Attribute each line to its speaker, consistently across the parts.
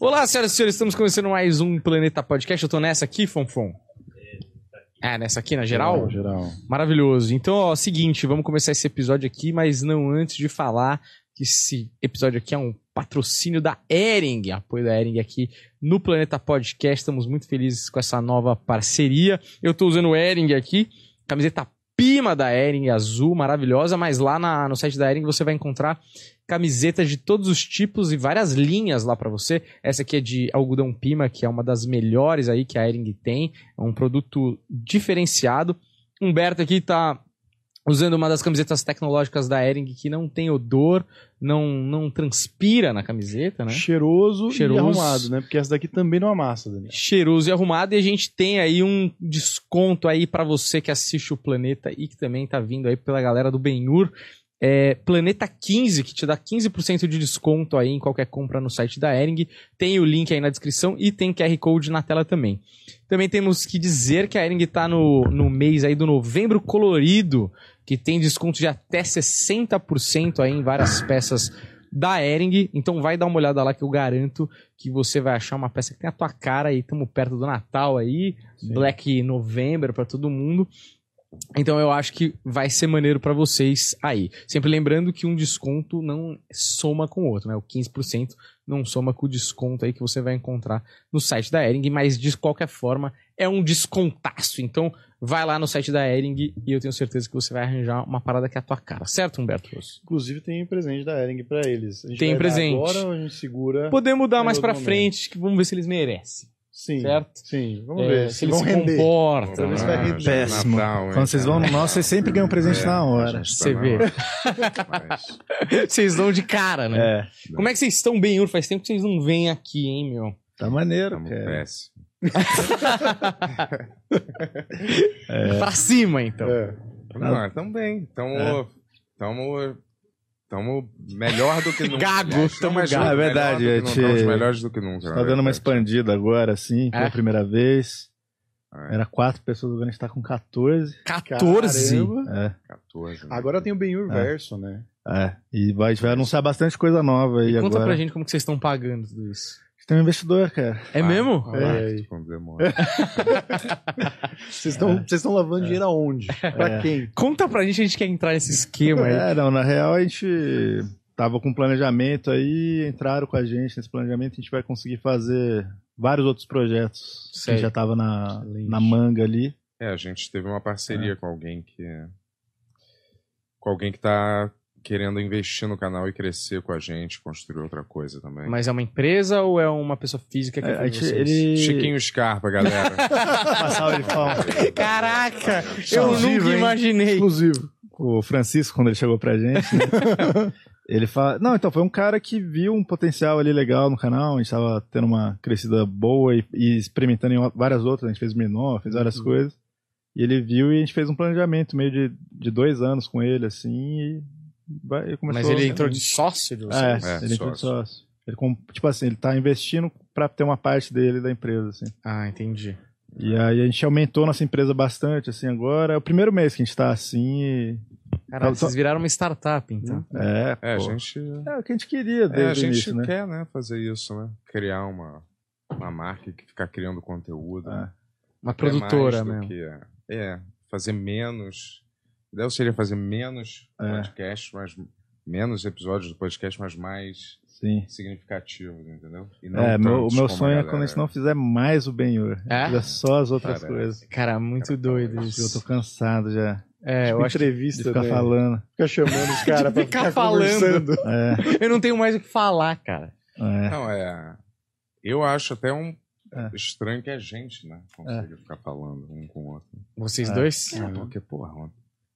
Speaker 1: Olá, senhoras e senhores, estamos começando mais um Planeta Podcast. Eu tô nessa aqui, Fonfon. É, nessa aqui, na geral?
Speaker 2: Geral.
Speaker 1: Maravilhoso. Então, ó, seguinte, vamos começar esse episódio aqui, mas não antes de falar que esse episódio aqui é um patrocínio da Ering, apoio da Ering aqui no Planeta Podcast. Estamos muito felizes com essa nova parceria. Eu tô usando o Ering aqui, camiseta pima da Ering, azul, maravilhosa, mas lá na- no site da Ering você vai encontrar camisetas de todos os tipos e várias linhas lá pra você. Essa aqui é de algodão pima, que é uma das melhores aí que a Ering tem. É um produto diferenciado. Humberto aqui tá usando uma das camisetas tecnológicas da Ering que não tem odor, não, não transpira na camiseta, né?
Speaker 2: Cheiroso,
Speaker 1: Cheiroso.
Speaker 2: e arrumado, né? Porque essa daqui também não amassa, Daniel.
Speaker 1: Cheiroso e arrumado, e a gente tem aí um desconto aí pra você que assiste o Planeta e que também tá vindo aí pela galera do Benhur. É, Planeta 15, que te dá 15% de desconto aí em qualquer compra no site da Ering. Tem o link aí na descrição e tem QR Code na tela também. Também temos que dizer que a Ering tá no, no mês aí do novembro colorido, que tem desconto de até 60% aí em várias peças da Ering. Então vai dar uma olhada lá que eu garanto que você vai achar uma peça que tem a tua cara aí, estamos perto do Natal aí,
Speaker 2: Sim.
Speaker 1: Black November para todo mundo. Então eu acho que vai ser maneiro para vocês aí. Sempre lembrando que um desconto não soma com o outro, né? O 15% não soma com o desconto aí que você vai encontrar no site da Ering, mas de qualquer forma é um descontaço. Então vai lá no site da Ering e eu tenho certeza que você vai arranjar uma parada que é a tua cara, certo, Humberto? Rosso?
Speaker 2: Inclusive tem presente da Ering pra eles. A gente
Speaker 1: Tem
Speaker 2: vai dar
Speaker 1: presente.
Speaker 2: Agora ou a gente segura?
Speaker 1: Podemos dar
Speaker 2: Em
Speaker 1: mais
Speaker 2: outro
Speaker 1: pra
Speaker 2: momento.
Speaker 1: frente, que vamos ver se eles merecem,
Speaker 2: Sim.
Speaker 1: certo?
Speaker 2: Sim, vamos
Speaker 1: É,
Speaker 2: ver.
Speaker 1: se eles
Speaker 2: vão
Speaker 1: se
Speaker 2: render.
Speaker 1: comportam.
Speaker 2: Talvez
Speaker 1: né?
Speaker 2: vai render.
Speaker 3: já é
Speaker 4: Péssimo.
Speaker 3: Natal, hein,
Speaker 4: Quando vocês vão
Speaker 3: cara?
Speaker 4: no nosso, vocês sempre ganham presente
Speaker 3: É,
Speaker 4: na hora.
Speaker 3: a gente
Speaker 1: Você
Speaker 3: na
Speaker 1: vê.
Speaker 3: hora. Mas-
Speaker 1: Vocês dão de cara, né?
Speaker 4: É,
Speaker 1: Como é que vocês estão bem, Ur? Faz tempo que vocês não vêm aqui, hein, meu?
Speaker 4: tá maneiro,
Speaker 3: Tamo
Speaker 4: cara.
Speaker 3: péssimo.
Speaker 1: Pra cima, então.
Speaker 2: É.
Speaker 3: Vamos lá, É. tamo bem. Tamo. Tamo. Tamo melhor do que nunca.
Speaker 1: Gago,
Speaker 3: Aliás,
Speaker 1: tamo
Speaker 3: mais
Speaker 1: gago.
Speaker 3: junto,
Speaker 4: É verdade,
Speaker 3: melhor do que
Speaker 4: eu
Speaker 3: nunca.
Speaker 4: te-
Speaker 3: Tamo melhores do que nunca. na
Speaker 4: Tá dando uma
Speaker 3: verdade.
Speaker 4: expandida agora, assim, pela
Speaker 1: É?
Speaker 4: primeira vez.
Speaker 3: É.
Speaker 4: Era quatro pessoas, agora a gente tá com 14.
Speaker 1: 14.
Speaker 2: Caramba.
Speaker 4: É,
Speaker 3: 14. né?
Speaker 2: Agora tem o Ben Verso, né?
Speaker 4: é. E vai, vai anunciar bastante coisa nova aí
Speaker 1: Conta
Speaker 4: agora.
Speaker 1: pra gente como que vocês estão pagando tudo isso.
Speaker 4: Tem um investidor, cara.
Speaker 1: É
Speaker 3: Ah,
Speaker 1: mesmo?
Speaker 3: ah,
Speaker 2: É.
Speaker 3: tu quando demora.
Speaker 1: É.
Speaker 2: Vocês estão vocês estão lavando dinheiro aonde? Pra
Speaker 4: É.
Speaker 2: quem?
Speaker 1: Conta pra gente, a gente quer entrar nesse esquema aí.
Speaker 4: É, não, na real a gente tava com um planejamento aí, entraram com a gente nesse planejamento, a gente vai conseguir fazer vários outros projetos
Speaker 1: Sei.
Speaker 4: que já tava na,
Speaker 1: Excelente.
Speaker 4: na manga ali.
Speaker 3: É, a gente teve uma parceria com alguém que. é- Com alguém que tá querendo investir no canal e crescer com a gente, construir outra coisa também.
Speaker 1: Mas é uma empresa ou é uma pessoa física que
Speaker 4: É, a
Speaker 1: faz
Speaker 4: gente,
Speaker 1: vocês?
Speaker 4: ele...
Speaker 3: Chiquinho Scarpa, galera.
Speaker 4: Passar o elefão.
Speaker 1: Caraca, eu
Speaker 4: Exclusivo,
Speaker 1: nunca
Speaker 4: hein?
Speaker 1: imaginei.
Speaker 2: Exclusivo.
Speaker 4: o Francisco, quando ele chegou pra gente, né? ele fala. Não, então foi um cara que viu um potencial ali legal no canal, a gente tava tendo uma crescida boa e, e experimentando em o- várias outras, a gente fez menor, fez várias
Speaker 1: Uhum.
Speaker 4: coisas. E ele viu e a gente fez um planejamento meio de, de dois anos com ele, assim, e, vai- e começou
Speaker 1: Mas ele entrou de sócio né? de
Speaker 4: É,
Speaker 1: vocês?
Speaker 3: É,
Speaker 4: ele entrou de
Speaker 3: sócio.
Speaker 4: sócio. Ele, com- tipo assim, ele tá investindo pra ter uma parte dele da empresa, assim.
Speaker 1: Ah, entendi. É.
Speaker 4: E aí a gente aumentou nossa empresa bastante, assim, agora. É o primeiro mês que a gente tá assim e.
Speaker 1: Caralho,
Speaker 4: Então,
Speaker 1: vocês viraram uma startup,
Speaker 2: Hum.
Speaker 1: então.
Speaker 4: É,
Speaker 3: É, a
Speaker 4: pô.
Speaker 3: gente.
Speaker 4: É o que a gente queria desde
Speaker 3: É, a
Speaker 4: o
Speaker 3: gente
Speaker 4: início, né?
Speaker 3: quer, né, fazer isso, né? Criar uma, uma marca que ficar criando conteúdo.
Speaker 4: Ah,
Speaker 1: Uma
Speaker 3: Até
Speaker 1: produtora mesmo.
Speaker 3: mais do que- é, fazer menos. A ideia seria fazer menos
Speaker 4: É.
Speaker 3: podcast, mas menos episódios do podcast, mas mais
Speaker 4: sim.
Speaker 3: significativos, entendeu? E não
Speaker 4: É, meu, o
Speaker 3: tantos
Speaker 4: meu
Speaker 3: como
Speaker 4: sonho é
Speaker 3: galera.
Speaker 4: quando a gente não fizer mais o Benhur.
Speaker 1: É?
Speaker 4: Fizer só as outras
Speaker 3: Parece.
Speaker 4: coisas.
Speaker 1: Cara,
Speaker 3: é
Speaker 1: muito doido
Speaker 3: Cara,
Speaker 4: Eu
Speaker 1: isso.
Speaker 4: tô cansado já
Speaker 1: É, eu
Speaker 2: Tipo,
Speaker 1: acho.
Speaker 4: de
Speaker 2: entrevista,
Speaker 4: ficar
Speaker 2: né?
Speaker 4: falando.
Speaker 2: Fica chamando os caras pra
Speaker 1: De
Speaker 2: ficar,
Speaker 1: ficar falando.
Speaker 2: conversando.
Speaker 4: É,
Speaker 1: Eu não tenho mais o que falar, cara.
Speaker 4: é.
Speaker 3: Não, é. Eu acho até um.
Speaker 4: É.
Speaker 3: Estranho que a gente, né? Consegue ficar falando um com o outro.
Speaker 1: Vocês
Speaker 4: É.
Speaker 1: dois?
Speaker 3: É, porque, porra, mano.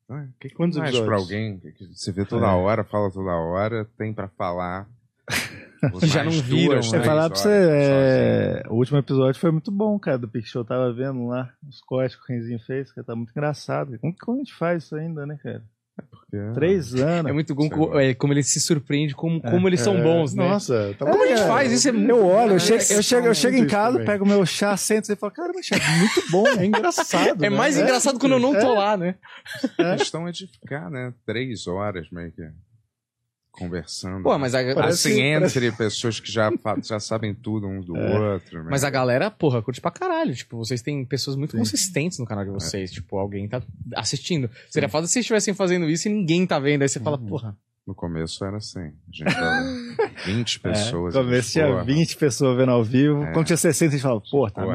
Speaker 3: Ah, que que
Speaker 2: Quantos
Speaker 3: mais
Speaker 2: episódios?
Speaker 3: pra alguém que- que você vê toda
Speaker 4: É.
Speaker 3: hora, fala toda hora, tem pra falar.
Speaker 1: Já não
Speaker 3: Mais
Speaker 1: viram,
Speaker 3: duas,
Speaker 1: né?
Speaker 4: Você
Speaker 3: três
Speaker 4: falar pra
Speaker 3: horas assim.
Speaker 4: você,
Speaker 3: sozinho.
Speaker 4: é, o último episódio foi muito bom, cara, do Pix Show. Eu tava vendo lá os cortes que o Renzinho fez, cara, tá muito engraçado. Como, como a gente faz isso ainda, né, cara?
Speaker 3: Porque-
Speaker 4: Três anos.
Speaker 1: É muito bom
Speaker 3: Sei
Speaker 1: co-
Speaker 3: lá.
Speaker 1: é, como ele se surpreende, como, como eles são
Speaker 2: É,
Speaker 1: bons, né?
Speaker 2: Nossa, tá
Speaker 1: Como a gente
Speaker 2: bom.
Speaker 1: faz? Isso é muito. né?
Speaker 4: Eu olho, eu chego,
Speaker 2: Vocês
Speaker 4: eu chego, eu
Speaker 2: são
Speaker 4: chego em
Speaker 2: muito isso
Speaker 4: casa,
Speaker 2: também.
Speaker 4: pego meu chá, sento e falo, caramba, chá, muito bom.
Speaker 2: É engraçado.
Speaker 1: É
Speaker 2: né?
Speaker 1: mais engraçado quando eu não tô lá, né?
Speaker 3: é A questão é de ficar, né? Três horas meio que conversando.
Speaker 1: Pô, mas a,
Speaker 2: Parece-
Speaker 3: Assim, entre pessoas que já, fa- já sabem tudo um do outro, né?
Speaker 1: mas a galera, porra, curte pra caralho. Tipo, vocês têm pessoas muito
Speaker 4: Sim. É.
Speaker 1: consistentes no canal de vocês. Tipo, alguém tá assistindo. Seria foda se vocês estivessem fazendo isso e ninguém tá vendo. Aí você fala,
Speaker 4: Uhum.
Speaker 1: porra.
Speaker 3: No começo era assim. A gente tava 20 pessoas.
Speaker 4: É, começo tinha
Speaker 3: porra,
Speaker 4: 20 pessoas vendo ao vivo.
Speaker 3: É.
Speaker 4: Quando tinha 60, a gente fala, pô, tá
Speaker 3: porra,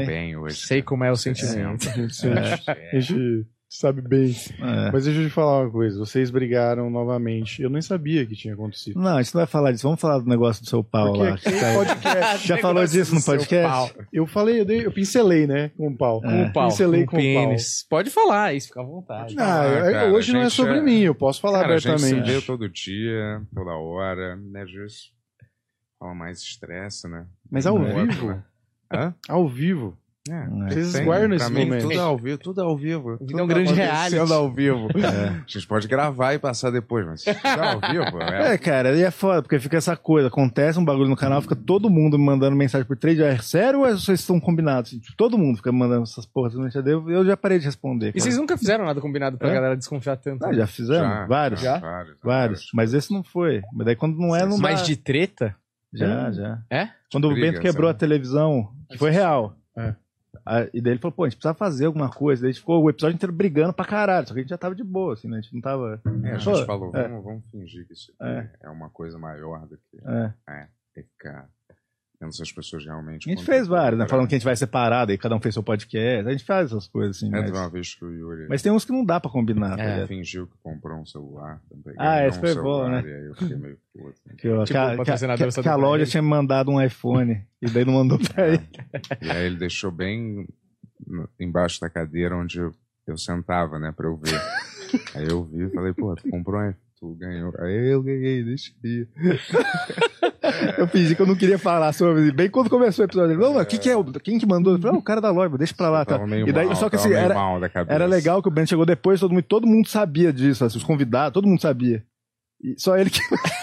Speaker 3: tamo
Speaker 4: hein?
Speaker 3: Bem hoje.
Speaker 1: Sei como é o sentimento.
Speaker 3: Sessenta. É.
Speaker 2: A gente sabe bem.
Speaker 4: É.
Speaker 2: Mas deixa eu te falar uma coisa. Vocês brigaram novamente. Eu nem sabia que tinha acontecido.
Speaker 4: Não, a gente não vai falar disso. Vamos falar do negócio do seu pau
Speaker 2: Porque
Speaker 4: lá.
Speaker 2: aqui
Speaker 4: que
Speaker 2: no
Speaker 4: tá aí.
Speaker 2: podcast,
Speaker 4: Já falou disso no
Speaker 1: Seu
Speaker 4: podcast? é
Speaker 1: pau.
Speaker 2: eu falei, eu, dei- eu pincelei, né? Com o
Speaker 3: É.
Speaker 2: pau.
Speaker 1: Com o pau.
Speaker 2: Pincelei
Speaker 1: com
Speaker 2: com
Speaker 1: o
Speaker 2: o
Speaker 1: pênis. Pode falar isso, fica à vontade.
Speaker 2: Não,
Speaker 3: Ah,
Speaker 2: eu-
Speaker 3: cara,
Speaker 2: hoje não é
Speaker 3: a gente
Speaker 2: sobre
Speaker 3: é-
Speaker 2: mim, eu posso falar
Speaker 3: Cara, a gente se
Speaker 2: abertamente.
Speaker 3: vê todo dia, toda hora, né? Às vezes fala mais estresse, né?
Speaker 2: Mas ao
Speaker 3: Tem um outro,
Speaker 2: vivo,
Speaker 3: né? Hã?
Speaker 2: Ao vivo.
Speaker 3: É,
Speaker 2: Vocês
Speaker 3: tem.
Speaker 2: guardam esse
Speaker 3: Pra mim,
Speaker 2: momento.
Speaker 3: Tudo é ao vivo, tudo ao vivo.
Speaker 1: Vida é um
Speaker 3: tudo
Speaker 1: grande
Speaker 3: acontecendo
Speaker 1: reality.
Speaker 3: ao vivo.
Speaker 4: É.
Speaker 3: A gente pode gravar e passar depois, mas tudo ao vivo. É,
Speaker 4: É, cara, e é foda, porque fica essa coisa, acontece um bagulho no canal, fica todo mundo me mandando mensagem por três dias, é sério ou é- vocês estão combinados? Tipo, Todo mundo fica me mandando essas porras, eu eu já parei de responder.
Speaker 1: E
Speaker 4: cara.
Speaker 1: vocês nunca fizeram nada combinado pra
Speaker 4: É?
Speaker 1: galera desconfiar tanto. né?
Speaker 4: Ah, já fizemos? vários,
Speaker 1: já.
Speaker 3: vários.
Speaker 4: vários, mas esse não foi, mas daí quando não é, não
Speaker 1: Mas
Speaker 4: dá.
Speaker 1: de treta?
Speaker 4: Já, já.
Speaker 1: É?
Speaker 4: Quando
Speaker 3: Briga,
Speaker 4: o Bento quebrou
Speaker 3: sabe?
Speaker 4: a televisão, que foi real.
Speaker 2: É.
Speaker 4: Ah, E daí ele falou, pô, a gente precisa fazer alguma coisa. Daí a gente ficou o episódio inteiro brigando pra caralho. Só que a gente já tava de boa, assim, né? A gente não tava.
Speaker 3: É, a
Speaker 4: Pô,
Speaker 3: gente falou,
Speaker 4: é.
Speaker 3: vamos, vamos fingir que isso aqui é. uma coisa maior do que
Speaker 4: É.
Speaker 3: ficar vendo se as pessoas realmente...
Speaker 4: A gente fez vários, né? Falando que a gente vai separado, aí cada um fez seu podcast. A gente faz essas coisas, assim.
Speaker 3: É, teve
Speaker 4: mas-
Speaker 3: uma vez que o Yuri
Speaker 4: Mas tem uns que não dá pra combinar, tá
Speaker 1: É.
Speaker 4: ligado?
Speaker 3: fingiu que comprou um celular. Também,
Speaker 4: Ah,
Speaker 3: ganhou
Speaker 4: esse
Speaker 3: um
Speaker 4: foi bom,
Speaker 3: celular, E aí eu fiquei meio puto.
Speaker 4: Que,
Speaker 1: Tipo, o
Speaker 4: eu- que a- que a-
Speaker 1: patrocinador
Speaker 4: que a-
Speaker 1: só
Speaker 4: que a
Speaker 1: deu pra
Speaker 4: loja
Speaker 1: ele.
Speaker 4: tinha me mandado um iPhone e daí não mandou pra ele.
Speaker 3: E aí ele deixou bem no- embaixo da cadeira onde eu, eu sentava, né? Pra eu ver. aí eu vi e falei, pô, tu comprou um iPhone, tu ganhou. Aí eu ganhei, deixa eu ir.
Speaker 4: Eu fingi que eu não queria falar sobre. Bem quando começou o episódio, ele falou: Não, mas que que é? o- Quem que mandou? Eu falei: ah, o cara da loja, deixa pra lá.
Speaker 3: Eu
Speaker 4: Tá.
Speaker 3: tava meio
Speaker 4: E daí,
Speaker 3: mal,
Speaker 4: só que
Speaker 3: tava
Speaker 4: assim,
Speaker 3: meio
Speaker 4: era,
Speaker 3: mal da cabeça.
Speaker 4: Era legal que o Breno chegou depois, todo mundo, todo mundo sabia disso, assim, os convidados, todo mundo sabia. E só ele que.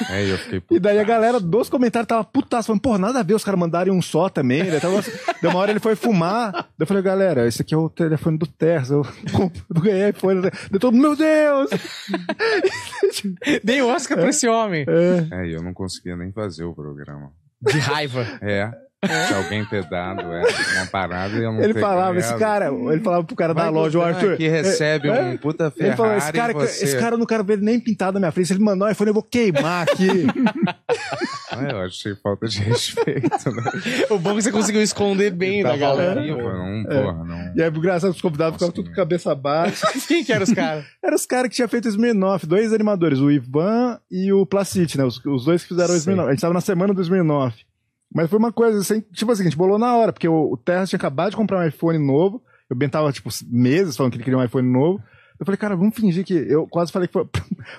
Speaker 3: Aí eu fiquei
Speaker 4: E daí a
Speaker 3: putaço.
Speaker 4: galera dos comentários tava putaço, falando, porra, nada a ver, os caras mandarem um só também. Daí tava assim, daí uma hora ele foi fumar. Daí eu falei, galera, esse aqui é o telefone do Terza, eu compro- eu ganhei iPhone. Daí todo mundo, meu Deus!
Speaker 1: Dei Oscar pra esse homem.
Speaker 4: É,
Speaker 3: É, e eu não conseguia nem fazer o programa.
Speaker 1: De raiva.
Speaker 3: É. Se alguém ter dado é, uma parada, eu não né?
Speaker 4: ele
Speaker 3: ter
Speaker 4: falava,
Speaker 3: ganhado.
Speaker 4: esse cara, ele falava pro cara da
Speaker 3: Vai
Speaker 4: loja, o
Speaker 3: botar
Speaker 4: Arthur.
Speaker 3: Que recebe
Speaker 4: é,
Speaker 3: um puta Ferrari
Speaker 4: Ele falou, esse cara,
Speaker 3: e você...
Speaker 4: esse cara eu não quero ver ele nem pintado na minha frente. Se ele mandar um iPhone, eu vou queimar aqui.
Speaker 3: Ah, eu achei falta de respeito, né?
Speaker 1: O bom é que você conseguiu esconder bem da
Speaker 3: Tava
Speaker 1: galera.
Speaker 3: ao vivo,
Speaker 4: É.
Speaker 3: Não, porra, não...
Speaker 4: e aí, engraçado, os convidados ficavam tudo com a cabeça baixa.
Speaker 1: Quem que eram os caras?
Speaker 4: Eram os caras que tinham feito 2009, dois animadores, o Ivan e o Placite, né? Os, os dois que fizeram
Speaker 1: Sei.
Speaker 4: 2009. A gente tava na semana do 2009. Mas foi uma coisa assim, tipo assim, a gente bolou na hora, porque o, o Terra tinha acabado de comprar um iPhone novo. Eu bem tava, tipo, meses falando que ele queria um iPhone novo. Eu falei, cara, vamos fingir que. Eu quase falei que foi.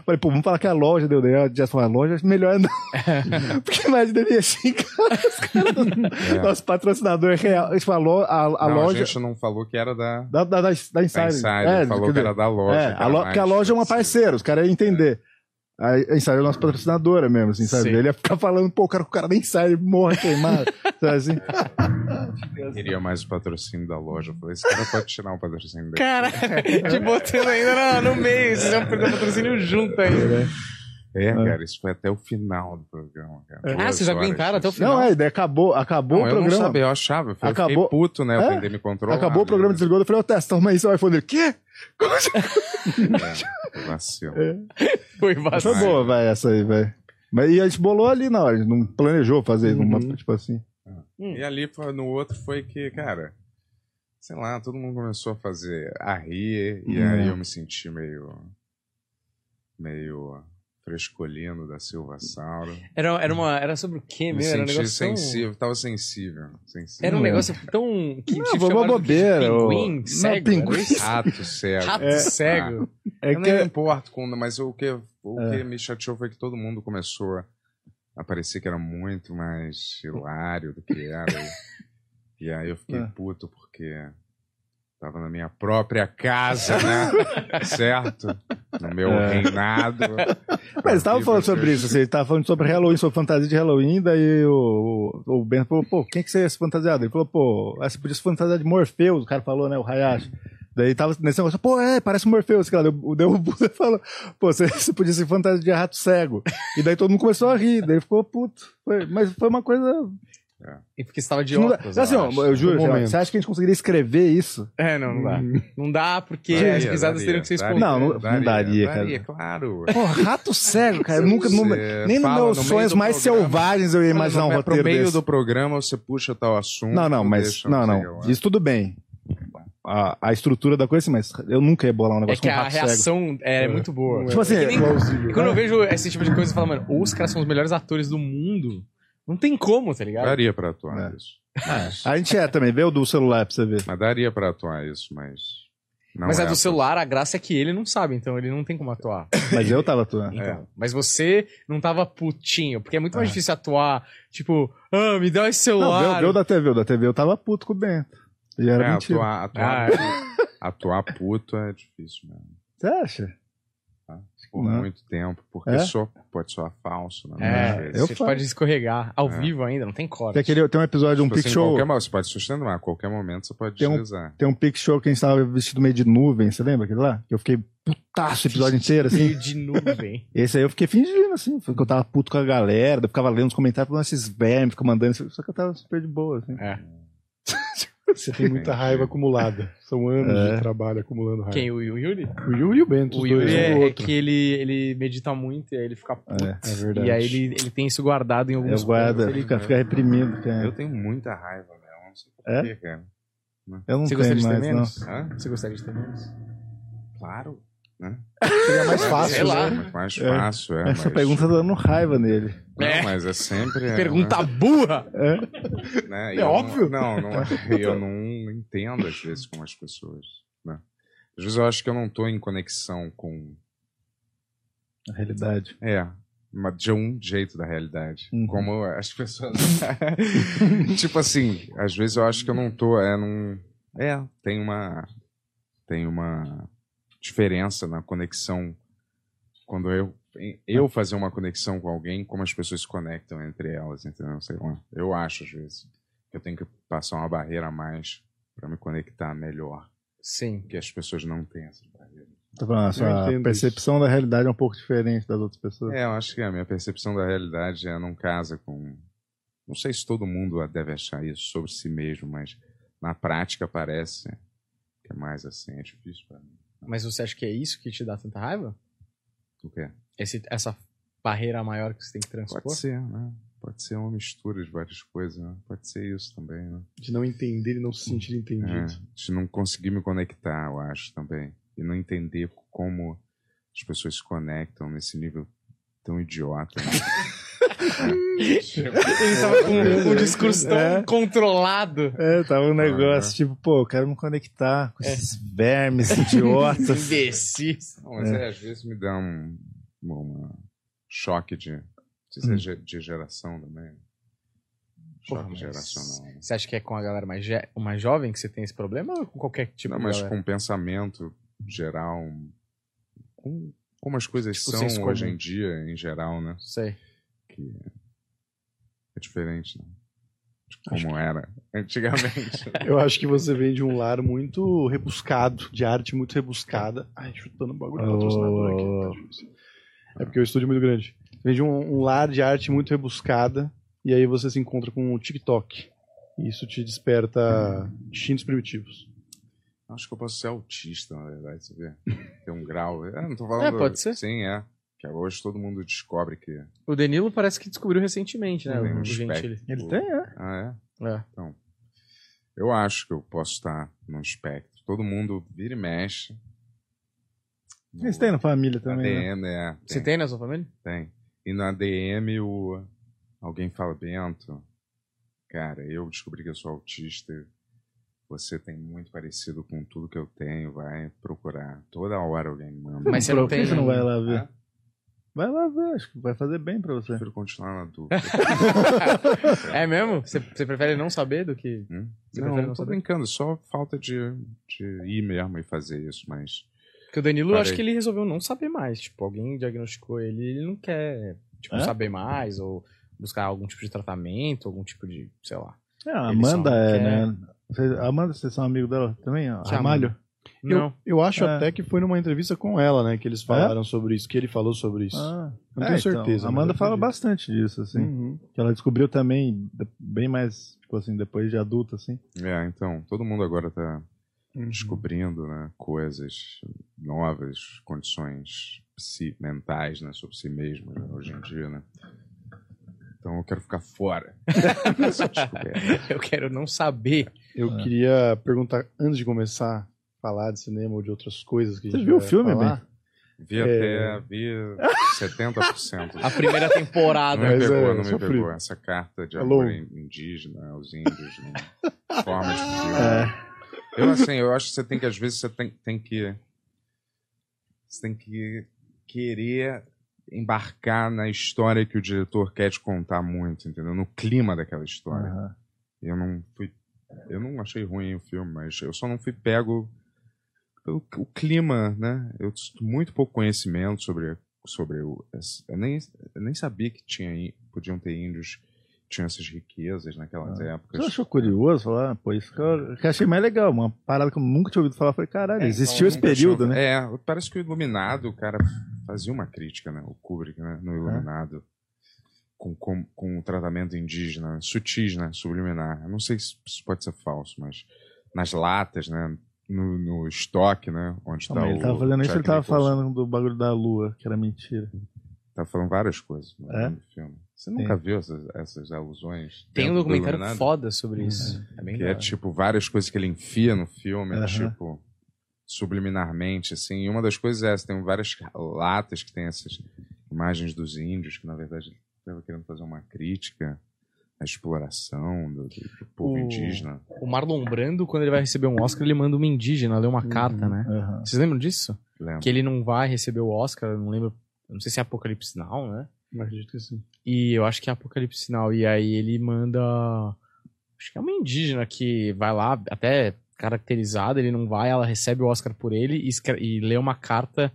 Speaker 4: Falei, pô, vamos falar que a loja deu. Daí a Jess falou, a loja é melhor não. Porque imagina ele ia xingar os caras.
Speaker 3: É.
Speaker 4: Nosso patrocinador é real. A gente falou, a, a
Speaker 3: não,
Speaker 4: loja.
Speaker 3: A gente não falou que era da...
Speaker 4: Da, da, da, da
Speaker 3: Da
Speaker 4: Insider.
Speaker 3: Insider,
Speaker 4: É,
Speaker 3: Tá falou
Speaker 4: quer
Speaker 3: que
Speaker 4: dizer,
Speaker 3: era da loja.
Speaker 4: é, a lo- porque a
Speaker 1: assim.
Speaker 4: loja é uma parceira, os caras iam entender. A Insider é nossa patrocinadora mesmo, assim, sabe?
Speaker 1: Sim.
Speaker 4: Ele ia ficar falando, pô, o cara, o cara da Insider morre queimado, sabe assim?
Speaker 3: Eu queria mais o patrocínio da loja. Eu falei, esse cara pode tirar o patrocínio dele.
Speaker 1: Caralho, te botando ainda no, no meio. Vocês vão pegar o patrocínio junto ainda.
Speaker 3: É, cara, isso foi até o final do programa, cara.
Speaker 1: Ah, vocês aguentaram até o final.
Speaker 4: Não, é, daí acabou, acabou
Speaker 3: Não,
Speaker 4: o
Speaker 3: eu não
Speaker 4: É. programa.
Speaker 3: sabia, eu achava. Eu fiquei
Speaker 4: Acabou-
Speaker 3: puto, né? Eu
Speaker 4: É?
Speaker 3: tentei me controlar.
Speaker 4: acabou o programa, desligou, eu falei, ô, Testa, toma aí seu iPhone. Ele, quê? Como assim?
Speaker 3: desligou. Vacilo.
Speaker 4: É.
Speaker 1: Foi
Speaker 4: Mas Foi
Speaker 1: vacilo.
Speaker 4: boa, vai, essa aí, vai. Mas e a gente bolou ali na hora, a gente não planejou fazer, numa-
Speaker 2: Uhum.
Speaker 4: tipo assim.
Speaker 3: E ali foi- no outro foi que, cara, sei lá, todo mundo começou a fazer a rir, e
Speaker 4: Hum,
Speaker 3: aí
Speaker 4: é.
Speaker 3: eu me senti meio. meio frescolino da Silva Sauro.
Speaker 1: Era, era, uma, era sobre o quê
Speaker 3: Me
Speaker 1: mesmo? Era um
Speaker 3: senti
Speaker 1: negócio tão...
Speaker 3: sensível, tava sensível. sensível.
Speaker 1: Era um
Speaker 4: Não é.
Speaker 1: negócio tão... Que
Speaker 4: Não,
Speaker 1: te
Speaker 4: foi uma
Speaker 1: chamaram de
Speaker 4: bobeira, ô.
Speaker 1: Pinguim
Speaker 4: Não,
Speaker 1: cego.
Speaker 4: pinguim.
Speaker 1: era isso?
Speaker 3: Rato cego.
Speaker 1: Rato
Speaker 3: Ah,
Speaker 1: cego.
Speaker 4: É
Speaker 3: eu
Speaker 4: que
Speaker 3: nem me importo com, mas o que o
Speaker 4: É.
Speaker 3: que me chateou foi que todo mundo começou a aparecer que era muito mais hilário do que era. e, e aí eu fiquei
Speaker 4: É.
Speaker 3: puto porque tava na minha própria casa, né? certo? No meu
Speaker 4: É.
Speaker 3: reinado.
Speaker 4: Mas tava falando sobre isso, assim, tava falando sobre Halloween, sobre fantasia de Halloween, daí o, o, o é Ben falou, pô, quem que você ia se fantasiar? Ele falou, pô, ah, você podia se fantasiar de Morpheus, o cara falou, né, o Hayashi. Daí tava nesse negócio, pô, é, parece um Morpheus, que lá deu, deu o Buda e falou, pô, você, você podia se fantasiar de rato cego. E daí todo mundo começou a rir, daí ficou puto. Foi- mas foi uma coisa.
Speaker 1: E porque estava de
Speaker 4: que não dá-
Speaker 1: óculos.
Speaker 4: assim,
Speaker 1: eu
Speaker 4: ó,
Speaker 1: acho.
Speaker 4: eu Hum. juro,
Speaker 2: No
Speaker 4: sei lá,
Speaker 2: momento.
Speaker 4: você acha que a gente conseguiria escrever isso?
Speaker 1: É, não, não dá. Não dá porque
Speaker 3: Daria,
Speaker 1: as risadas teriam que ser
Speaker 3: daria,
Speaker 1: espontaneas.
Speaker 4: Não, não- não daria, cara.
Speaker 3: claro.
Speaker 4: Pô, rato cego, cara. eu nunca. nu-
Speaker 3: Você
Speaker 4: nem nos
Speaker 3: fala
Speaker 4: meus
Speaker 3: no meio
Speaker 4: sonhos
Speaker 3: do
Speaker 4: mais
Speaker 3: programa.
Speaker 4: selvagens eu ia
Speaker 3: Não,
Speaker 4: imaginar um
Speaker 3: mas
Speaker 4: roteiro
Speaker 3: Pro meio
Speaker 4: desse.
Speaker 3: do programa você puxa tal assunto.
Speaker 4: Não, não, mas.
Speaker 3: deixa
Speaker 4: Não,
Speaker 3: sei
Speaker 4: não.
Speaker 3: lá.
Speaker 4: Isso tudo bem. A, a estrutura da coisa, sim, mas eu nunca ia bolar um
Speaker 1: É
Speaker 4: negócio
Speaker 1: que
Speaker 4: com um
Speaker 1: a
Speaker 4: rato cego.
Speaker 1: reação é, muito boa.
Speaker 2: Não é
Speaker 4: Tipo assim,
Speaker 1: É que nem-
Speaker 2: plausível.
Speaker 1: E quando eu vejo esse tipo de coisa, eu falo, mano, ou os caras são os melhores atores do mundo. Não tem como, tá ligado?
Speaker 3: Daria pra atuar
Speaker 4: É.
Speaker 3: isso. Ah,
Speaker 4: A gente é também, vê o do celular pra você ver.
Speaker 3: Mas daria pra atuar isso, mas. Não
Speaker 1: Mas
Speaker 3: é
Speaker 1: a do celular, a graça é que ele não sabe, então ele não tem como atuar.
Speaker 4: Mas eu tava atuando.
Speaker 1: Então, Mas você não tava putinho, porque é muito mais
Speaker 4: É.
Speaker 1: difícil atuar, tipo, ah, me dá esse
Speaker 4: Não,
Speaker 1: celular.
Speaker 4: vê, vê o da TV, o da TV eu tava puto com o Bento. E era
Speaker 3: É,
Speaker 4: mentira.
Speaker 3: atuar,
Speaker 1: Ah,
Speaker 3: atuar,
Speaker 1: é.
Speaker 3: atuar puto é difícil mesmo.
Speaker 4: Você acha?
Speaker 3: Por
Speaker 4: Não.
Speaker 3: muito tempo. Porque
Speaker 4: Né? É?
Speaker 3: só pode soar falso, né?
Speaker 1: É,
Speaker 3: Às vezes.
Speaker 4: eu
Speaker 1: você
Speaker 4: falo.
Speaker 1: pode escorregar ao
Speaker 3: É.
Speaker 1: vivo ainda, não tem corte.
Speaker 4: Tem, aquele, tem um episódio de um
Speaker 3: Tipo assim,
Speaker 4: Pic
Speaker 3: em
Speaker 4: Show.
Speaker 3: Qualquer, mo- você pode sustentar, a qualquer momento você pode
Speaker 4: Tem um-
Speaker 3: deslizar.
Speaker 4: Tem um Pic Show que a gente tava vestido meio de nuvem, você lembra aquele lá? Que eu fiquei putaço o episódio inteiro, assim.
Speaker 1: Meio de nuvem.
Speaker 4: Esse aí eu fiquei fingindo, assim. Porque eu tava puto com a galera, eu ficava lendo os comentários falando esses vermes, ficava mandando. Só que eu tava super de boa, assim.
Speaker 1: É.
Speaker 2: Você tem muita
Speaker 3: Entendi.
Speaker 2: raiva acumulada. São anos
Speaker 4: É.
Speaker 2: de trabalho acumulando raiva.
Speaker 1: Quem? O o Yuri?
Speaker 2: O Yuri e o Bento,
Speaker 1: O
Speaker 2: os dois
Speaker 1: Yuri
Speaker 2: um
Speaker 1: é,
Speaker 2: do
Speaker 1: é
Speaker 2: outro.
Speaker 1: que ele, ele medita muito e aí ele fica puto.
Speaker 4: É.
Speaker 2: É verdade.
Speaker 1: e aí ele, ele tem isso guardado em
Speaker 4: Eu
Speaker 1: alguns
Speaker 4: guardo,
Speaker 1: pontos, ele-
Speaker 4: fica, fica reprimido, cara.
Speaker 3: Eu tenho muita raiva, mesmo. Não sei
Speaker 4: É?
Speaker 3: porquê, cara.
Speaker 4: Eu não
Speaker 1: Você
Speaker 4: tenho
Speaker 1: gostaria de ter
Speaker 4: mais, não.
Speaker 1: menos?
Speaker 3: Hã?
Speaker 1: Você gostaria de ter menos?
Speaker 3: Claro. né?
Speaker 2: Seria mais fácil,
Speaker 1: Sei lá.
Speaker 2: né?
Speaker 3: Mas mais
Speaker 4: É.
Speaker 3: fácil, é.
Speaker 4: Essa
Speaker 3: mas-
Speaker 4: pergunta tá dando raiva nele.
Speaker 3: Não,
Speaker 1: É.
Speaker 3: mas é sempre. é,
Speaker 1: Pergunta burra!
Speaker 3: né? Né? E
Speaker 1: É
Speaker 3: eu não-
Speaker 1: óbvio.
Speaker 3: Não, não, eu não entendo às vezes como as pessoas. né? Às vezes eu acho que eu não tô em conexão com.
Speaker 4: Na realidade.
Speaker 3: É. mas De um jeito da realidade.
Speaker 4: Uhum.
Speaker 3: Como as pessoas. né? tipo assim, às vezes eu acho que eu não tô. É, num, é tem uma. Tem uma diferença na conexão. Quando eu. Eu fazer uma conexão com alguém, como as pessoas se conectam entre elas, entendeu? Sei lá. Eu acho, às vezes. que Eu tenho que passar uma barreira a mais para me conectar melhor.
Speaker 1: Sim.
Speaker 3: Que as pessoas não têm essa barreira.
Speaker 4: Tô falando, a sua
Speaker 2: entendo
Speaker 4: percepção da realidade é um pouco diferente das outras pessoas.
Speaker 3: É, eu acho que a minha percepção da realidade é não casa com. Não sei se todo mundo deve achar isso sobre si mesmo, mas na prática parece que é mais assim, é difícil pra mim.
Speaker 1: Mas você acha que é isso que te dá tanta raiva?
Speaker 3: O quê?
Speaker 1: Esse- essa barreira maior que você tem que transpor?
Speaker 3: Pode ser, né? Pode ser uma mistura de várias coisas, né? Pode ser isso também, né?
Speaker 2: De não entender e não se sentir
Speaker 3: É,
Speaker 2: entendido.
Speaker 3: de não conseguir me conectar, eu acho também. E não entender como as pessoas se conectam nesse nível tão idiota. Né? É.
Speaker 1: Ele tava com um discurso tão
Speaker 4: É.
Speaker 1: controlado.
Speaker 4: É, tava um negócio
Speaker 3: Ah, é.
Speaker 4: tipo, pô, eu quero me conectar com esses vermes idiotas.
Speaker 1: Imbecis.
Speaker 3: Não, mas é, às vezes me dá um, um, uh, choque de, de, ser
Speaker 4: Hum.
Speaker 3: ge- de geração também.
Speaker 1: Porra,
Speaker 3: Choque
Speaker 1: mas-
Speaker 3: geracional. né?
Speaker 1: Você acha que é com a galera mais, je- mais jovem que você tem esse problema ou com qualquer tipo
Speaker 3: Não,
Speaker 1: de
Speaker 3: mas
Speaker 1: galera?
Speaker 3: com pensamento geral, um- com, como as coisas
Speaker 1: Tipo, senso
Speaker 3: são
Speaker 1: comum.
Speaker 3: hoje em dia, em geral, né?
Speaker 1: Sei.
Speaker 3: É diferente, né? De como era antigamente.
Speaker 2: Eu acho que você vem de um lar muito rebuscado, de arte muito rebuscada. Ai, chutando o bagulho,
Speaker 4: Oh.
Speaker 2: patrocinador aqui. tá difícil. É porque o estúdio é muito grande. Vem de um, um lar de arte muito rebuscada, e aí você se encontra com o TikTok. E isso te desperta instintos primitivos.
Speaker 3: Acho que eu posso ser autista, na verdade, você vê? Tem um grau. Eu não tô falando.
Speaker 1: É, pode ser. É,
Speaker 3: Sim, é. Que hoje todo mundo descobre que.
Speaker 1: O Danilo parece que descobriu recentemente, né?
Speaker 3: Tem
Speaker 1: o
Speaker 3: um
Speaker 1: Gentili.
Speaker 3: espectro.
Speaker 4: Ele tem, é.
Speaker 3: Ah, é?
Speaker 1: É.
Speaker 3: Eu acho que eu posso estar num espectro. Todo mundo vira e mexe. No
Speaker 4: Eles têm na família também. né?
Speaker 3: ADM, é. Tem,
Speaker 1: Você tem na sua família?
Speaker 3: tem. E na DM o... alguém fala, Bento, cara, eu descobri que eu sou autista. Você tem muito parecido com tudo que eu tenho. Vai procurar. Toda hora alguém me manda.
Speaker 1: Mas você não
Speaker 4: Por que
Speaker 1: tem- um-
Speaker 4: Você não vai lá ver?
Speaker 3: Ah,
Speaker 4: Vai lá ver, acho que vai fazer bem pra você.
Speaker 3: prefiro continuar na dúvida.
Speaker 1: É mesmo? Você, você prefere não saber do que.
Speaker 3: Hum?
Speaker 1: Você prefere
Speaker 3: não,
Speaker 1: não
Speaker 3: não tô
Speaker 1: saber?
Speaker 3: brincando. Só falta de, de ir mesmo e fazer isso, mas...
Speaker 1: Porque o Danilo, eu
Speaker 3: Parei.
Speaker 1: acho que ele resolveu não saber mais. Tipo, alguém diagnosticou ele e ele não quer tipo,
Speaker 3: É?
Speaker 4: Hã?
Speaker 1: saber mais ou buscar algum tipo de tratamento, algum tipo de. sei lá.
Speaker 4: É, a
Speaker 1: Ele só
Speaker 4: Amanda
Speaker 1: não quer-
Speaker 4: é,
Speaker 3: Ah,
Speaker 4: né? Vocês- a Amanda, vocês são amigos dela também? ó?
Speaker 1: Que
Speaker 4: Ramalho?
Speaker 1: Não.
Speaker 2: Eu acho
Speaker 4: É.
Speaker 2: até que foi numa entrevista com ela, né? Que eles falaram sobre isso, que ele falou sobre isso.
Speaker 4: Ah,
Speaker 2: Não tenho certeza,
Speaker 4: A
Speaker 2: mas
Speaker 4: Amanda
Speaker 2: eu
Speaker 4: fala
Speaker 2: acredito.
Speaker 4: bastante disso, assim.
Speaker 2: Uhum.
Speaker 4: Que ela descobriu também, de- bem mais, tipo assim, depois de adulta, assim.
Speaker 3: É, então, todo mundo agora tá
Speaker 2: Uhum.
Speaker 3: descobrindo né, coisas novas, condições psi- mentais né, sobre si mesmo né, hoje em dia, né? Então eu quero ficar fora dessa descoberta.
Speaker 1: Eu quero não saber.
Speaker 2: Eu
Speaker 4: É.
Speaker 2: queria perguntar, antes de começar a falar de cinema ou de outras coisas que a
Speaker 4: Você
Speaker 2: gente
Speaker 4: viu o
Speaker 2: vai
Speaker 4: filme,
Speaker 2: falar, É.
Speaker 3: Vi até vi 70%.
Speaker 1: A primeira
Speaker 3: Não
Speaker 1: temporada.
Speaker 3: me
Speaker 2: Mas
Speaker 3: pegou,
Speaker 2: é
Speaker 3: não me
Speaker 2: sofrido.
Speaker 3: pegou. Essa carta de
Speaker 2: Alô?
Speaker 3: amor in- indígena aos índios, né? forma de
Speaker 4: É.
Speaker 3: filme. Eu, assim, eu acho que você tem que, às vezes, você tem, tem que. Você tem que querer embarcar na história que o diretor quer te contar muito, entendeu? No clima daquela história.
Speaker 4: Aham.
Speaker 3: Eu não fui. Eu não achei ruim o filme, mas eu só não fui pego pelo c- o clima, né? Eu tinha muito pouco conhecimento sobre sobre o esse- eu nem eu nem sabia que tinha í- podiam ter índios que tinham essas riquezas naquelas
Speaker 4: Ah.
Speaker 3: épocas.
Speaker 4: Você não achou curioso? Falar, ah, pô, isso que eu, que eu achei mais legal, uma parada que eu nunca tinha ouvido falar. Falei, caralho,
Speaker 3: É, então,
Speaker 4: existiu esse
Speaker 3: nunca
Speaker 4: período,
Speaker 3: tinha-
Speaker 4: né?
Speaker 3: É, parece que o Iluminado, o cara fazia uma crítica, né? O Kubrick, né? No Iluminado. Com, com, com o tratamento indígena, sutis, né? Subliminar. Eu não sei se isso pode ser falso, mas nas latas, né? No, no estoque, né? Onde
Speaker 4: Não,
Speaker 3: tá
Speaker 4: mas ele
Speaker 3: o
Speaker 4: tava fazendo isso,
Speaker 3: Jack
Speaker 4: ele tava
Speaker 3: Nicholson.
Speaker 4: falando do bagulho da lua, que era mentira.
Speaker 3: Tava falando várias coisas né? no
Speaker 4: É?
Speaker 3: filme. Você nunca viu essas, essas alusões?
Speaker 1: Tem um
Speaker 3: dentro do
Speaker 1: documentário
Speaker 3: Iluminado?
Speaker 1: foda sobre isso. É bem
Speaker 3: Que
Speaker 1: da
Speaker 3: é
Speaker 1: hora.
Speaker 3: tipo várias coisas que ele enfia no filme,
Speaker 4: Aham.
Speaker 3: tipo, subliminarmente, assim. E uma das coisas é essa: tem várias latas que tem essas imagens dos índios, que na verdade ele estava querendo fazer uma crítica à exploração do, do- do povo
Speaker 1: O-
Speaker 3: indígena.
Speaker 1: O Marlon Brando, quando ele vai receber um Oscar, ele manda uma indígena ler uma
Speaker 3: Uhum.
Speaker 1: carta, né?
Speaker 4: Aham.
Speaker 1: Vocês lembram disso?
Speaker 3: Lembra?
Speaker 1: Que ele não vai receber o Oscar, eu não lembro. eu Não sei se é Apocalipse Now, né?
Speaker 2: Não acredito que sim.
Speaker 1: E eu acho que é Apocalipse Now. E aí ele manda. Acho que é uma indígena que vai lá, até caracterizada, ele não vai, ela recebe o Oscar por ele e, escre- e lê uma carta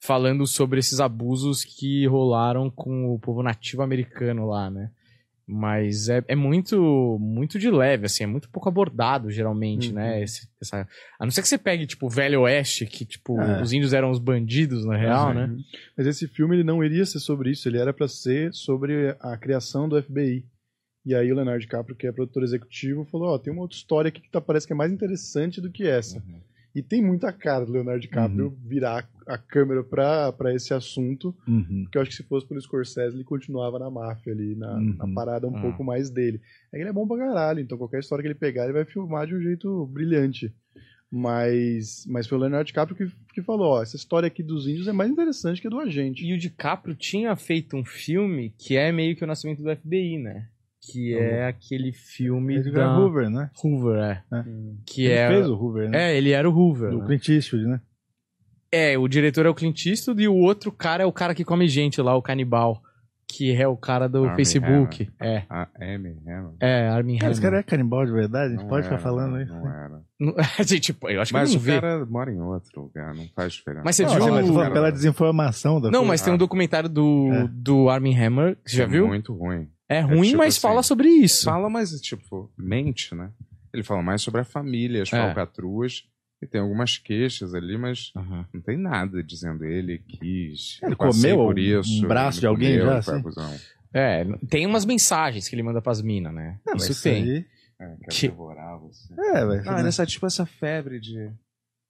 Speaker 1: falando sobre esses abusos que rolaram com o povo nativo americano lá, né? Mas é, é muito muito de leve, assim, é muito pouco abordado, geralmente,
Speaker 2: Uhum.
Speaker 1: né? Esse- essa- A não ser que você pegue, tipo, o Velho Oeste, que, tipo,
Speaker 4: É.
Speaker 1: os índios eram os bandidos, na real, né?
Speaker 2: Uhum. Mas esse filme ele não iria ser sobre isso, ele era pra ser sobre a criação do FBI. E aí o Leonardo DiCaprio, que é produtor executivo, falou: "Ó, tem uma outra história aqui que tá, parece que é mais interessante do que essa".
Speaker 3: Uhum.
Speaker 2: E tem muita cara do Leonardo DiCaprio virar a câmera pra pra esse assunto,
Speaker 4: Uhum.
Speaker 2: porque eu acho que se fosse pelo Scorsese, ele continuava na máfia ali, na,
Speaker 4: Uhum.
Speaker 2: na parada um
Speaker 1: Ah.
Speaker 2: pouco mais dele. É que ele é bom pra caralho, então qualquer história que ele pegar, ele vai filmar de um jeito brilhante. Mas, mas foi o Leonardo DiCaprio que, que falou, ó, essa história aqui dos índios é mais interessante que a do agente.
Speaker 1: E o DiCaprio tinha feito um filme que é meio que o nascimento do FBI, né? Que é aquele filme
Speaker 4: Edgar
Speaker 1: da...
Speaker 4: Hoover, né?
Speaker 1: Hoover, é. Então, Que
Speaker 4: Ele
Speaker 1: é...
Speaker 4: fez o Hoover, né?
Speaker 1: É, ele era o Hoover.
Speaker 4: Do
Speaker 1: né?
Speaker 4: Clint Eastwood, né?
Speaker 1: É, o diretor é o Clint Eastwood e o outro cara é o cara que come gente lá, o canibal. Que é o cara do
Speaker 3: Armie
Speaker 1: Facebook. É,
Speaker 3: A Amy Hammer.
Speaker 1: é, Armin
Speaker 4: Cara, esse cara
Speaker 1: Hammer.
Speaker 4: é canibal de verdade? A gente
Speaker 3: Não
Speaker 4: pode
Speaker 3: era,
Speaker 4: ficar falando isso?
Speaker 3: Não é. era.
Speaker 1: A gente, pô, eu acho
Speaker 3: Mas
Speaker 1: que
Speaker 3: o
Speaker 1: não vê.
Speaker 3: cara mora em outro lugar, não faz diferença.
Speaker 1: Mas você
Speaker 4: Não,
Speaker 1: viu...
Speaker 4: assim, mas tô falando
Speaker 3: Cara,
Speaker 4: pela desinformação da
Speaker 1: Não,
Speaker 4: coisa.
Speaker 1: mas tem um documentário do,
Speaker 4: É.
Speaker 1: do Armin Hammer, que você já
Speaker 3: É
Speaker 1: viu?
Speaker 3: Muito ruim.
Speaker 1: É ruim,
Speaker 3: tipo
Speaker 1: mas
Speaker 3: assim,
Speaker 1: fala sobre isso.
Speaker 3: fala mais, tipo, mente, né? Ele fala mais sobre a família, as
Speaker 1: É.
Speaker 3: falcatruas, e tem algumas queixas ali, mas não tem nada dizendo ele quis.
Speaker 4: Ele
Speaker 3: eu passei
Speaker 4: comeu
Speaker 3: por
Speaker 4: um
Speaker 3: isso,
Speaker 4: braço
Speaker 3: ele
Speaker 4: de alguém
Speaker 3: comeu,
Speaker 4: já,
Speaker 3: foi
Speaker 4: assim?
Speaker 3: abusão.
Speaker 1: É, tem umas mensagens que ele manda pras minas, né?
Speaker 4: Ah, mas
Speaker 1: isso tem.
Speaker 4: aí-
Speaker 3: É, quero
Speaker 1: Que-
Speaker 3: devorar você.
Speaker 4: É, vai.
Speaker 3: Não, era só tipo essa febre de.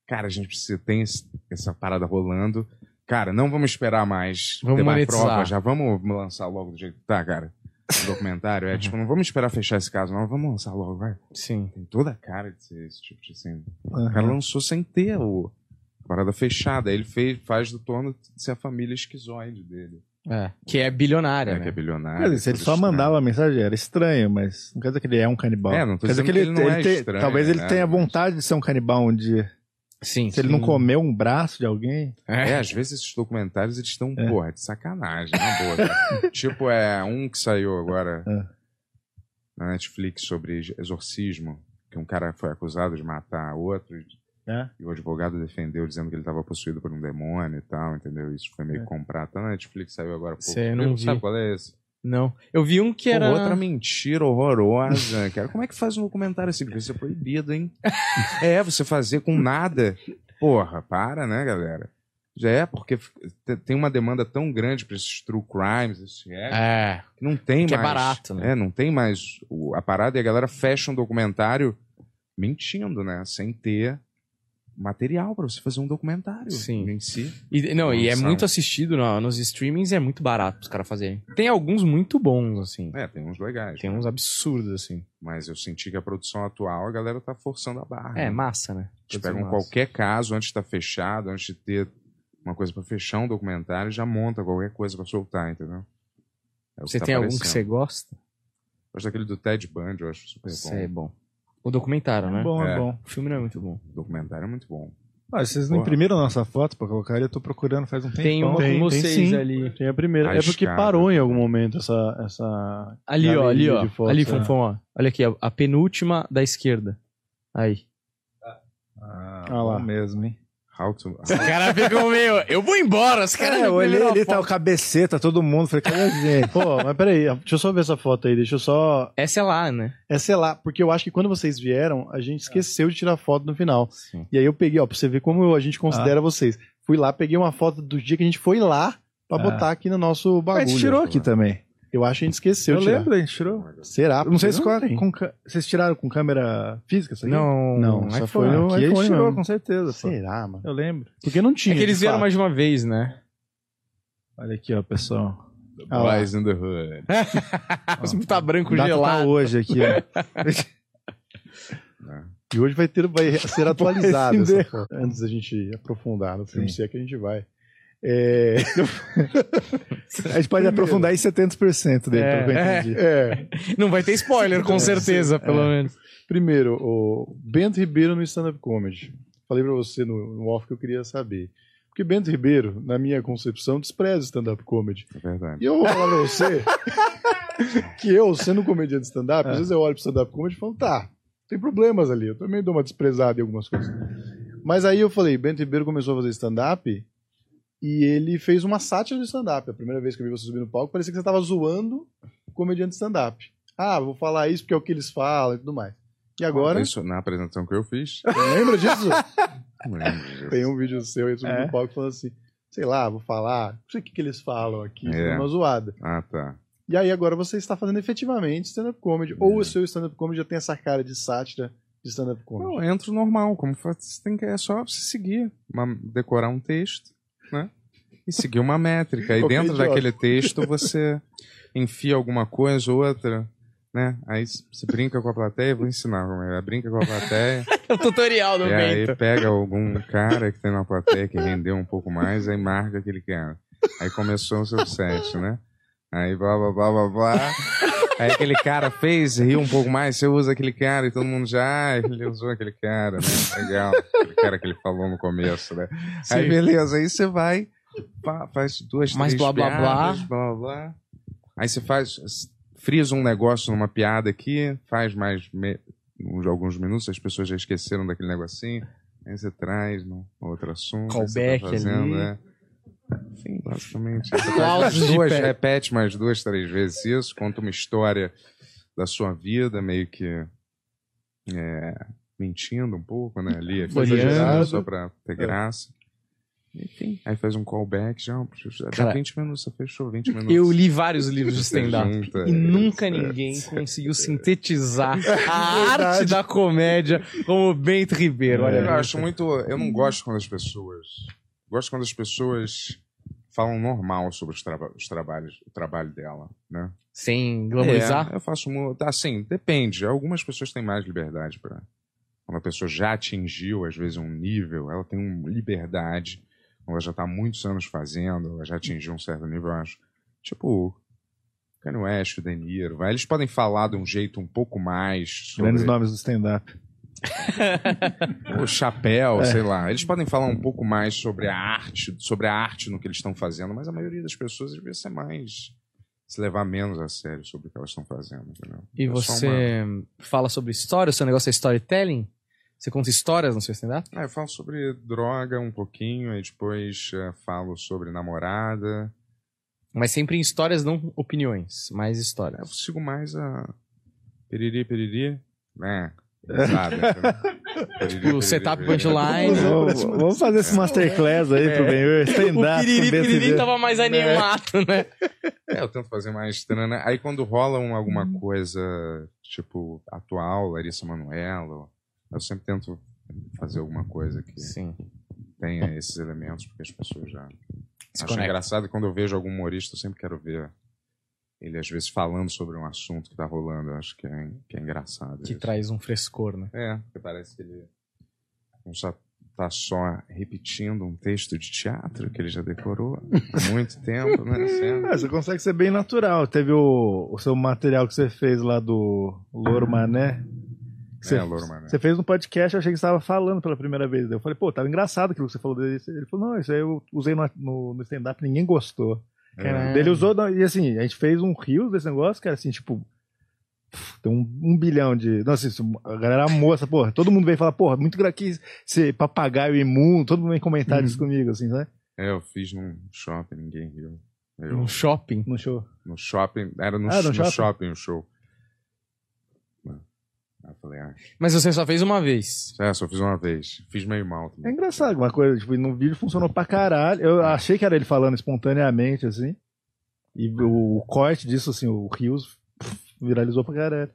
Speaker 3: Cara, a gente precisa. Tem esse- essa parada rolando. Cara, não vamos esperar mais
Speaker 1: Vamos
Speaker 3: ter mais
Speaker 1: monetizar.
Speaker 3: prova, já vamos lançar logo do jeito que tá, cara. O documentário é tipo, não vamos esperar fechar esse caso, não, vamos lançar logo, vai.
Speaker 1: Sim.
Speaker 3: Tem toda a cara de ser esse tipo de cena. O cara
Speaker 4: Aham.
Speaker 3: lançou sem ter o, a parada fechada. Aí Ele fez, faz do torno de ser a família esquizoide dele.
Speaker 1: É. Que é bilionária,
Speaker 3: É,
Speaker 1: né?
Speaker 3: que é bilionário.
Speaker 4: Quer dizer, se ele
Speaker 3: tudo
Speaker 4: só
Speaker 3: é estranho.
Speaker 4: mandava a mensagem, era estranho, mas não quer dizer que ele é um canibal.
Speaker 3: É, não tô
Speaker 4: quer dizer
Speaker 3: dizendo
Speaker 4: que ele,
Speaker 3: que ele não
Speaker 4: ele
Speaker 3: é
Speaker 4: tem-
Speaker 3: estranho,
Speaker 4: Talvez ele
Speaker 3: né,
Speaker 4: tenha
Speaker 3: mas-
Speaker 4: vontade de ser um canibal um dia.
Speaker 1: Sim.
Speaker 4: Se ele não comeu um braço de alguém.
Speaker 3: É, às vezes esses documentários eles estão,
Speaker 4: É.
Speaker 3: porra, de sacanagem, na boa. cara. tipo, é um que saiu agora
Speaker 4: É.
Speaker 3: na Netflix sobre ex- exorcismo, que um cara foi acusado de matar outro
Speaker 4: É.
Speaker 3: e o advogado defendeu dizendo que ele estava possuído por um demônio e tal, entendeu? Isso foi meio
Speaker 4: É.
Speaker 3: comprado. Tá na Netflix, saiu agora. há pouco.
Speaker 1: Cê, eu não
Speaker 3: Viu?
Speaker 1: vi.
Speaker 3: Sabe qual é esse?
Speaker 1: Não. Eu vi um que
Speaker 3: Pô,
Speaker 1: era.
Speaker 3: Outra mentira horrorosa, cara. Como é que faz um documentário assim? Devia ser proibido, hein? é, você fazer com nada Porra, para, né, galera? Já é porque f- te- tem uma demanda tão grande pra esses true crimes, esses reais,
Speaker 1: É.
Speaker 3: que não tem
Speaker 1: Que é
Speaker 3: mais.
Speaker 1: barato, né?
Speaker 3: É, não tem mais o- a parada e a galera fecha um documentário mentindo, né? Sem ter material pra você fazer um documentário
Speaker 1: Sim.
Speaker 3: em si.
Speaker 1: E, não, e é
Speaker 3: Nossa.
Speaker 1: muito assistido na- nos streamings e é muito barato os caras fazerem. Tem alguns muito bons, assim.
Speaker 3: É, tem uns legais.
Speaker 1: Tem uns absurdos, assim.
Speaker 3: Mas eu senti que a produção atual, a galera tá forçando a barra.
Speaker 1: É,
Speaker 3: né?
Speaker 1: massa, né?
Speaker 3: Eles
Speaker 1: Coisa massa.
Speaker 3: pegam qualquer caso antes de estar fechado, antes de ter uma coisa pra fechar um documentário, já monta qualquer coisa pra soltar, entendeu? É o que
Speaker 1: Você
Speaker 3: tá
Speaker 1: tem algum que
Speaker 3: aparecendo.
Speaker 1: você gosta?
Speaker 3: Eu acho daquele do Ted Bundy, eu acho super
Speaker 1: Isso
Speaker 3: bom.
Speaker 1: é bom. O documentário, né?
Speaker 4: Bom, é,
Speaker 3: É.
Speaker 4: bom.
Speaker 1: O filme não é muito bom.
Speaker 3: O documentário é muito bom.
Speaker 4: Ah, vocês não
Speaker 3: Porra.
Speaker 4: imprimiram a nossa foto pra colocar? Eu tô procurando faz um tempo.
Speaker 1: Tem uma
Speaker 2: tem
Speaker 1: com vocês
Speaker 2: sim.
Speaker 1: ali.
Speaker 2: Tem a primeira. É porque
Speaker 3: Arriscado.
Speaker 2: parou em algum momento essa. essa...
Speaker 1: Ali, ó, ali,
Speaker 2: Galeria
Speaker 1: ó.
Speaker 2: de fotos,
Speaker 1: ali,
Speaker 2: é.
Speaker 1: Fonfon, ó. Olha aqui, ó, a penúltima da esquerda. Aí.
Speaker 3: Ah,
Speaker 4: Ah lá. mesmo, hein?
Speaker 3: How to... ah,
Speaker 1: Os caras ficam meio. Eu vou embora, os
Speaker 4: Cara, eu olhei ali, tá o cabeceta, todo mundo. Falei, cadê a gente?
Speaker 2: Pô, mas peraí, deixa eu só ver essa foto aí, deixa eu só.
Speaker 1: Essa é lá, né?
Speaker 2: É, sei lá, porque eu acho que quando vocês vieram, a
Speaker 4: Ah.
Speaker 2: gente esqueceu de tirar foto no final.
Speaker 1: Sim.
Speaker 2: E aí eu peguei, ó, pra você ver como eu- a gente
Speaker 4: Ah.
Speaker 2: considera vocês. Fui lá, peguei uma foto do dia que a gente foi lá pra
Speaker 4: Ah.
Speaker 2: botar aqui no nosso
Speaker 4: a
Speaker 2: bagulho.
Speaker 4: gente tirou aqui também.
Speaker 2: Eu acho que a gente esqueceu
Speaker 4: eu
Speaker 2: de tirar.
Speaker 4: lembro, a gente
Speaker 3: oh
Speaker 4: tirou.
Speaker 2: Será?
Speaker 4: Eu não sei se
Speaker 2: Porque
Speaker 4: com,
Speaker 2: tem.
Speaker 4: com ca- vocês tiraram com câmera física, isso aqui?
Speaker 1: Não,
Speaker 2: Não,
Speaker 1: é
Speaker 2: só
Speaker 1: f-
Speaker 2: foi no
Speaker 4: aqui a gente
Speaker 2: iPhone
Speaker 4: tirou,
Speaker 2: mesmo.
Speaker 4: com certeza. pô.
Speaker 2: Será, mano?
Speaker 4: Eu lembro.
Speaker 2: Porque não tinha.
Speaker 1: É que eles
Speaker 2: de
Speaker 1: vieram
Speaker 2: fato.
Speaker 1: mais de uma vez, né?
Speaker 4: Olha aqui, ó, pessoal.
Speaker 2: Ah lá.
Speaker 3: Boys in the Hood.
Speaker 1: Mas tá branco
Speaker 4: Data tá
Speaker 1: gelado.
Speaker 4: hoje aqui, ó.
Speaker 2: E hoje vai, ter, vai ser atualizado
Speaker 4: Vai
Speaker 2: essa
Speaker 4: acender.
Speaker 2: foto. Antes da gente aprofundar no filme,
Speaker 4: Sim.
Speaker 2: se é que a gente vai. É,
Speaker 4: A gente pode aprofundar em 70% dele,
Speaker 1: É.
Speaker 4: pelo que eu entendi.
Speaker 2: é,
Speaker 1: Não vai ter spoiler, com certeza, pelo menos.
Speaker 2: primeiro, o Bento Ribeiro no stand-up comedy. Falei pra você no, no off que eu queria saber. Porque Bento Ribeiro, na minha concepção, despreza o stand-up comedy.
Speaker 3: É verdade.
Speaker 2: E eu vou falar pra você que eu, sendo um comediante de stand-up, às vezes eu olho pro stand-up comedy e falo, tá, tem problemas ali, eu também dou uma desprezada em algumas coisas. Mas aí eu falei, Bento Ribeiro começou a fazer stand-up e ele fez uma sátira de stand-up. A primeira vez que eu vi você subir no palco, parecia que você tava zoando o comediante de stand-up. Ah, vou falar isso porque é o que eles falam e tudo mais. E agora,
Speaker 3: Isso, na apresentação que eu fiz.
Speaker 2: lembra disso?
Speaker 3: não lembro disso.
Speaker 2: Tem um vídeo seu aí subindo
Speaker 4: É.
Speaker 2: no palco falando assim, sei lá, vou falar, não sei o que, que eles falam aqui,
Speaker 3: É.
Speaker 2: uma zoada.
Speaker 3: Ah, tá.
Speaker 2: E aí agora você está fazendo efetivamente stand-up comedy. Ou o seu stand-up comedy já tem essa cara de sátira de stand-up comedy.
Speaker 3: Não, eu entro normal. Como fa- você tem que, é só você seguir, uma- decorar um texto, né? E seguir uma métrica. E
Speaker 2: Ok,
Speaker 3: dentro
Speaker 2: idiota.
Speaker 3: daquele texto você enfia alguma coisa ou outra, né? Aí s- você brinca com a plateia, vou ensinar como é. Brinca com a plateia.
Speaker 1: É o tutorial do
Speaker 3: E aí
Speaker 1: Bento.
Speaker 3: pega algum cara que tem na plateia que rendeu um pouco mais, aí marca aquele cara. Aí começou o seu set, né? Aí blá blá blá blá blá. Aí aquele cara fez, riu um pouco mais, você usa aquele cara e todo mundo já, ah, ele usou aquele cara, né? Legal. Aquele cara que ele falou no começo, né? Aí beleza, aí você vai, pá, faz duas,
Speaker 1: Mais blá,
Speaker 3: três
Speaker 1: blá, blá.
Speaker 3: piadas, blá blá blá. Aí você faz, frisa um negócio numa piada aqui, faz mais me- uns, alguns minutos, as pessoas já esqueceram daquele negocinho. Aí você traz num outro assunto. aí você
Speaker 1: Callback
Speaker 3: tá fazendo,
Speaker 1: ali.
Speaker 3: né? Enfim, basicamente. Você faz
Speaker 1: Aplausos
Speaker 3: mais
Speaker 1: de
Speaker 3: duas,
Speaker 1: pé.
Speaker 3: repete mais duas, três vezes isso, conta uma história da sua vida, meio que. é, mentindo um pouco, né? Ali, aqui,
Speaker 1: Boiando.
Speaker 3: só pra
Speaker 1: É.
Speaker 3: ter graça. Enfim, aí faz um callback já, já
Speaker 1: Cara,
Speaker 3: dá 20 minutos, você fechou 20 minutos.
Speaker 1: Eu li vários livros de stand-up.
Speaker 3: Junta,
Speaker 1: E nunca
Speaker 3: é,
Speaker 1: ninguém conseguiu sintetizar a
Speaker 2: Verdade.
Speaker 1: arte da comédia como o Bento Ribeiro. Olha,
Speaker 3: Eu acho muito. Eu não gosto quando as pessoas. Gosto quando as pessoas falam normal sobre os, traba- os trabalhos, o trabalho dela, né?
Speaker 1: Sem glamorizar.
Speaker 3: É, eu faço mu- tá, Assim, depende. Algumas pessoas têm mais liberdade para. Quando a pessoa já atingiu, às vezes, um nível, ela tem uma liberdade. Quando ela já tá há muitos anos fazendo, ela já atingiu um certo nível, eu acho. Tipo. o Kanye West, o De Niro, vai. Eles podem falar de um jeito um pouco mais. sobre-
Speaker 4: Grandes nomes do stand-up.
Speaker 3: o
Speaker 1: É.
Speaker 3: chapéu, sei lá. Eles podem falar um pouco mais sobre a arte, sobre a arte no que eles estão fazendo, mas a maioria das pessoas devia ser mais se levar menos a sério sobre o que elas estão fazendo, entendeu?
Speaker 1: E
Speaker 3: É só uma-
Speaker 1: você fala sobre história, o seu negócio é storytelling? Você conta histórias no seu stand-up?
Speaker 3: Ah, eu falo sobre droga um pouquinho, aí depois eh, falo sobre namorada.
Speaker 1: Mas sempre em histórias, não opiniões, mas
Speaker 3: Eu
Speaker 1: histórias.
Speaker 3: sigo mais a periri periri, né? Sabe?
Speaker 1: O Tipo, setup punchline.
Speaker 2: Não,
Speaker 4: Vamos,
Speaker 2: parece uma-
Speaker 4: vamos fazer esse masterclass aí pro Ben
Speaker 1: É. O
Speaker 4: stand-up.
Speaker 1: piriri,
Speaker 4: com
Speaker 1: piriri tá
Speaker 4: BCD.
Speaker 1: tava mais animado, né?
Speaker 3: É, eu tento fazer mais tranana. Aí quando rola um- alguma
Speaker 1: Uhum.
Speaker 3: coisa, tipo, atual, Larissa Manoela, eu sempre tento fazer alguma coisa que
Speaker 1: Sim.
Speaker 3: tenha esses elementos, porque as pessoas já
Speaker 1: Se
Speaker 3: acham
Speaker 1: conecta.
Speaker 3: engraçado. E quando eu vejo algum humorista, eu sempre quero ver ele, às vezes, falando sobre um assunto que tá rolando. Eu acho que é, que é engraçado.
Speaker 1: Que
Speaker 3: isso.
Speaker 1: traz um frescor, né?
Speaker 3: É, porque parece que ele não só tá só repetindo um texto de teatro que ele já decorou há muito tempo, né? Sempre.
Speaker 4: Ah, você consegue ser bem natural. Teve o, o seu material que você fez lá do Louro Mané. que Você,
Speaker 3: É, Louro Mané.
Speaker 4: Você fez no podcast, eu achei que você estava falando pela primeira vez. Daí Eu falei, pô, tava engraçado aquilo que você falou dele. Ele falou, não, isso aí eu usei no, no, no stand-up, ninguém gostou.
Speaker 3: É.
Speaker 1: Caralho.
Speaker 4: Ele usou, não, e assim, a gente fez um rio desse negócio, cara, assim, tipo. pff, Tem um, um bilhão de. Nossa, isso, a galera amou essa porra. Todo mundo veio falar, porra, muito gra- que esse papagaio imundo. Todo mundo vem
Speaker 1: Uhum.
Speaker 4: comentar isso comigo, assim, né?
Speaker 3: É, eu fiz num shopping, ninguém riu. Eu,
Speaker 1: Um shopping.
Speaker 4: No show.
Speaker 3: no shopping, era no,
Speaker 4: Ah, no
Speaker 3: no
Speaker 4: shopping?
Speaker 3: shopping? o show. Aí eu falei, ah,
Speaker 1: Mas você só fez uma vez.
Speaker 3: é, só fiz uma vez. Fiz meio mal
Speaker 4: É
Speaker 3: também.
Speaker 4: engraçado alguma coisa, tipo, no vídeo funcionou pra caralho. Eu achei que era ele falando espontaneamente, assim. E o corte disso, assim, o Rios pff, viralizou pra caralho.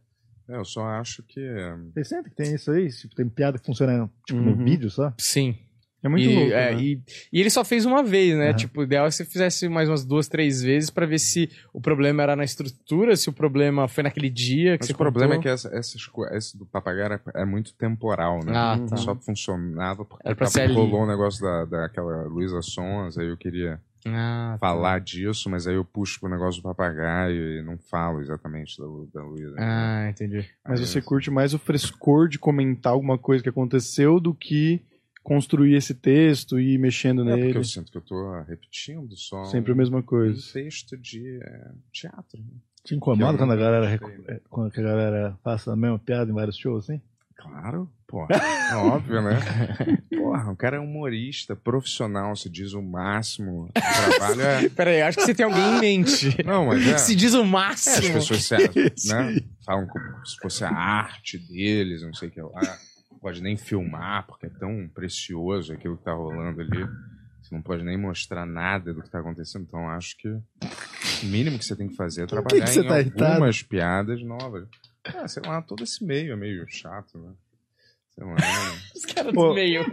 Speaker 3: É, eu só acho que. é,
Speaker 4: Tem sempre que tem isso aí, tipo, tem piada que funciona tipo,
Speaker 1: Uhum.
Speaker 4: no vídeo só.
Speaker 1: Sim.
Speaker 2: É muito
Speaker 1: e,
Speaker 2: louco.
Speaker 1: é,
Speaker 2: né?
Speaker 1: e, e ele só fez uma vez, né?
Speaker 4: Aham.
Speaker 1: Tipo, o ideal é que você fizesse mais umas duas, três vezes pra ver se o problema era na estrutura, se o problema foi naquele dia que
Speaker 3: Mas
Speaker 1: você
Speaker 3: o problema é
Speaker 1: contou.
Speaker 3: que essa, essas co- esse do papagaio é, é muito temporal, né?
Speaker 1: Ah, tá.
Speaker 3: Só funcionava porque
Speaker 1: Era pra
Speaker 3: tava-
Speaker 1: ser ali.
Speaker 3: rolou um negócio da, daquela Luísa Sons, aí eu queria
Speaker 1: Ah, tá.
Speaker 3: falar disso, mas aí eu puxo pro negócio do papagaio e não falo exatamente da, Lu- da Luísa.
Speaker 1: Ah, entendi.
Speaker 2: Mas
Speaker 3: Aí
Speaker 2: você
Speaker 3: eu-
Speaker 2: curte mais o frescor de comentar alguma coisa que aconteceu do que construir esse texto e ir mexendo
Speaker 3: É porque
Speaker 2: nele.
Speaker 3: eu sinto que eu tô repetindo só
Speaker 2: Sempre a
Speaker 3: um,
Speaker 2: mesma
Speaker 3: um
Speaker 2: coisa.
Speaker 3: texto de é, teatro. né?
Speaker 4: Te incomoda
Speaker 3: Eu
Speaker 4: quando a
Speaker 3: não
Speaker 4: galera
Speaker 3: sei,
Speaker 4: recu- é.
Speaker 3: né?
Speaker 4: quando que a galera passa a mesma piada em vários shows, assim?
Speaker 3: Claro, pô. É óbvio, né? Porra, o cara é humorista, profissional, se diz o máximo. O trabalho é.
Speaker 1: Peraí, acho que você tem alguém em mente.
Speaker 3: Não, mas é.
Speaker 1: Se diz o
Speaker 3: É, as
Speaker 1: máximo.
Speaker 3: pessoas se, né, falam como se fosse a arte deles, não sei o que lá. Não pode nem filmar, porque é tão precioso aquilo que tá rolando ali. Você não pode nem mostrar nada do que tá acontecendo. Então, acho que o mínimo que você tem que fazer é
Speaker 4: que
Speaker 3: trabalhar
Speaker 4: você
Speaker 3: em
Speaker 4: tá irritado?
Speaker 3: algumas piadas novas. Ah, sei lá, todo esse meio é meio chato, né? Sei lá. né?
Speaker 1: Os caras
Speaker 4: Pô.
Speaker 1: do meio.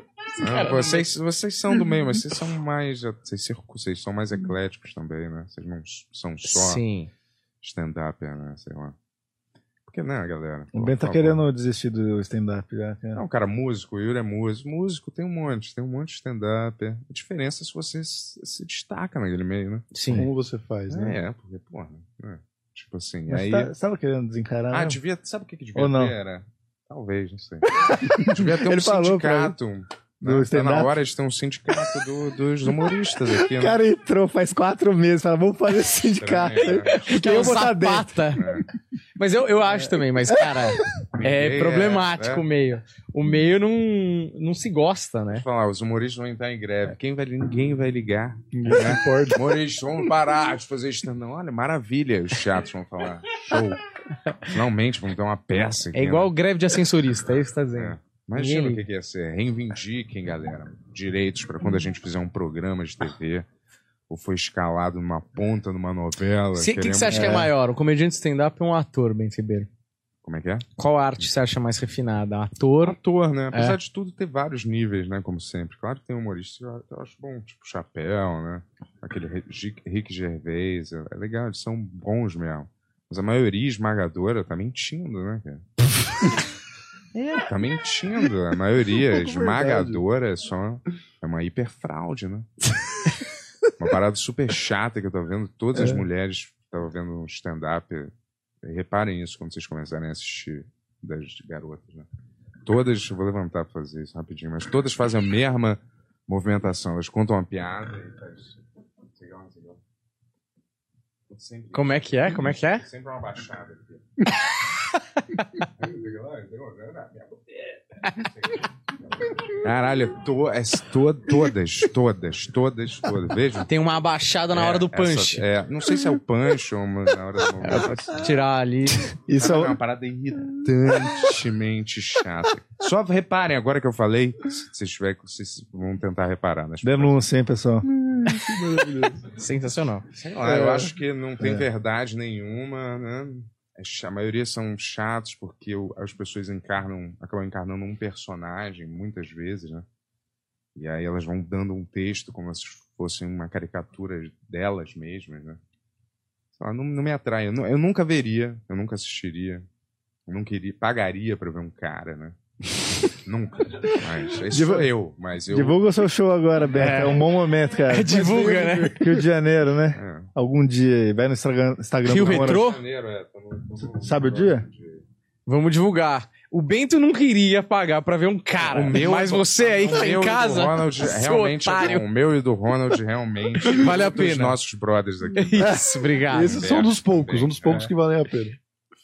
Speaker 3: Ah,
Speaker 1: Cara,
Speaker 3: vocês, vocês são do meio, mas vocês são mais. Vocês, circu- vocês são mais ecléticos também, né? Vocês não s- são só
Speaker 1: Sim.
Speaker 3: stand-up, né? Sei lá. Porque, né, galera?
Speaker 4: O
Speaker 3: Pô,
Speaker 4: Ben tá
Speaker 3: por favor.
Speaker 4: querendo desistir do stand-up já. é- cara.
Speaker 3: Não, cara, músico, o Yuri é músico. Músico tem um monte, tem um monte de stand-up. A diferença é se você s- se destaca naquele meio, né?
Speaker 1: Sim.
Speaker 2: Como você faz, né?
Speaker 3: É, porque, porra, né? Tipo assim,
Speaker 4: Mas
Speaker 3: aí.
Speaker 4: tá- você tava querendo desencarar?
Speaker 3: Ah,
Speaker 4: né?
Speaker 3: devia. Sabe o que, que devia
Speaker 4: Ou não?
Speaker 3: ter? Era? Talvez, não sei. devia ter um
Speaker 4: Ele falou pra
Speaker 3: sindicato.
Speaker 4: do
Speaker 3: né? Tá na
Speaker 4: stand-up?
Speaker 3: hora de ter um sindicato do- dos humoristas aqui,
Speaker 4: O
Speaker 3: né?
Speaker 4: cara entrou faz quatro meses, fala, vamos fazer esse sindicato. aí,
Speaker 3: É,
Speaker 4: Porque
Speaker 1: É
Speaker 4: eu
Speaker 1: um
Speaker 4: vou estar dentro.
Speaker 1: sapata.
Speaker 3: é.
Speaker 1: Mas eu, eu acho também, mas, cara,
Speaker 3: né? Ninguém
Speaker 1: é problemático o
Speaker 3: né?
Speaker 1: meio. O meio não, não se gosta, né?
Speaker 3: Falar, os humoristas vão entrar em
Speaker 4: É.
Speaker 3: greve. Quem vai, ninguém vai ligar.
Speaker 2: Ninguém se
Speaker 3: um
Speaker 2: importa.
Speaker 3: Humoristas, vamos parar de fazer stand-up. Olha, maravilha, os teatros vão falar. Show. Finalmente vamos ter uma
Speaker 1: É
Speaker 3: peça. entendeu?
Speaker 1: igual greve de ascensorista, é isso que você tá dizendo.
Speaker 3: É. Imagina
Speaker 1: Ninguém
Speaker 3: o que, que ia ser. Reivindiquem, galera, direitos para quando a gente fizer um programa de TV ou foi escalado numa ponta, numa novela.
Speaker 1: O que, que
Speaker 3: queremos-
Speaker 1: você acha que é maior, um comediante stand-up ou um ator, Ben Ribeiro?
Speaker 3: Como é que é?
Speaker 1: Qual arte você acha mais refinada? Ator?
Speaker 3: Ator, né? Apesar de tudo, ter vários níveis, né? Como sempre. Claro que tem humorista, eu- eu acho bom, tipo Chapéu, né? Aquele Re- Gi- Rick Gervais. É é legal, eles são bons mesmo. Mas a maioria esmagadora tá mentindo, né, cara? é, tá mentindo. A maioria
Speaker 2: Um pouco
Speaker 3: esmagadora é só. É uma hiperfraude, né? uma parada super chata que eu tô vendo. Todas as mulheres que estavam vendo um stand-up. eh, Reparem isso quando vocês começarem a assistir das garotas, né? Todas, eu vou levantar pra fazer isso rapidinho, mas todas fazem a mesma movimentação. Elas contam uma piada e faz. sei lá, sei lá. Sempre-
Speaker 1: Como é que é? Como é que é?
Speaker 3: Sempre uma baixada aqui. Caralho, to, é, to, todas, todas, todas, todas. Vejam.
Speaker 1: Tem uma abaixada na hora do punch. É,
Speaker 3: é, não sei se é o punch ou uma- na hora do.
Speaker 1: Tirar ali.
Speaker 4: Isso é
Speaker 3: Cara, é
Speaker 4: o-
Speaker 3: uma parada irritantemente chata. Só reparem agora que eu falei. Se vocês, tiver, vocês vão tentar reparar. né? Nas
Speaker 4: denúncia, hein, um pessoal?
Speaker 1: Sensacional.
Speaker 3: Sei lá, Ah, eu
Speaker 2: É.
Speaker 3: acho que não tem
Speaker 4: É.
Speaker 3: verdade nenhuma, né? É ch- A maioria são chatos porque o- as pessoas encarnam, acabam encarnando um personagem muitas vezes, né? E aí elas vão dando um texto como se fosse uma caricatura delas mesmas, né? Sei lá, não, não me atrai. Eu, nu- eu nunca veria, eu nunca assistiria. Eu nunca iria, pagaria pra ver um cara, né? nunca. Mas, isso
Speaker 4: Divu-
Speaker 3: sou eu, mas eu.
Speaker 4: Divulga o seu show agora, Beto. É. um bom momento, cara.
Speaker 1: Divulga, né?
Speaker 4: Rio de Janeiro, né?
Speaker 3: É.
Speaker 4: Algum dia aí. Vai no Instagram. Instagram
Speaker 1: Rio
Speaker 4: do Moura.
Speaker 1: Retrô?
Speaker 3: Janeiro, é, tô no- tô no-
Speaker 4: Sabe o dia?
Speaker 1: Vamos divulgar. O Bento não queria pagar pra ver um cara.
Speaker 3: O meu- é
Speaker 1: mas você aí que
Speaker 3: O
Speaker 1: tá em
Speaker 3: meu e do
Speaker 1: casa.
Speaker 3: Ronald,
Speaker 1: seu
Speaker 3: realmente, é
Speaker 1: otário.
Speaker 3: bom. o meu e do Ronald realmente.
Speaker 1: Vale a
Speaker 3: um dos
Speaker 1: pena.
Speaker 3: nossos brothers
Speaker 1: É
Speaker 3: aqui.
Speaker 1: Isso, obrigado.
Speaker 2: Esses são dos poucos,
Speaker 3: também,
Speaker 2: um dos poucos
Speaker 3: é.
Speaker 2: que valem a pena.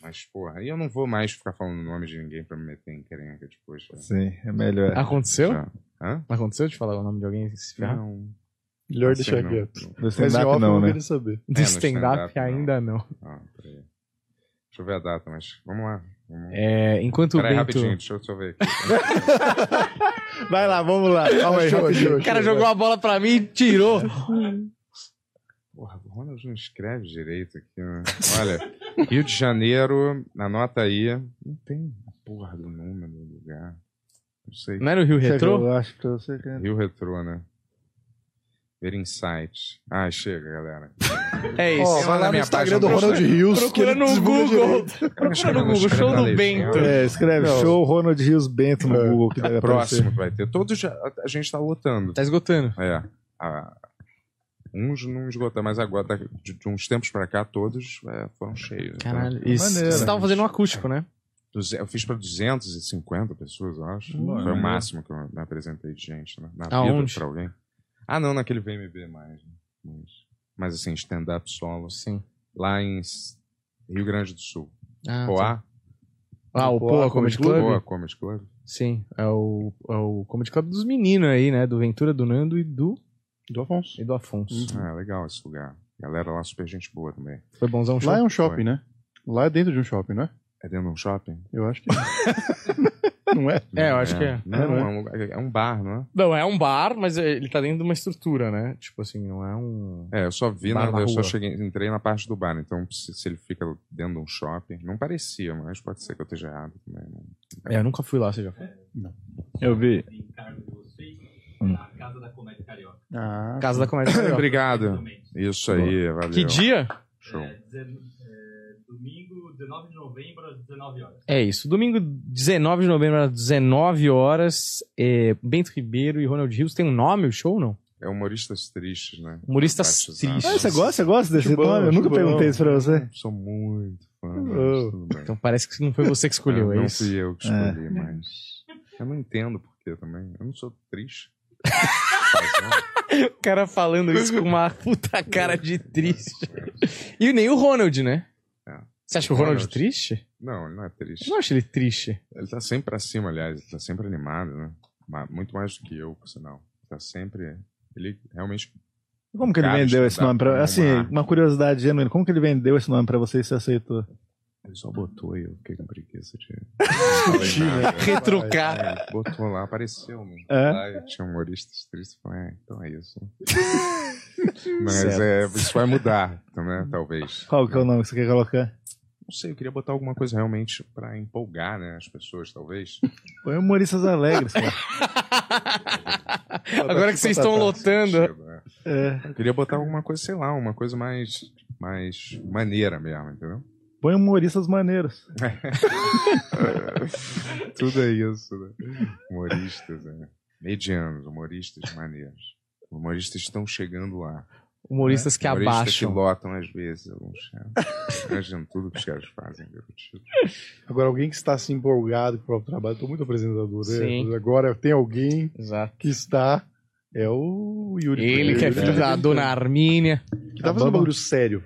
Speaker 3: Mas, porra, aí eu não vou mais ficar falando o nome de ninguém pra me meter em encrenca depois. né?
Speaker 4: Sim, é melhor.
Speaker 1: Aconteceu?
Speaker 3: Já. Hã?
Speaker 1: Aconteceu de falar o nome de alguém e se ferrar?
Speaker 3: Não.
Speaker 2: Melhor
Speaker 3: assim,
Speaker 2: deixar
Speaker 3: não.
Speaker 2: quieto.
Speaker 4: Do
Speaker 2: Mas em
Speaker 4: stand-up
Speaker 2: off eu
Speaker 4: não,
Speaker 2: não
Speaker 4: né?
Speaker 2: queria saber.
Speaker 1: De
Speaker 3: É, no
Speaker 1: stand-up
Speaker 3: stand-up, não.
Speaker 1: ainda não.
Speaker 3: Ah, peraí. Deixa eu ver a data, mas vamos lá. Vamos...
Speaker 1: É, enquanto o
Speaker 3: Peraí,
Speaker 1: Bento.
Speaker 2: então.
Speaker 3: rapidinho, deixa eu, deixa eu ver aqui.
Speaker 4: Vai lá, vamos lá. Calma aí,
Speaker 2: Achou,
Speaker 4: rapidinho.
Speaker 2: achou,
Speaker 1: O cara
Speaker 2: achou.
Speaker 1: jogou a bola pra mim e tirou.
Speaker 3: Porra, o Ronald não escreve direito aqui, né? Olha, Rio de Janeiro, anota aí. Não tem a porra do número do lugar. Não sei.
Speaker 1: Não era o Rio Retrô?
Speaker 4: Eu acho pra você que...
Speaker 3: Rio Retrô, né? Ver Insight. Ah, chega, galera.
Speaker 1: É isso.
Speaker 2: Ó,
Speaker 3: Esse
Speaker 2: vai
Speaker 3: é na
Speaker 2: lá no
Speaker 3: minha
Speaker 2: Instagram
Speaker 3: página
Speaker 2: do Ronald Rios. que
Speaker 1: Procura
Speaker 2: ele
Speaker 1: no
Speaker 2: divulga
Speaker 1: Google.
Speaker 2: direito.
Speaker 1: Procura no Google, show do Bento.
Speaker 4: É, escreve
Speaker 2: Não.
Speaker 4: show Ronald Rios Bento no
Speaker 2: É.
Speaker 4: Google que deve aparecer.
Speaker 3: Próximo que vai ter. Todos já- a, a gente tá lotando.
Speaker 1: Tá esgotando.
Speaker 3: É. A- uns não esgotam, mas agora, tá- de, de uns tempos pra cá, todos é, foram cheios. Então,
Speaker 1: Caralho. Isso.
Speaker 4: Maneiro.
Speaker 1: Você tava fazendo um acústico, né?
Speaker 3: duze- eu fiz pra 250 pessoas, eu acho.
Speaker 4: Hum.
Speaker 3: Foi o máximo que eu me apresentei de gente né? na
Speaker 1: Aonde?
Speaker 3: vida pra alguém. Ah, não, naquele VMB mais. né? Mas, mas assim, stand-up solo.
Speaker 1: Sim.
Speaker 3: Lá em S- Rio Grande do Sul.
Speaker 1: Ah, tá.
Speaker 3: Poá.
Speaker 1: Ah, o Poa Comedy Club?
Speaker 3: Poá Comedy Club.
Speaker 1: Sim. É o, é o Comedy Club dos meninos aí, né? Do Ventura, do Nando e do,
Speaker 2: Do Afonso.
Speaker 1: e do Afonso.
Speaker 3: Ah, legal esse lugar. Galera lá, super gente boa também.
Speaker 1: Foi bonzão o show?
Speaker 2: Lá é um shopping, né? Lá é dentro de um shopping, não é?
Speaker 3: É dentro de um shopping?
Speaker 2: Eu acho que é. não é?
Speaker 1: É, eu acho que é.
Speaker 3: Não,
Speaker 2: É,
Speaker 3: é,
Speaker 2: não é?
Speaker 3: um, lugar- é um bar, não é?
Speaker 1: Não, é um bar, mas ele tá dentro de uma estrutura, né? Tipo assim, não é um.
Speaker 3: É, eu só vi,
Speaker 1: Bar
Speaker 3: na-
Speaker 1: na
Speaker 3: eu só
Speaker 1: rua.
Speaker 3: cheguei, entrei na parte do bar, então se, se ele fica dentro de um shopping, não parecia, mas pode ser que eu esteja errado também. né?
Speaker 1: É, eu nunca fui lá, você já foi.
Speaker 4: Eu vi.
Speaker 5: em cargo de vocês na Casa da Comédia Carioca.
Speaker 2: Ah,
Speaker 1: Casa da Comédia. Carioca.
Speaker 3: Obrigado.
Speaker 5: Também.
Speaker 3: Isso aí,
Speaker 1: É.
Speaker 3: valeu.
Speaker 1: que dia?
Speaker 3: Show.
Speaker 5: É, dezen- é, domingo, 19 de novembro, às 19 horas.
Speaker 1: É isso. Domingo, 19 de novembro, às 19 horas. é, Bento Ribeiro e Ronald Rios. Tem um nome o show ou não?
Speaker 3: É humoristas tristes, né?
Speaker 1: Humoristas
Speaker 3: Batizados.
Speaker 1: tristes.
Speaker 4: Ah, você gosta? Você gosta desse
Speaker 2: Chubão,
Speaker 4: nome? Eu nunca
Speaker 2: chubão.
Speaker 4: perguntei isso pra você.
Speaker 3: Eu Sou muito fã,
Speaker 1: Uhum.
Speaker 2: Oh.
Speaker 3: mas tudo bem.
Speaker 1: Então parece que não foi você que escolheu, é,
Speaker 3: Ah, não
Speaker 1: isso?
Speaker 3: fui eu que escolhi, mas. Eu não entendo por que também. Eu não sou triste. Mas, não.
Speaker 1: O cara falando isso com uma puta cara de triste. E nem o Ronald, né?
Speaker 3: É.
Speaker 1: Você acha o Ronald,
Speaker 3: Ronald.
Speaker 1: triste?
Speaker 3: Não, ele não é triste.
Speaker 1: Eu não acho ele triste.
Speaker 3: Ele tá sempre pra cima, aliás, ele tá sempre animado, né? Ma- Muito mais do que eu, por sinal. Tá sempre. Ele realmente.
Speaker 4: Como que ele
Speaker 3: Cara,
Speaker 4: vendeu esse
Speaker 3: estudar
Speaker 4: nome pra...
Speaker 3: pra
Speaker 4: Assim,
Speaker 3: arrumar.
Speaker 4: uma curiosidade genuína. Como que ele vendeu esse nome pra você e você aceitou?
Speaker 3: Ele só botou e eu fiquei com preguiça de.
Speaker 1: Retrucar.
Speaker 3: É, né? botou lá, apareceu. né?
Speaker 4: É?
Speaker 3: Lá, e tinha humoristas tristes. Falei, é, então é isso. Mas
Speaker 1: Certo.
Speaker 3: é, isso vai mudar, né? Talvez.
Speaker 4: Qual que é o nome que você quer colocar?
Speaker 3: Não sei, eu queria botar alguma coisa realmente pra empolgar, né? As pessoas, talvez.
Speaker 4: Põe Humoristas Alegres, cara.
Speaker 1: Agora que vocês estão lotando.
Speaker 3: Chega, né?
Speaker 4: É.
Speaker 3: Eu queria botar alguma coisa, sei lá, uma coisa mais. mais maneira mesmo, entendeu?
Speaker 4: Põe Humoristas Maneiros.
Speaker 3: Tudo é isso, né? Humoristas, né? Medianos, humoristas maneiros. Humoristas estão chegando lá.
Speaker 1: Humoristas que
Speaker 3: É, Humoristas
Speaker 1: abaixam.
Speaker 3: que lotam às vezes alguns shows. Imagina tudo que os caras fazem, garotinho.
Speaker 2: Agora, alguém que está assim empolgado com o próprio trabalho, estou muito apresentador. né?
Speaker 1: Sim.
Speaker 2: Agora tem alguém
Speaker 1: Exato.
Speaker 2: que está. É o Yuri. né?
Speaker 1: Ele que é
Speaker 4: né?
Speaker 1: filho da dona Armínia.
Speaker 2: Que tá fazendo um bagulho sério.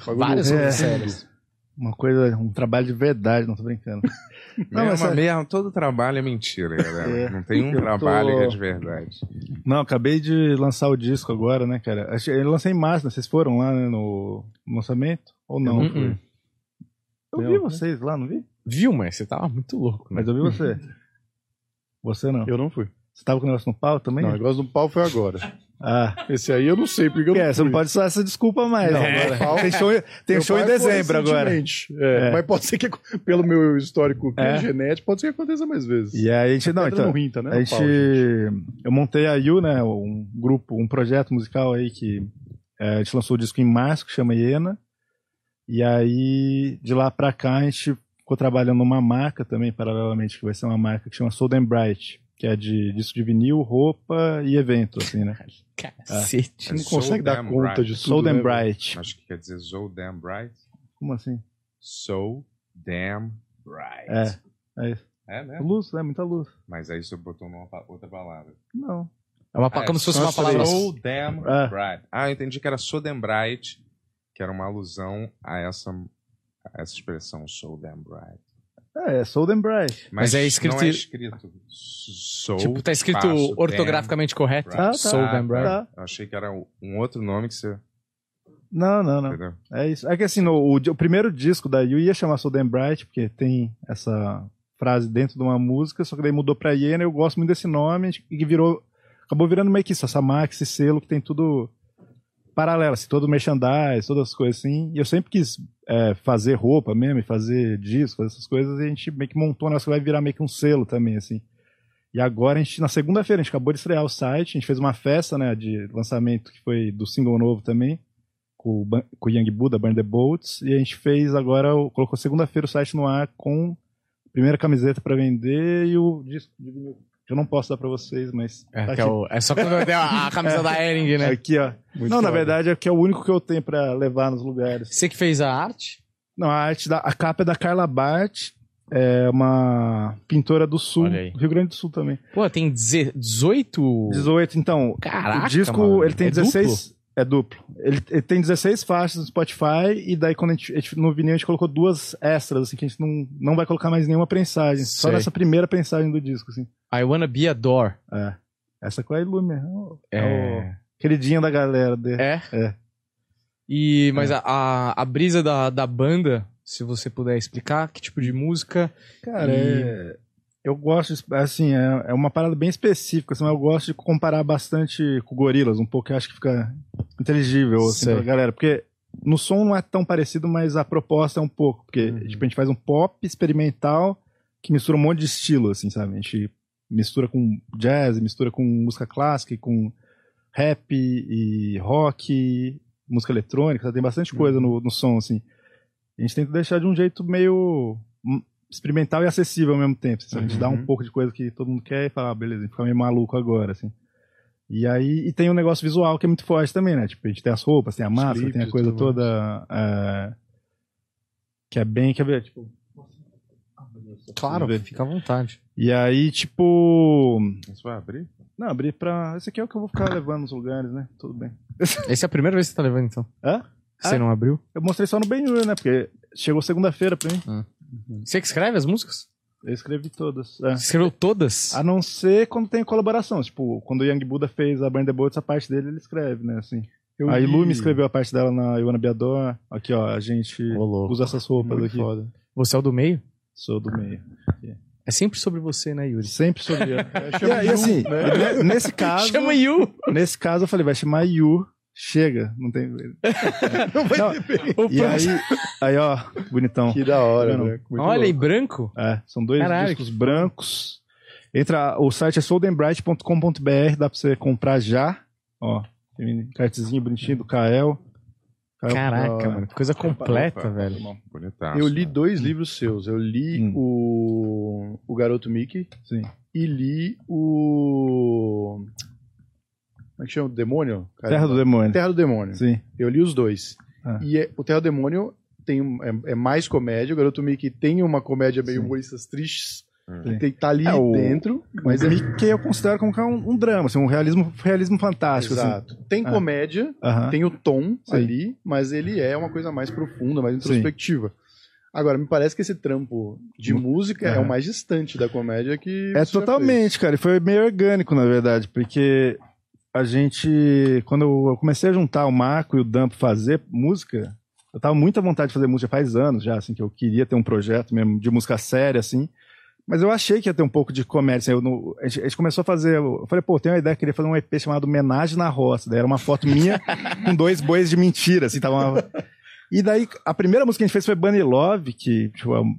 Speaker 2: Bagulho
Speaker 1: Vários
Speaker 2: é,
Speaker 1: sérios.
Speaker 4: Uma coisa, um trabalho de verdade, não tô brincando. Não,
Speaker 3: Não,
Speaker 4: mas é-
Speaker 3: mesmo, todo trabalho é mentira, galera.
Speaker 4: É.
Speaker 3: Não tem um
Speaker 4: Eu tô-
Speaker 3: trabalho que é de verdade.
Speaker 4: Não, acabei de lançar o disco agora, né, cara? Acho- Eu lancei em março, né? Vocês foram lá né, no lançamento? Ou não?
Speaker 2: Uhum.
Speaker 1: Hum, hum.
Speaker 4: Eu vi
Speaker 1: Não.
Speaker 4: vocês lá, não vi?
Speaker 1: Viu, mas você tava muito louco, né?
Speaker 4: Mas eu vi você. Você não.
Speaker 2: Eu não fui.
Speaker 4: Você tava com o negócio no pau também?
Speaker 2: Não, o negócio do pau foi agora.
Speaker 4: Ah.
Speaker 2: Esse aí eu não sei porque eu não
Speaker 4: É, você não
Speaker 2: fui.
Speaker 4: pode usar essa desculpa mais.
Speaker 2: Não,
Speaker 4: agora.
Speaker 2: meu pau-
Speaker 4: Tem show, tem
Speaker 2: Meu é
Speaker 4: show em
Speaker 2: pai foi
Speaker 4: dezembro agora.
Speaker 2: recentemente. É,
Speaker 4: É.
Speaker 2: Mas pode ser que, pelo meu histórico
Speaker 4: É.
Speaker 2: genético, pode ser que aconteça mais vezes.
Speaker 4: E aí a gente. Não,
Speaker 2: Pedra
Speaker 4: então.
Speaker 2: no rim, tá, né?
Speaker 4: A
Speaker 2: No
Speaker 4: gente.
Speaker 2: pau, gente.
Speaker 4: Eu montei a Yu, né? Um grupo, um projeto musical aí que. é, a gente lançou o disco em março, que chama Iena. E aí, de lá pra cá, a gente ficou trabalhando numa marca também, paralelamente, que vai ser uma marca que chama Sold and Bright, que é de disco de vinil, roupa e evento, assim, né?
Speaker 1: Cacete.
Speaker 2: Você não
Speaker 3: So
Speaker 2: consegue dar
Speaker 3: damn
Speaker 2: conta
Speaker 3: É bright.
Speaker 2: de tudo.
Speaker 4: Sold
Speaker 2: né,
Speaker 4: and
Speaker 2: velho?
Speaker 4: Bright.
Speaker 3: Acho que quer dizer so damn bright.
Speaker 4: Como assim?
Speaker 3: So damn bright.
Speaker 4: É. É isso.
Speaker 3: É, né?
Speaker 4: Luz, é muita luz.
Speaker 3: Mas aí você botou numa pa- outra palavra.
Speaker 4: Não.
Speaker 1: É uma,
Speaker 3: Ah,
Speaker 1: pa-
Speaker 3: é
Speaker 1: como se fosse uma
Speaker 2: só
Speaker 1: palavra.
Speaker 2: três.
Speaker 3: So damn
Speaker 4: É.
Speaker 3: bright. Ah, eu entendi que era so damn bright, que era uma alusão a essa, a essa expressão so damn bright.
Speaker 4: É, é Sold and Bright.
Speaker 1: Mas é escrito-
Speaker 3: Não é escrito so
Speaker 1: Tipo, tá escrito
Speaker 3: espaço, damn
Speaker 1: ortograficamente correto.
Speaker 3: bright.
Speaker 4: Ah, tá.
Speaker 1: Soul Damn Bright.
Speaker 4: Tá.
Speaker 3: Eu achei que era um outro nome que você.
Speaker 4: Não, não, não.
Speaker 3: Entendeu?
Speaker 4: É isso. É que assim, no- o, di- o primeiro disco da Yu ia chamar Sold and Bright, porque tem essa frase dentro de uma música, só que daí mudou pra Iena, eu gosto muito desse nome, e que virou. Acabou virando meio que isso, essa marca, esse selo que tem tudo paralelo, assim, todo merchandise, todas as coisas assim. E eu sempre quis é, fazer roupa mesmo, e fazer disco, fazer essas coisas, e a gente meio que montou, né? Isso vai virar meio que um selo também, assim. E agora a gente, na segunda-feira, a gente acabou de estrear o site, a gente fez uma festa, né, de lançamento que foi do single novo também, com o, Ban- com o Young Buddha, Burn the Boats, e a gente fez agora, o- colocou segunda-feira o site no ar com a primeira camiseta pra vender e o disco de vinil. Eu não posso dar pra vocês, mas
Speaker 1: É,
Speaker 4: tá
Speaker 1: que é, o- é só quando eu dei a, a camisa da Ering, né?
Speaker 4: aqui, ó.
Speaker 2: Muito
Speaker 4: não, na
Speaker 2: foda.
Speaker 4: verdade é que é o único que eu tenho pra levar nos lugares.
Speaker 1: Você que fez a arte?
Speaker 4: Não, a arte da a capa é da Carla Bart, é uma pintora do sul,
Speaker 1: Olha aí.
Speaker 4: do Rio Grande do Sul também.
Speaker 1: Pô, tem deze- 18.
Speaker 4: 18, então,
Speaker 1: Caraca.
Speaker 4: o disco
Speaker 1: mano.
Speaker 4: ele tem
Speaker 1: É duplo?
Speaker 4: 16, é duplo. Ele, ele tem 16 faixas no Spotify e daí quando a gente, a gente- no vinil a gente colocou duas extras assim que a gente não, não vai colocar mais nenhuma prensagem, só
Speaker 1: Sei.
Speaker 4: nessa primeira prensagem do disco assim.
Speaker 1: I wanna be a door.
Speaker 4: É. Essa com a Ilume, é o- é o
Speaker 1: É.
Speaker 4: queridinha da galera dele.
Speaker 1: É?
Speaker 4: É.
Speaker 1: E, mas a, a, a brisa da, da banda, se você puder explicar, que tipo de música.
Speaker 4: Cara,
Speaker 1: E-
Speaker 4: é- eu gosto, de- assim, é, é uma parada bem específica, assim, mas eu gosto de comparar bastante com gorilas, um pouco, eu acho que fica inteligível, assim,
Speaker 1: Sei.
Speaker 4: pra galera, porque no som não é tão parecido, mas a proposta é um pouco, porque, tipo, a gente faz um pop experimental que mistura um monte de estilo, assim, sabe? A gente mistura com jazz, mistura com música clássica, e com rap e rock, música eletrônica, tá? tem bastante coisa no, no som, assim. A gente tenta deixar de um jeito meio hum, experimental e acessível ao mesmo tempo. assim, A gente dá um pouco de coisa que todo mundo quer e fala, ah, beleza, a gente fica meio maluco agora, assim. E aí, e tem um negócio visual que é muito forte também, né? Tipo, a gente tem as roupas, tem a máscara, tem a
Speaker 2: clipes e
Speaker 4: coisa
Speaker 2: tudo mais.
Speaker 4: toda. é, que é bem, quer ver? Tipo,
Speaker 1: Claro,
Speaker 4: Vamos ver.
Speaker 1: fica à vontade.
Speaker 4: e aí, tipo.
Speaker 3: Isso vai abrir?
Speaker 4: Não, abri pra. Esse aqui é o que eu vou ficar levando nos lugares, né? Tudo bem.
Speaker 1: Essa é a primeira vez que você tá levando, então.
Speaker 4: Hã?
Speaker 1: Você
Speaker 4: Ah.
Speaker 1: não abriu?
Speaker 4: Eu mostrei só no Ben Hur, né? Porque chegou segunda-feira pra mim.
Speaker 1: Você é que escreve as músicas?
Speaker 4: Eu escrevi todas. É.
Speaker 1: Você escreveu todas?
Speaker 4: A não ser quando tem colaboração. Tipo, quando o Young Buddha fez a Burn the Boats, a parte dele ele escreve, né? Assim.
Speaker 2: Eu
Speaker 4: a
Speaker 2: vi-
Speaker 4: Ilume escreveu a parte dela na Iwana Biador. Aqui, ó, a gente
Speaker 1: Ô, louco.
Speaker 4: usa essas roupas
Speaker 2: Muito
Speaker 4: aqui.
Speaker 2: foda.
Speaker 1: Você é o do meio?
Speaker 4: Sou do meio.
Speaker 1: É sempre sobre você, né, Yuri?
Speaker 4: Sempre sou eu.
Speaker 2: chama
Speaker 4: e, e assim, ne- nesse caso,
Speaker 1: Chama Yu!
Speaker 4: nesse caso eu falei, vai chamar Yu. Chega, não tem.
Speaker 2: Não vai
Speaker 4: Não,
Speaker 2: ter perigo.
Speaker 1: O
Speaker 4: E aí,
Speaker 1: próximo-
Speaker 4: aí, ó, bonitão.
Speaker 2: Que da hora,
Speaker 4: Mano,
Speaker 2: né? Muito
Speaker 1: Olha, em
Speaker 2: louco.
Speaker 1: branco?
Speaker 4: É, são dois
Speaker 1: Caralho.
Speaker 4: discos brancos. Entra, o site é soldenbright.com.br, dá pra você comprar já. Ó, tem um cartezinho bonitinho do Kael. Kael,
Speaker 1: Caraca,
Speaker 4: ó,
Speaker 1: mano. que Coisa completa,
Speaker 3: Opa,
Speaker 1: velho.
Speaker 3: Bonitaço.
Speaker 2: eu li
Speaker 3: né?
Speaker 2: dois livros seus. Eu li
Speaker 4: Hum.
Speaker 2: o... o Garoto Mickey
Speaker 4: Sim.
Speaker 2: e li o... Como é que chama? Demônio? Cara,
Speaker 4: Terra do Demônio.
Speaker 2: Terra do Demônio.
Speaker 4: Sim.
Speaker 2: Eu li os dois.
Speaker 4: Ah.
Speaker 2: E é- o Terra do Demônio tem, um- é, é mais comédia. O Garoto Mickey tem uma comédia meio
Speaker 4: Sim.
Speaker 2: humoristas tristes.
Speaker 4: Sim.
Speaker 2: Tem, tá ali
Speaker 4: É, o-
Speaker 2: dentro, mas
Speaker 4: Mas
Speaker 2: é
Speaker 4: Mickey eu considero como que é um, um drama, assim, um realismo, realismo fantástico.
Speaker 2: Exato. Tem
Speaker 4: Ah.
Speaker 2: comédia,
Speaker 4: Assim. Aham.
Speaker 2: tem o tom
Speaker 4: Sim.
Speaker 2: ali, mas ele é uma coisa mais profunda, mais introspectiva. Agora, me parece que esse trampo de música é,
Speaker 4: É.
Speaker 2: o mais distante da comédia que.
Speaker 4: É
Speaker 2: você já
Speaker 4: totalmente, cara. E foi meio orgânico, na verdade, porque a gente. Quando eu eu comecei a juntar o Marco e o Dan pra fazer música, eu tava muito à vontade de fazer música faz anos já, assim, que eu queria ter um projeto mesmo de música séria, assim. Mas eu achei que ia ter um pouco de comédia. assim, eu não- a, gente, a gente começou a fazer. Eu falei, pô, eu tenho uma ideia, eu queria fazer um EP chamado Homenagem na Roça. Daí era uma foto minha com dois bois de mentira, assim, tava uma- E daí, a primeira música que a gente fez foi Bunny Love, que, tipo, é um-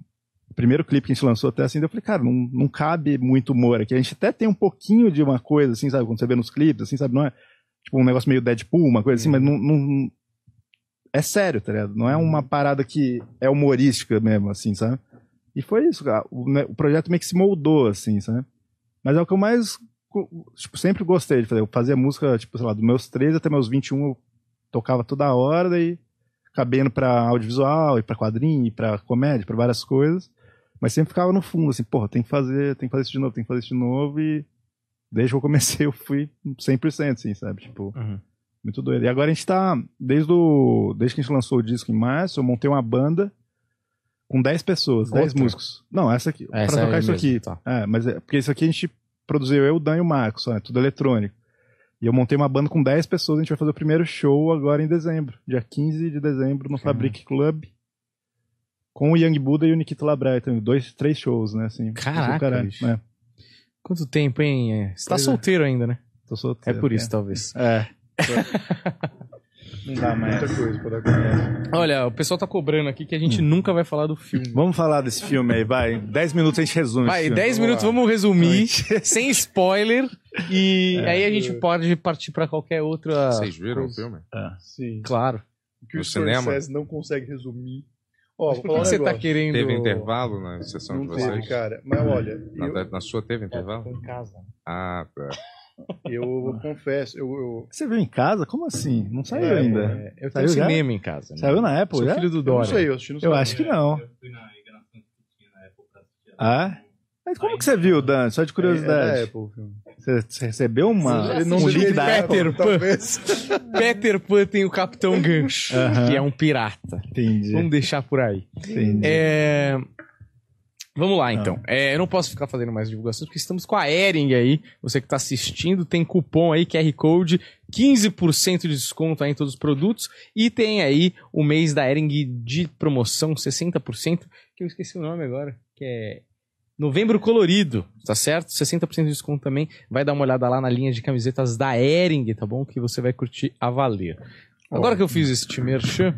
Speaker 4: o primeiro clipe que a gente lançou até assim, daí eu falei, cara, não, não cabe muito humor aqui. A gente até tem um pouquinho de uma coisa, assim, sabe? Quando você vê nos clipes, assim, sabe? Não é tipo um negócio meio Deadpool, uma coisa assim, mas não, não- É sério, tá ligado? Não é uma parada que é humorística mesmo, assim, sabe? E foi isso, cara. O, né, o projeto meio que se moldou, assim, sabe? Mas é o que eu mais. co- Tipo, sempre gostei de fazer. Eu fazia música, tipo, sei lá, dos meus 13 até meus 21, eu tocava toda hora, daí acabei indo pra audiovisual, e pra quadrinho, e pra comédia, pra várias coisas. Mas sempre ficava no fundo, assim, porra, tem que fazer, tem que fazer isso de novo, tem que fazer isso de novo. E desde que eu comecei, eu fui 100%, assim, sabe? Tipo,
Speaker 1: Uhum.
Speaker 4: muito doido. E agora a gente tá, desde, o, desde que a gente lançou o disco em março, eu montei uma banda com 10 pessoas, 10
Speaker 1: Outra?
Speaker 4: músicos. Não, essa aqui,
Speaker 1: Essa
Speaker 4: pra
Speaker 1: é
Speaker 4: tocar isso
Speaker 1: mesmo,
Speaker 4: aqui.
Speaker 1: tá.
Speaker 4: É, mas é, porque isso aqui a gente produziu eu, o Dan e o Marcos, só, é tudo eletrônico. E eu montei uma banda com 10 pessoas, a gente vai fazer o primeiro show agora em dezembro, dia 15 de dezembro, no
Speaker 1: Caramba.
Speaker 4: Fabric Club. Com o Young Buddha e o Nikita Labrai também. Dois, três shows, né? Assim,
Speaker 1: Caraca,
Speaker 4: Do caralho,
Speaker 1: bicho.
Speaker 4: né?
Speaker 1: Quanto tempo, hein? É, Você tá
Speaker 4: Pois é.
Speaker 1: solteiro ainda, né?
Speaker 4: Tô
Speaker 1: É
Speaker 4: solteiro,
Speaker 1: por isso, talvez.
Speaker 4: É.
Speaker 2: Fez. Não dá mais. Muita coisa pra dar comédia.
Speaker 1: Olha, o pessoal tá cobrando aqui que a gente nunca vai falar do filme.
Speaker 4: Vamos falar desse filme aí, vai. 10 minutos a gente resume.
Speaker 1: Hum. Vai,
Speaker 4: esse filme.
Speaker 1: 10 minutos, vamos resumir, sem spoiler, e aí a gente pode partir pra qualquer outra.
Speaker 3: Vocês viram o
Speaker 1: coisa.
Speaker 3: filme?
Speaker 4: É.
Speaker 2: Sim.
Speaker 1: Claro.
Speaker 2: O que
Speaker 3: No
Speaker 2: o Scorsese
Speaker 3: cinema?
Speaker 2: não consegue resumir. Ó, vou
Speaker 1: O
Speaker 2: falar um
Speaker 1: que você tá
Speaker 2: negócio.
Speaker 1: querendo?
Speaker 3: Teve intervalo na sessão
Speaker 2: Não
Speaker 3: de
Speaker 2: teve,
Speaker 3: vocês?
Speaker 2: cara. Mas olha,
Speaker 3: Na,
Speaker 2: eu,
Speaker 3: na sua teve intervalo?
Speaker 1: em casa.
Speaker 3: Ah, tá.
Speaker 2: eu confesso, eu, eu,
Speaker 4: Você viu em casa? Como assim? Não saiu
Speaker 2: É,
Speaker 4: ainda.
Speaker 1: É, eu tenho
Speaker 4: Saiu já?
Speaker 1: cinema em casa. né?
Speaker 4: Saiu na Apple,
Speaker 1: Sou
Speaker 4: já?
Speaker 1: filho do
Speaker 2: eu não
Speaker 1: Dória.
Speaker 2: sei, eu assisti no
Speaker 4: Eu
Speaker 2: cinema.
Speaker 4: acho que é não.
Speaker 5: Eu fui na enganação que tinha na época pra assistir.
Speaker 4: Ah? Mas como que você viu, Dan? Só
Speaker 2: É, é
Speaker 4: de
Speaker 2: da
Speaker 4: curiosidade.
Speaker 2: Apple, o filme.
Speaker 4: Você você recebeu uma,
Speaker 1: Você já
Speaker 4: um
Speaker 1: assistiu
Speaker 4: link
Speaker 1: ele
Speaker 4: da
Speaker 1: perto?
Speaker 4: Apple?
Speaker 1: Peter Pan.
Speaker 2: Talvez.
Speaker 1: Peter Pan tem o Capitão Gancho,
Speaker 4: Aham.
Speaker 1: que é um pirata.
Speaker 4: Entendi,
Speaker 1: Vamos deixar por aí.
Speaker 4: entendi.
Speaker 1: É, Vamos lá, então. É, eu não posso ficar fazendo mais divulgações, porque estamos com a Ering aí. Você que está assistindo, tem cupom aí, QR Code, 15% de desconto aí em todos os produtos. E tem aí o mês da Ering de promoção, 60%, que eu esqueci o nome agora, que é Novembro Colorido, tá certo? 60% de desconto também. Vai dar uma olhada lá na linha de camisetas da Ering, tá bom? Que você vai curtir a valer. Agora que eu fiz este merchan,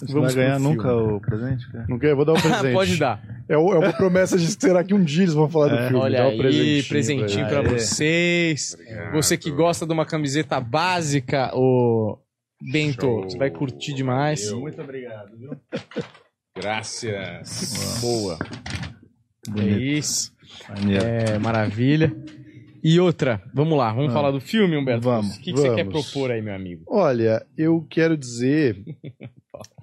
Speaker 4: Você
Speaker 1: vamos
Speaker 4: vai ganhar
Speaker 1: pro filme.
Speaker 4: nunca o presente, cara?
Speaker 2: Não quer? Eu Vou dar um presente.
Speaker 1: Pode dar.
Speaker 2: É, o- é uma promessa de será que um dia eles vão falar do
Speaker 4: É,
Speaker 2: filme.
Speaker 1: Olha
Speaker 2: Dá um
Speaker 1: aí, presentinho,
Speaker 2: presentinho
Speaker 1: pra
Speaker 4: pra ele.
Speaker 1: vocês.
Speaker 3: Obrigado.
Speaker 1: Você que gosta de uma camiseta básica, ô Bento,
Speaker 3: Show.
Speaker 1: você vai curtir demais.
Speaker 3: Valeu.
Speaker 5: Muito obrigado, viu?
Speaker 3: Graças.
Speaker 1: Boa. É
Speaker 4: Bonito.
Speaker 1: isso.
Speaker 4: Maneiro.
Speaker 1: É, maravilha. E outra, vamos lá, vamos
Speaker 4: Ah.
Speaker 1: falar do filme, Humberto.
Speaker 4: Vamos,
Speaker 1: O que, que você quer
Speaker 2: vamos.
Speaker 1: propor aí, meu amigo?
Speaker 2: Olha,
Speaker 4: Hum.
Speaker 2: eu quero dizer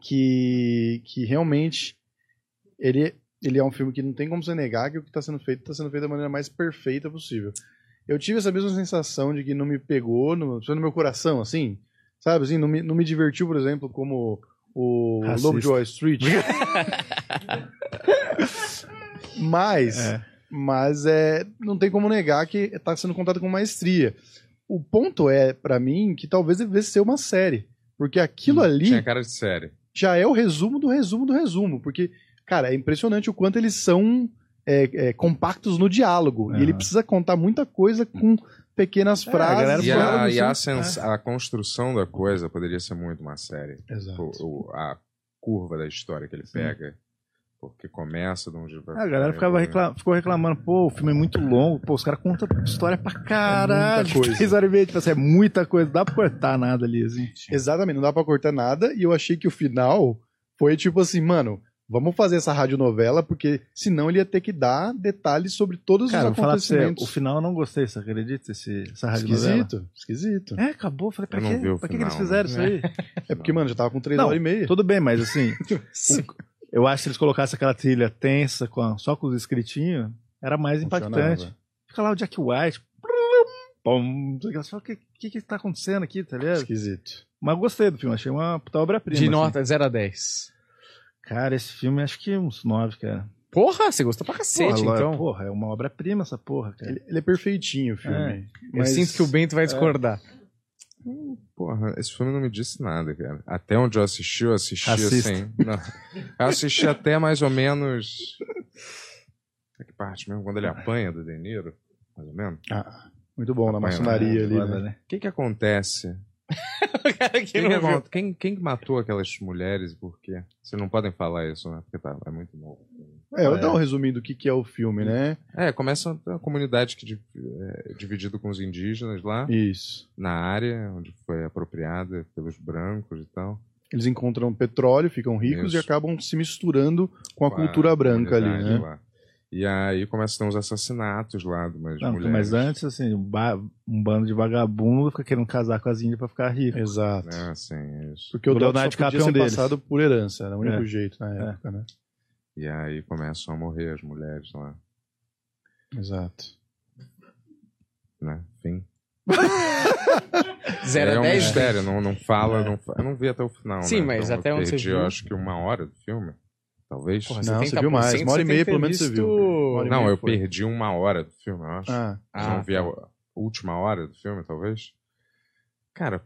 Speaker 2: que, que realmente ele, ele é um filme que não tem como você negar que o que está sendo feito está sendo feito da maneira mais perfeita possível. Eu tive essa mesma sensação de que não me pegou, no, só no meu coração, assim, sabe? Assim, não, me, não me divertiu, por exemplo, como o
Speaker 4: Racista.
Speaker 2: Lobo de Wall Street. Mas
Speaker 4: É.
Speaker 2: mas é, não tem como negar que está sendo contado com maestria. O ponto é, pra mim, que talvez devesse ser uma série, porque
Speaker 4: Hum,
Speaker 2: aquilo ali
Speaker 3: Tinha cara de série.
Speaker 2: já é o resumo do resumo do resumo, porque, cara, é impressionante o quanto eles são é, é, compactos no diálogo,
Speaker 4: Aham.
Speaker 2: e ele precisa contar muita coisa com pequenas
Speaker 4: É, a galera
Speaker 2: frases.
Speaker 3: E a,
Speaker 4: falando,
Speaker 3: e a
Speaker 4: assim,
Speaker 3: sens- a construção da coisa poderia ser muito uma série.
Speaker 2: Exato.
Speaker 3: O- o- a curva da história que ele pega. Porque começa de um jeito. né?
Speaker 4: A galera ficava recla- ficou reclamando, pô, o filme é muito longo, pô, os caras contam história
Speaker 3: É
Speaker 4: pra caralho.
Speaker 2: coisa.
Speaker 4: Três horas e meia, tipo assim, é muita coisa, dá pra cortar nada ali, assim.
Speaker 2: Exatamente, não dá pra cortar nada, e eu achei que o final foi tipo assim, mano, vamos fazer essa radionovela, porque senão ele ia ter que dar detalhes sobre todos
Speaker 4: Cara,
Speaker 2: os
Speaker 4: vou falar pra você,
Speaker 2: acontecimentos.
Speaker 4: o final eu não gostei, você acredita? Esse, essa rádio
Speaker 2: Esquisito, esquisito.
Speaker 4: É, acabou, falei, pra,
Speaker 3: Eu não
Speaker 4: quê?
Speaker 3: vi o
Speaker 4: pra que que
Speaker 3: final, né?
Speaker 4: eles fizeram isso aí?
Speaker 2: É porque, mano, já tava com 3
Speaker 4: Não,
Speaker 2: horas e meia.
Speaker 4: Tudo bem, mas assim, o- eu acho que se eles colocassem aquela trilha tensa com a- só com os escritinhos, era mais
Speaker 2: Funcionava.
Speaker 4: impactante. Fica lá o Jack White. Pum, você fala, o que, que que tá acontecendo aqui, tá ligado?
Speaker 2: Esquisito.
Speaker 4: Mas eu gostei do filme, achei uma puta obra-prima.
Speaker 1: De
Speaker 4: assim.
Speaker 1: nota 0 a 10.
Speaker 4: Cara, esse filme acho que é uns nove, cara.
Speaker 1: Porra, você gostou pra cacete,
Speaker 4: Porra,
Speaker 1: então.
Speaker 4: Porra, é uma obra-prima essa porra, cara.
Speaker 2: Ele, ele é perfeitinho o filme.
Speaker 1: Eu sinto que o Bento vai discordar.
Speaker 3: Porra, esse filme não me disse nada, cara. Até onde eu assisti, eu assisti
Speaker 4: Assista.
Speaker 3: assim. Não. Eu assisti até mais ou menos. Até que parte mesmo? Quando ele apanha do De Niro, mais ou menos.
Speaker 2: Ah, muito bom, na
Speaker 3: Apanha,
Speaker 2: maçonaria ali.
Speaker 4: Foda,
Speaker 2: né?
Speaker 4: né?
Speaker 3: O que que acontece?
Speaker 1: O cara que é
Speaker 3: Quem,
Speaker 1: não
Speaker 3: que
Speaker 1: viu.
Speaker 3: acon- quem- quem que matou aquelas mulheres e por quê? Vocês não podem falar isso, né? Porque tá, é muito novo.
Speaker 2: É, eu
Speaker 4: É.
Speaker 2: dou um resumo do que, que é o filme, né?
Speaker 3: É, começa uma comunidade que di- é, dividida com os indígenas lá,
Speaker 2: Isso.
Speaker 3: na área onde foi apropriada pelos brancos e tal.
Speaker 2: Eles encontram petróleo, ficam ricos
Speaker 3: Isso. Ah,
Speaker 2: e acabam se misturando com a
Speaker 3: com a
Speaker 2: cultura branca ali,
Speaker 3: comunidade
Speaker 2: né?
Speaker 3: lá. E aí começam os assassinatos lá de umas
Speaker 4: Não,
Speaker 3: mulheres.
Speaker 4: mas antes, assim, um, ba- um bando de vagabundo fica querendo casar com as índias pra ficar rico.
Speaker 2: né? Exato.
Speaker 3: É, assim, é isso.
Speaker 2: Porque o
Speaker 4: O
Speaker 2: Leonardo só
Speaker 4: Leonardo
Speaker 2: podia
Speaker 4: DiCaprio é um
Speaker 2: ser
Speaker 4: deles.
Speaker 2: passado por herança, era o único
Speaker 4: É.
Speaker 2: jeito na época, né?
Speaker 3: E aí começam a morrer as mulheres lá,
Speaker 2: Exato.
Speaker 3: né? Enfim.
Speaker 1: Zero
Speaker 3: é
Speaker 1: a né?
Speaker 3: um
Speaker 1: 10
Speaker 3: mistério, não, não
Speaker 2: É.
Speaker 3: fala, não fa- eu não vi até o final,
Speaker 1: Sim,
Speaker 3: né?
Speaker 1: mas
Speaker 3: Então
Speaker 1: até
Speaker 3: eu
Speaker 1: onde você
Speaker 3: perdi,
Speaker 1: viu?
Speaker 3: Eu acho que uma hora do filme, talvez.
Speaker 1: Porra,
Speaker 2: Não,
Speaker 1: 70%
Speaker 2: você viu mais. Uma hora e meia, pelo menos, você viu.
Speaker 1: visto-
Speaker 2: Uma hora e meia.
Speaker 3: não, eu
Speaker 2: foi.
Speaker 3: perdi uma hora do filme, eu acho.
Speaker 2: Ah,
Speaker 3: Eu não
Speaker 1: Ah,
Speaker 3: vi a última hora do filme, talvez. Cara,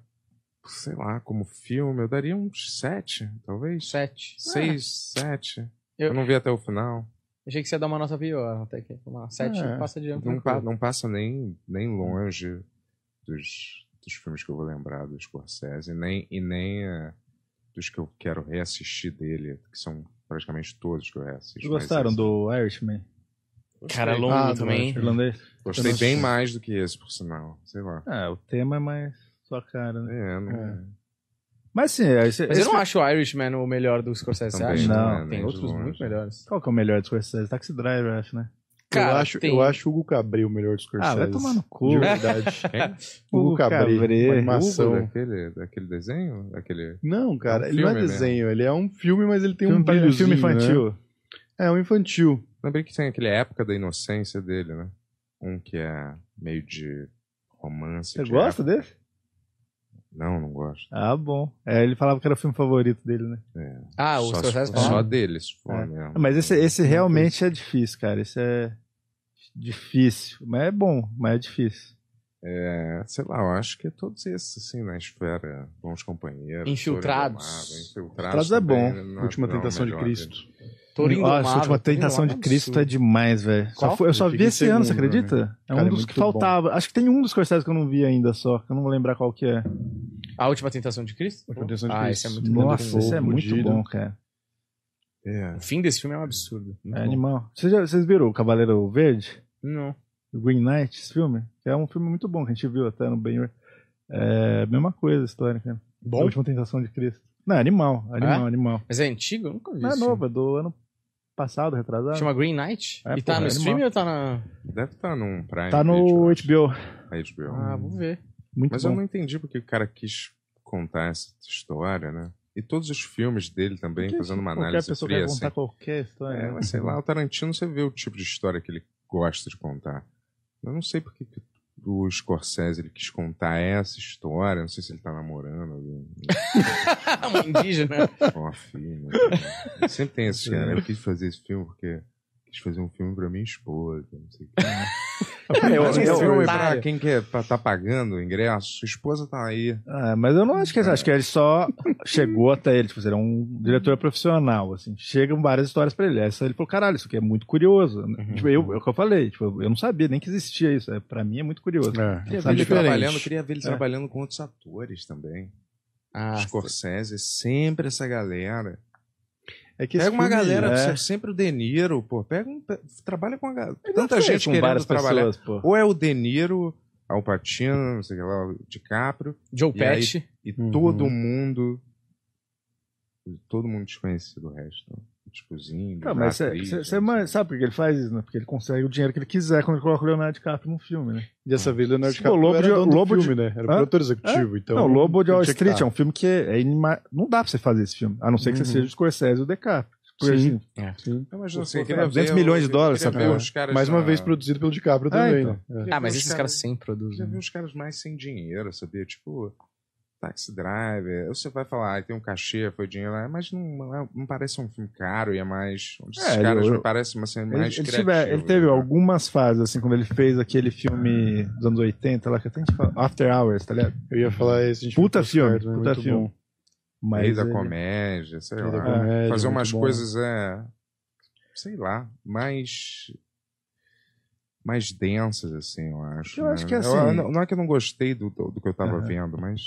Speaker 3: sei lá, como filme, eu daria uns sete, talvez.
Speaker 1: 7.
Speaker 3: Seis, sete.
Speaker 1: É. Eu-
Speaker 3: Eu... não vi até o final.
Speaker 1: Achei que você ia dar uma nota pior, até que uma 7
Speaker 2: É.
Speaker 1: passa adiante.
Speaker 3: Não, pa- não passa nem, nem longe dos, dos filmes que eu vou lembrar do Scorsese, nem, e nem eh, dos que eu quero reassistir dele, que são praticamente todos que eu reassisto.
Speaker 4: Vocês
Speaker 3: mas
Speaker 4: gostaram
Speaker 3: esse-
Speaker 4: do Irishman?
Speaker 1: Cara, é longo
Speaker 2: Ah,
Speaker 1: também.
Speaker 4: Irlandês?
Speaker 3: Gostei
Speaker 2: Eu não
Speaker 3: bem
Speaker 2: sei.
Speaker 3: mais do que esse, por sinal. Sei lá.
Speaker 4: Ah, o tema é mais sua cara, né?
Speaker 3: É, não...
Speaker 2: É.
Speaker 4: Mas sim, é, esse,
Speaker 1: Mas eu
Speaker 4: esse-
Speaker 1: não acho o Irishman o melhor do Scorsese, você
Speaker 3: Também
Speaker 1: acha?
Speaker 4: não,
Speaker 3: né,
Speaker 1: Tem
Speaker 3: nem de
Speaker 1: outros
Speaker 3: longe.
Speaker 1: muito melhores.
Speaker 4: Qual que é o melhor do Scorsese? Taxi Driver, acho, né?
Speaker 2: eu,
Speaker 1: Cara,
Speaker 2: acho,
Speaker 1: tem-
Speaker 2: eu acho o Hugo Cabret o melhor dos Scorsese.
Speaker 4: Ah, vai tomar no
Speaker 2: De
Speaker 4: cu.
Speaker 2: verdade. Hugo Cabret, uma animação.
Speaker 3: Hugo, daquele, daquele desenho? Daquele...
Speaker 2: Não, cara,
Speaker 3: É um
Speaker 2: ele não é
Speaker 3: filme mesmo.
Speaker 2: desenho, ele é um filme, mas ele tem
Speaker 4: Filme,
Speaker 2: um brilhozinho,
Speaker 4: filme
Speaker 2: né?
Speaker 4: infantil.
Speaker 2: É, um infantil.
Speaker 3: Lembrei que tem aquele Época da Inocência dele, né? Um que é meio de romance.
Speaker 4: Você
Speaker 3: de
Speaker 4: gosta
Speaker 3: época.
Speaker 4: desse?
Speaker 3: Não, não gosto.
Speaker 4: Ah, bom. É, ele falava que era o filme favorito dele, né?
Speaker 1: Ah, o
Speaker 3: só,
Speaker 1: Scorsese
Speaker 3: se-
Speaker 1: fala.
Speaker 3: Só dele, se for
Speaker 4: É.
Speaker 3: mesmo.
Speaker 4: Mas esse, esse realmente é difícil, cara. Esse é difícil. Mas é bom, mas é difícil.
Speaker 3: É, sei lá, eu acho que é todos esses, assim, na esfera, bons companheiros.
Speaker 1: Infiltrados.
Speaker 3: Toro Indomável,
Speaker 4: Infiltrados é bom.
Speaker 3: também, né?
Speaker 2: Última
Speaker 3: Não, não,
Speaker 2: Tentação de
Speaker 3: melhor
Speaker 2: Cristo.
Speaker 1: Toro
Speaker 4: Nossa,
Speaker 1: Indomável.
Speaker 4: a última
Speaker 1: Toro
Speaker 4: tentação
Speaker 1: Indomável
Speaker 4: de
Speaker 1: é um
Speaker 4: Cristo é
Speaker 1: absurdo.
Speaker 4: demais, velho. Só
Speaker 1: Qual?
Speaker 4: foi- Eu só
Speaker 2: Ele
Speaker 4: vi
Speaker 2: fica em
Speaker 4: esse ano, você
Speaker 2: segundo, né?
Speaker 4: acredita? É
Speaker 2: Cara,
Speaker 4: um
Speaker 2: é
Speaker 4: dos que
Speaker 2: muito bom.
Speaker 4: faltava. Acho que tem um dos Scorsese que eu não vi ainda só, que eu não vou lembrar qual que é.
Speaker 1: A última tentação de Cristo?
Speaker 2: Última Tentação de
Speaker 1: ah,
Speaker 2: Cristo.
Speaker 1: esse é muito bom.
Speaker 4: Nossa,
Speaker 2: Fogo,
Speaker 4: esse é muito
Speaker 2: Fudido.
Speaker 4: bom, cara.
Speaker 3: ainda.
Speaker 1: O
Speaker 3: É.
Speaker 1: fim desse filme é um absurdo. Muito
Speaker 4: É
Speaker 1: bom.
Speaker 4: animal. Vocês, já- vocês viram o Cavaleiro Verde?
Speaker 1: Não.
Speaker 4: O Green Knight, esse filme? É um filme muito bom que a gente viu até no Ben É mesma coisa a história, cara. A
Speaker 1: Bom?
Speaker 4: última tentação de Cristo. Não, é animal, animal, animal.
Speaker 1: Mas é antigo? Eu nunca vi
Speaker 4: Não é
Speaker 1: esse
Speaker 4: nova, do ano passado, retrasado.
Speaker 1: filme. Chama Green Knight?
Speaker 4: É,
Speaker 1: e tá
Speaker 4: porra,
Speaker 1: no
Speaker 4: é
Speaker 1: stream
Speaker 4: animal.
Speaker 1: ou tá na...
Speaker 3: Deve estar num Prime.
Speaker 4: Tá no
Speaker 3: Video,
Speaker 4: HBO.
Speaker 3: eu acho. HBO.
Speaker 1: Ah, vou ver.
Speaker 4: Muito
Speaker 3: Mas é
Speaker 4: bom.
Speaker 3: eu não entendi porque o cara quis contar essa história, né? E todos os filmes dele também,
Speaker 4: Porque
Speaker 3: fazendo uma
Speaker 4: Qualquer
Speaker 3: análise
Speaker 4: pessoa
Speaker 3: fria,
Speaker 4: quer
Speaker 3: assim.
Speaker 4: contar qualquer história.
Speaker 3: É,
Speaker 4: né?
Speaker 3: mas sei lá, o Tarantino, você vê o tipo de história que ele gosta de contar. Eu não sei porque que o Scorsese ele quis contar essa história. Não sei se ele tá namorando alguém.
Speaker 1: Ah, uma indígena.
Speaker 3: com a filha. né? Sempre tem esse cara. Eu quis fazer esse filme porque quis fazer um filme pra minha esposa. Não sei o quê.
Speaker 1: Cara, eu
Speaker 3: Mas
Speaker 1: acho que
Speaker 3: esse
Speaker 1: esse
Speaker 3: filme é
Speaker 1: otário-
Speaker 3: pra quem quer, pra, tá pagando o ingresso, sua esposa tá aí.
Speaker 4: Ah, mas eu não acho que acho que ele só chegou até ele, tipo, ele é um diretor profissional, assim, chegam várias histórias pra ele. Essa ele falou, caralho, isso aqui é muito curioso. né?
Speaker 3: Uhum.
Speaker 4: Tipo, eu, é o que eu falei, tipo, eu não sabia nem que existia isso. É, pra mim é muito curioso.
Speaker 2: É,
Speaker 3: Queria
Speaker 4: Tá
Speaker 3: ver ele
Speaker 4: diferente.
Speaker 3: trabalhando, queria ver ele
Speaker 4: É.
Speaker 3: trabalhando com outros atores também.
Speaker 1: Ah,
Speaker 3: Scorsese, é sempre essa galera.
Speaker 2: é que esse
Speaker 3: Pega uma
Speaker 2: filme-
Speaker 3: galera,
Speaker 4: é.
Speaker 3: é. sempre o De Niro, pô. Pega um, pe- trabalha com a galera.
Speaker 4: Ele não
Speaker 3: Tanta
Speaker 4: fez
Speaker 3: gente
Speaker 4: É com várias
Speaker 3: querendo trabalhar.
Speaker 4: pessoas, pô.
Speaker 3: Ou é o De Niro, Al Pacino, não sei o que lá, o DiCaprio.
Speaker 1: Joe
Speaker 3: E aí-
Speaker 1: Pesci.
Speaker 3: E
Speaker 2: Uhum.
Speaker 3: todo mundo. Todo mundo desconhecido do resto. né? Tipo, os índios.
Speaker 4: Tá, mas cê,
Speaker 3: atriz,
Speaker 4: cê-
Speaker 3: né?
Speaker 4: cê ma- sabe por que ele faz isso, né? Porque ele consegue o dinheiro que ele quiser quando ele coloca o Leonardo DiCaprio num filme, né?
Speaker 2: Dessa vez, é Leonardo
Speaker 4: Pô,
Speaker 2: DiCaprio
Speaker 4: Lobo
Speaker 2: era
Speaker 4: de-
Speaker 2: dono do
Speaker 4: Lobo de-
Speaker 2: filme, né? Era
Speaker 4: Hã?
Speaker 2: produtor executivo, então...
Speaker 4: não, Lobo de Wall
Speaker 2: tinha que
Speaker 4: Street
Speaker 2: tá.
Speaker 4: é um filme que é inima... não dá pra você fazer esse filme, a não ser que você seja o Scorsese ou o DiCaprio. Porque,
Speaker 2: Uhum. Sim.
Speaker 4: assim,
Speaker 3: Eu imagino assim,
Speaker 4: Pô,
Speaker 3: eu queria
Speaker 4: 200
Speaker 3: ver
Speaker 4: milhões
Speaker 3: o-
Speaker 4: de dólares,
Speaker 3: eu queria
Speaker 4: sabe?
Speaker 3: ver os caras
Speaker 2: Mais uma
Speaker 3: na-
Speaker 2: vez produzido pelo DiCaprio
Speaker 4: Ah,
Speaker 2: também,
Speaker 4: então.
Speaker 2: né? É.
Speaker 1: Ah, mas
Speaker 3: Os
Speaker 1: esses
Speaker 3: caras-
Speaker 4: Uhum.
Speaker 1: caras sempre
Speaker 3: Eu queria
Speaker 1: produzem.
Speaker 3: ver uns caras mais sem dinheiro, sabia? Tipo, Taxi Driver. Aí Você vai falar, ah, tem um cachê, foi dinheiro, ah, mas não, não é- não parece um filme caro e é mais. Onde esses
Speaker 4: É, ele-
Speaker 3: caras
Speaker 4: eu-
Speaker 3: me parecem assim,
Speaker 4: Ele,
Speaker 3: mais
Speaker 4: ele
Speaker 3: criativos.
Speaker 4: tiver- ele teve
Speaker 3: né?
Speaker 4: algumas fases, assim, quando ele fez aquele filme dos anos 80 lá, que até a gente fala, After Hours, tá ligado?
Speaker 2: É. Eu ia falar esse. a gente
Speaker 4: Puta
Speaker 2: ficou
Speaker 4: filme,
Speaker 2: esperto, né?
Speaker 4: puta
Speaker 2: Muito
Speaker 4: filme.
Speaker 2: bom.
Speaker 4: Mas
Speaker 3: Rei da
Speaker 4: ele-
Speaker 3: comédia, sei
Speaker 2: Rei da
Speaker 3: lá.
Speaker 2: comédia,
Speaker 3: fazer
Speaker 2: muito
Speaker 3: umas
Speaker 2: bom.
Speaker 3: coisas, é. Sei lá, mais. Mais densas, assim, eu acho.
Speaker 4: Eu acho que é assim-
Speaker 3: Eu- não, não é que eu não gostei do, do, do que eu tava
Speaker 4: Aham.
Speaker 3: vendo, mas.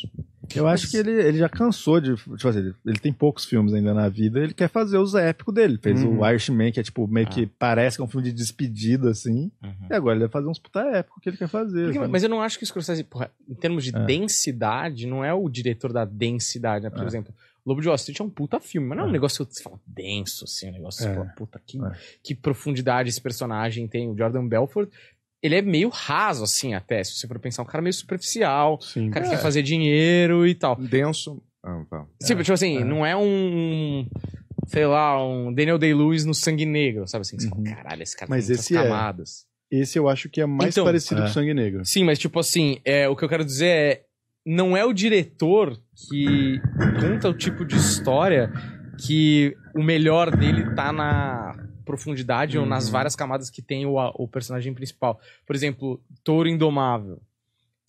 Speaker 4: Eu acho que ele, ele já cansou de, de fazer. Ele, ele tem poucos filmes ainda na vida, ele quer fazer os épicos dele. Fez
Speaker 2: Uhum.
Speaker 4: o Irishman, que é tipo, meio
Speaker 1: Ah.
Speaker 4: que parece que é um filme de despedida, assim. E agora ele vai fazer uns puta épico que ele quer fazer.
Speaker 1: Porque-
Speaker 4: sabe?
Speaker 1: mas eu não acho que o Scorsese, porra, em termos de
Speaker 4: É.
Speaker 1: densidade, não é o diretor da densidade, né? Por
Speaker 4: É.
Speaker 1: exemplo, Lobo de Wall Street é um puta filme, mas não é um
Speaker 4: É.
Speaker 1: negócio que você fala denso, assim, um negócio que
Speaker 4: É.
Speaker 1: você fala, puta, que,
Speaker 4: É.
Speaker 1: que profundidade esse personagem tem. O Jordan Belfort, ele é meio raso, assim, até, se você for pensar, um cara meio superficial,
Speaker 2: Sim.
Speaker 1: um cara que quer fazer dinheiro e tal.
Speaker 3: Denso. Ah, tá.
Speaker 1: Tipo, tipo assim,
Speaker 4: É. É.
Speaker 1: não é um, sei lá, um Daniel Day-Lewis no Sangue Negro, sabe assim? Você
Speaker 4: Uhum.
Speaker 1: fala, caralho, esse cara
Speaker 2: Mas
Speaker 1: tem muitas
Speaker 2: esse é.
Speaker 1: camadas.
Speaker 2: Esse eu acho que é mais
Speaker 1: Então,
Speaker 2: parecido
Speaker 4: é.
Speaker 2: com Sangue Negro.
Speaker 1: Sim, mas tipo assim, é, o que eu quero dizer é. Não é o diretor que conta o tipo de história que o melhor dele tá na profundidade ou nas várias camadas que tem o, a- o personagem principal. Por exemplo, Touro Indomável,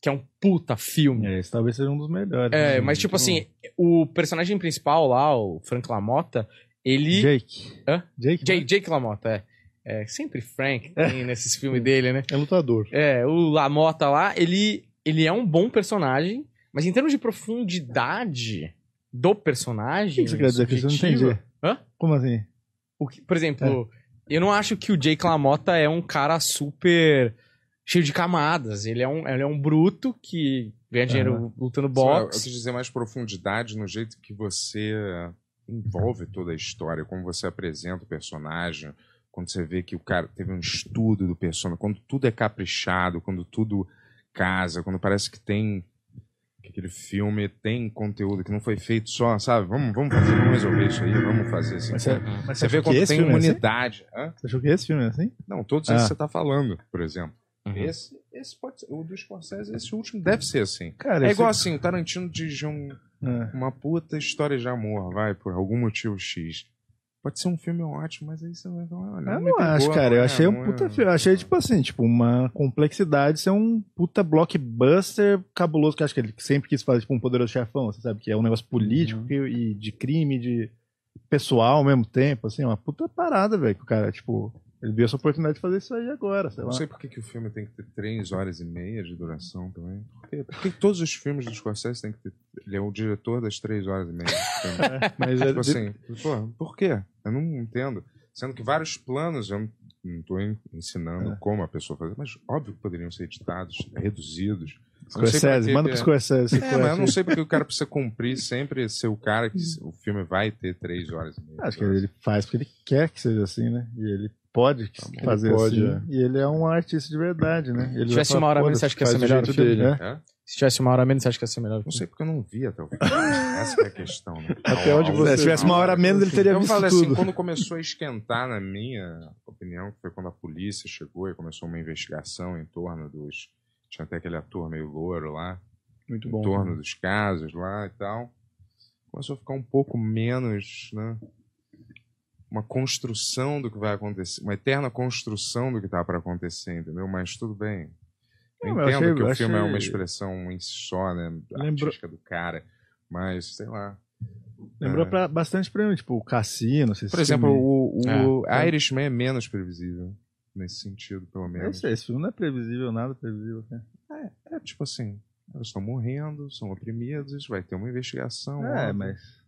Speaker 1: que é um puta filme.
Speaker 4: É, esse talvez seja um dos melhores.
Speaker 1: É,
Speaker 4: né?
Speaker 1: mas tipo
Speaker 4: Muito
Speaker 1: assim, o personagem principal lá, o Frank Lamotta,
Speaker 4: bom.
Speaker 1: ele.
Speaker 4: Jake.
Speaker 1: Hã?
Speaker 4: Jake?
Speaker 1: Jake, Jake Lamotta, é. É, sempre Frank tem nesses filmes dele, né?
Speaker 2: É lutador.
Speaker 1: É, o Lamota lá, ele, ele é um bom personagem, mas em termos de profundidade do
Speaker 4: O
Speaker 1: personagem.
Speaker 4: que que você quer dizer? Que eu não
Speaker 1: subjetiva,
Speaker 4: entendi. É.
Speaker 1: Hã?
Speaker 4: Como assim?
Speaker 1: o que- por exemplo, eu não acho que o Jake Lamota é um cara super cheio de camadas. Ele é um, ele é um bruto que ganha dinheiro lutando
Speaker 4: é
Speaker 3: Box. é, Eu
Speaker 1: boxe.
Speaker 3: quis dizer mais profundidade no jeito que você envolve toda a história, como você apresenta o personagem, quando você vê que o cara teve um estudo do personagem, quando tudo é caprichado, quando tudo casa, quando parece que tem que aquele filme tem conteúdo que não foi feito só, sabe? Vamos, vamos fazer, vamos resolver isso aí, vamos fazer assim.
Speaker 4: Mas
Speaker 3: Você,
Speaker 4: você, mas você
Speaker 3: vê
Speaker 4: achou que
Speaker 3: quando
Speaker 4: esse
Speaker 3: tem
Speaker 4: filme é assim?
Speaker 3: unidade. Hã?
Speaker 4: Você achou que esse filme é assim?
Speaker 3: Não, todos esses
Speaker 4: Ah.
Speaker 3: que você está falando, por exemplo.
Speaker 1: Uhum.
Speaker 3: Esse, esse pode ser, o dos Scorsese, esse último deve ser assim.
Speaker 4: Cara,
Speaker 3: É
Speaker 4: esse-
Speaker 3: igual assim, o Tarantino diz um,
Speaker 4: É.
Speaker 3: uma puta história de amor, vai, por algum motivo X. Pode ser um filme ótimo, mas aí você vai falar, olha,
Speaker 4: Eu
Speaker 3: me
Speaker 4: não
Speaker 3: pegou,
Speaker 4: acho, cara. Eu
Speaker 3: né?
Speaker 4: achei um
Speaker 3: Não é-
Speaker 4: puta filme. Eu achei, tipo assim, tipo, uma complexidade ser um puta blockbuster cabuloso, que eu acho que ele sempre quis fazer, tipo, um poderoso chefão, você sabe? Que é um negócio político que-
Speaker 1: Uhum.
Speaker 4: e de crime, de pessoal ao mesmo tempo, assim, uma puta parada, velho. Que o cara, tipo, ele viu essa oportunidade de fazer isso aí agora, sei lá.
Speaker 3: Não sei por que que o filme tem que ter três horas e meia de duração também. Por que, por que que todos os filmes do Scorsese tem que ter... Ele é o diretor das três horas e meia. Então,
Speaker 2: Mas é
Speaker 3: tipo assim, pô, por quê? Eu não entendo. Sendo que vários planos, eu não- não tô en- ensinando
Speaker 4: É.
Speaker 3: como a pessoa fazer, mas óbvio que poderiam ser editados, reduzidos. Eu não sei pra
Speaker 4: Scorsese,
Speaker 3: que
Speaker 4: manda
Speaker 3: que-
Speaker 4: pro Scorsese.
Speaker 3: É, mas eu não sei porque o cara precisa cumprir sempre ser o cara que o filme vai ter três horas e meia.
Speaker 4: Acho que ele faz porque ele quer que seja assim, né? E ele pode
Speaker 2: bom.
Speaker 4: fazer
Speaker 2: Ele pode,
Speaker 4: assim. E ele é um artista de verdade, né? Ele vai
Speaker 1: tivesse
Speaker 4: falar,
Speaker 1: uma hora a menos,
Speaker 4: "Foda-se,
Speaker 1: você acha que ia
Speaker 4: faz
Speaker 1: ser
Speaker 4: do
Speaker 1: melhor
Speaker 4: jeito
Speaker 1: o filme?"
Speaker 4: dele, né?
Speaker 3: É?
Speaker 1: Se tivesse uma hora a menos, você acha que ia ser melhor?
Speaker 3: Não sei porque eu não vi até o filme. Essa que é a questão, né?
Speaker 2: Até onde
Speaker 3: Ao-
Speaker 2: você-
Speaker 4: Se tivesse uma hora a menos, ele teria
Speaker 3: Eu
Speaker 4: visto
Speaker 3: falei
Speaker 4: tudo.
Speaker 3: assim, quando começou a esquentar, na minha opinião, que foi quando a polícia chegou e começou uma investigação em torno dos. Tinha até aquele ator meio louro lá.
Speaker 2: muito
Speaker 3: em
Speaker 2: bom.
Speaker 4: né?
Speaker 3: torno dos casos lá e tal. Começou a ficar um pouco menos, né? Uma construção do que vai acontecer, uma eterna construção do que tá para acontecer, entendeu? Mas tudo bem. Eu
Speaker 4: Não, eu
Speaker 3: entendo
Speaker 4: achei-
Speaker 3: que o
Speaker 4: eu
Speaker 3: filme é
Speaker 4: achei-
Speaker 3: uma expressão em si só, né?
Speaker 4: Lembrou-
Speaker 3: Artística do cara. Mas, sei lá.
Speaker 4: Lembrou
Speaker 3: É.
Speaker 4: pra, bastante pra mim, tipo, o Cassino, esses
Speaker 3: Por exemplo,
Speaker 4: filmes.
Speaker 3: o, o Irishman é menos previsível. Nesse sentido, pelo menos.
Speaker 4: Esse, esse filme não é previsível, nada previsível. Cara.
Speaker 3: É tipo assim, eles estão morrendo, são oprimidos, vai ter uma investigação.
Speaker 4: é,
Speaker 3: óbvio.
Speaker 4: mas.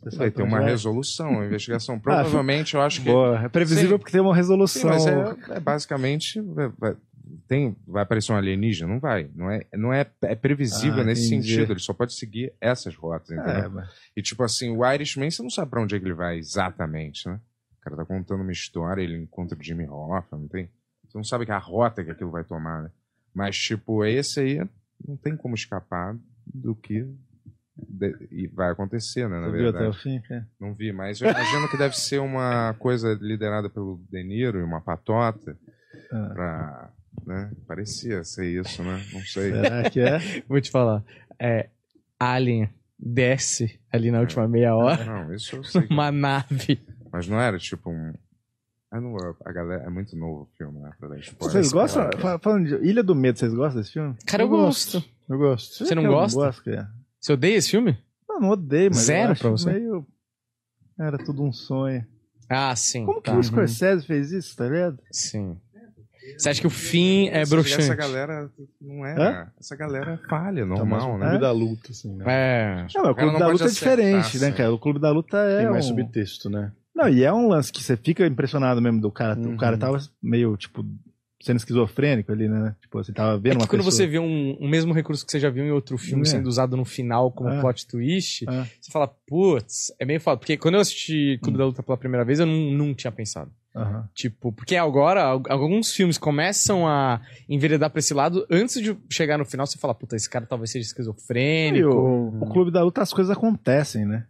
Speaker 4: Você sabe é.
Speaker 3: Vai ter
Speaker 4: pra onde
Speaker 3: uma
Speaker 4: vai.
Speaker 3: resolução, uma investigação. Ah, Provavelmente, eu acho que.
Speaker 4: Boa, é previsível
Speaker 3: Sim.
Speaker 4: porque tem uma
Speaker 3: Sim,
Speaker 4: resolução.
Speaker 3: mas é, é basicamente. Vai, vai- tem, vai aparecer um alienígena? Não vai. Não é, não é, é previsível
Speaker 4: Ah,
Speaker 3: nesse
Speaker 4: entendi.
Speaker 3: sentido. Ele só pode seguir essas rotas, entendeu?
Speaker 4: É, mas-
Speaker 3: E tipo assim, o Irishman, você não sabe pra onde é que ele vai exatamente, né? O cara tá contando uma história, ele encontra o Jimmy Hoffa, não tem? Você não sabe que a rota que aquilo vai tomar, né? Mas tipo, esse aí não tem como escapar do que de- e vai acontecer, né? Na
Speaker 4: Você viu
Speaker 3: verdade.
Speaker 4: até é o fim, cara?
Speaker 3: Não vi, mas eu imagino que deve ser uma coisa liderada pelo De Niro e uma patota
Speaker 4: Ah.
Speaker 3: pra. Né? Parecia ser isso, né? Não sei.
Speaker 4: Será que é?
Speaker 1: Vou te falar. É, alien desce ali na última meia hora
Speaker 3: Não, isso eu
Speaker 4: É.
Speaker 3: sei.
Speaker 1: numa nave.
Speaker 3: Mas não era tipo um. Ah, não, a galera. É muito novo o filme, né? Pra dar spoiler.
Speaker 4: Vocês gostam? Fa- Falando de Ilha do Medo, vocês gostam desse filme?
Speaker 1: Cara, eu,
Speaker 4: Eu
Speaker 1: gosto.
Speaker 4: gosto.
Speaker 2: Eu gosto.
Speaker 1: Você não
Speaker 4: Eu
Speaker 1: gosta?
Speaker 4: Não gosto, cara.
Speaker 1: Você odeia esse filme?
Speaker 4: Não, não odeio, mas eu
Speaker 1: Zero
Speaker 4: acho
Speaker 1: pra você?
Speaker 4: meio... Era tudo um sonho.
Speaker 1: Ah, sim.
Speaker 4: Como que
Speaker 1: tá.
Speaker 4: o Scorsese fez isso, tá ligado?
Speaker 1: Sim. Você acha que o fim é
Speaker 3: Essa
Speaker 1: broxante?
Speaker 3: galera não é. Essa galera é falha,
Speaker 2: Tá mais um
Speaker 3: normal,
Speaker 2: clube
Speaker 3: né?
Speaker 2: da luta, assim, né?
Speaker 1: É.
Speaker 4: Não, mas o
Speaker 3: cara
Speaker 4: Clube
Speaker 3: não
Speaker 4: da
Speaker 3: pode
Speaker 4: Luta é
Speaker 3: acertar,
Speaker 4: diferente, né,
Speaker 3: assim.
Speaker 4: cara? O Clube da Luta é
Speaker 2: Tem mais
Speaker 4: um...
Speaker 2: subtexto, né?
Speaker 4: Não, e é um lance que você fica impressionado mesmo do cara.
Speaker 2: Uhum.
Speaker 4: O cara tava meio, tipo, sendo esquizofrênico ali, né? Tipo, você tava vendo
Speaker 1: É
Speaker 4: uma
Speaker 1: que quando
Speaker 4: pessoa...
Speaker 1: você vê um, um mesmo recurso que você já viu em outro filme
Speaker 4: É.
Speaker 1: sendo usado no final como
Speaker 4: É.
Speaker 1: plot twist,
Speaker 4: É. Hum.
Speaker 1: você fala, putz, é meio foda. Porque quando eu assisti Clube da Luta pela primeira vez, eu não, não tinha pensado.
Speaker 4: Aham.
Speaker 1: Tipo, porque agora al- alguns filmes começam a enveredar pra esse lado, antes de chegar no final, você fala, puta, esse cara talvez seja
Speaker 4: E
Speaker 1: esquizofrênico.
Speaker 4: o, o Clube da Luta, as coisas acontecem, né?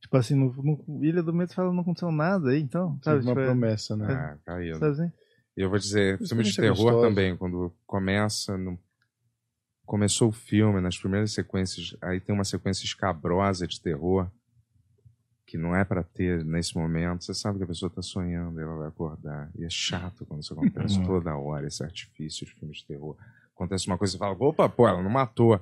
Speaker 4: Tipo assim, no, no Ilha do Medo você fala, não aconteceu nada aí, então,
Speaker 2: Teve
Speaker 4: sabe?
Speaker 2: uma
Speaker 4: Tipo, é-
Speaker 2: promessa, né?
Speaker 3: Ah, caiu.
Speaker 4: sabe assim?
Speaker 3: E eu vou dizer,
Speaker 2: Isso
Speaker 3: filme de
Speaker 2: também é
Speaker 3: terror
Speaker 2: gostoso.
Speaker 3: também, quando começa. no- Começou o filme, nas primeiras sequências, aí tem uma sequência escabrosa de terror que não é pra ter nesse momento. Você sabe que a pessoa tá sonhando, ela vai acordar. E é chato quando isso
Speaker 4: Uhum.
Speaker 3: acontece toda hora, esse artifício de filme de terror. Acontece uma coisa e fala, opa, pô, ela não matou.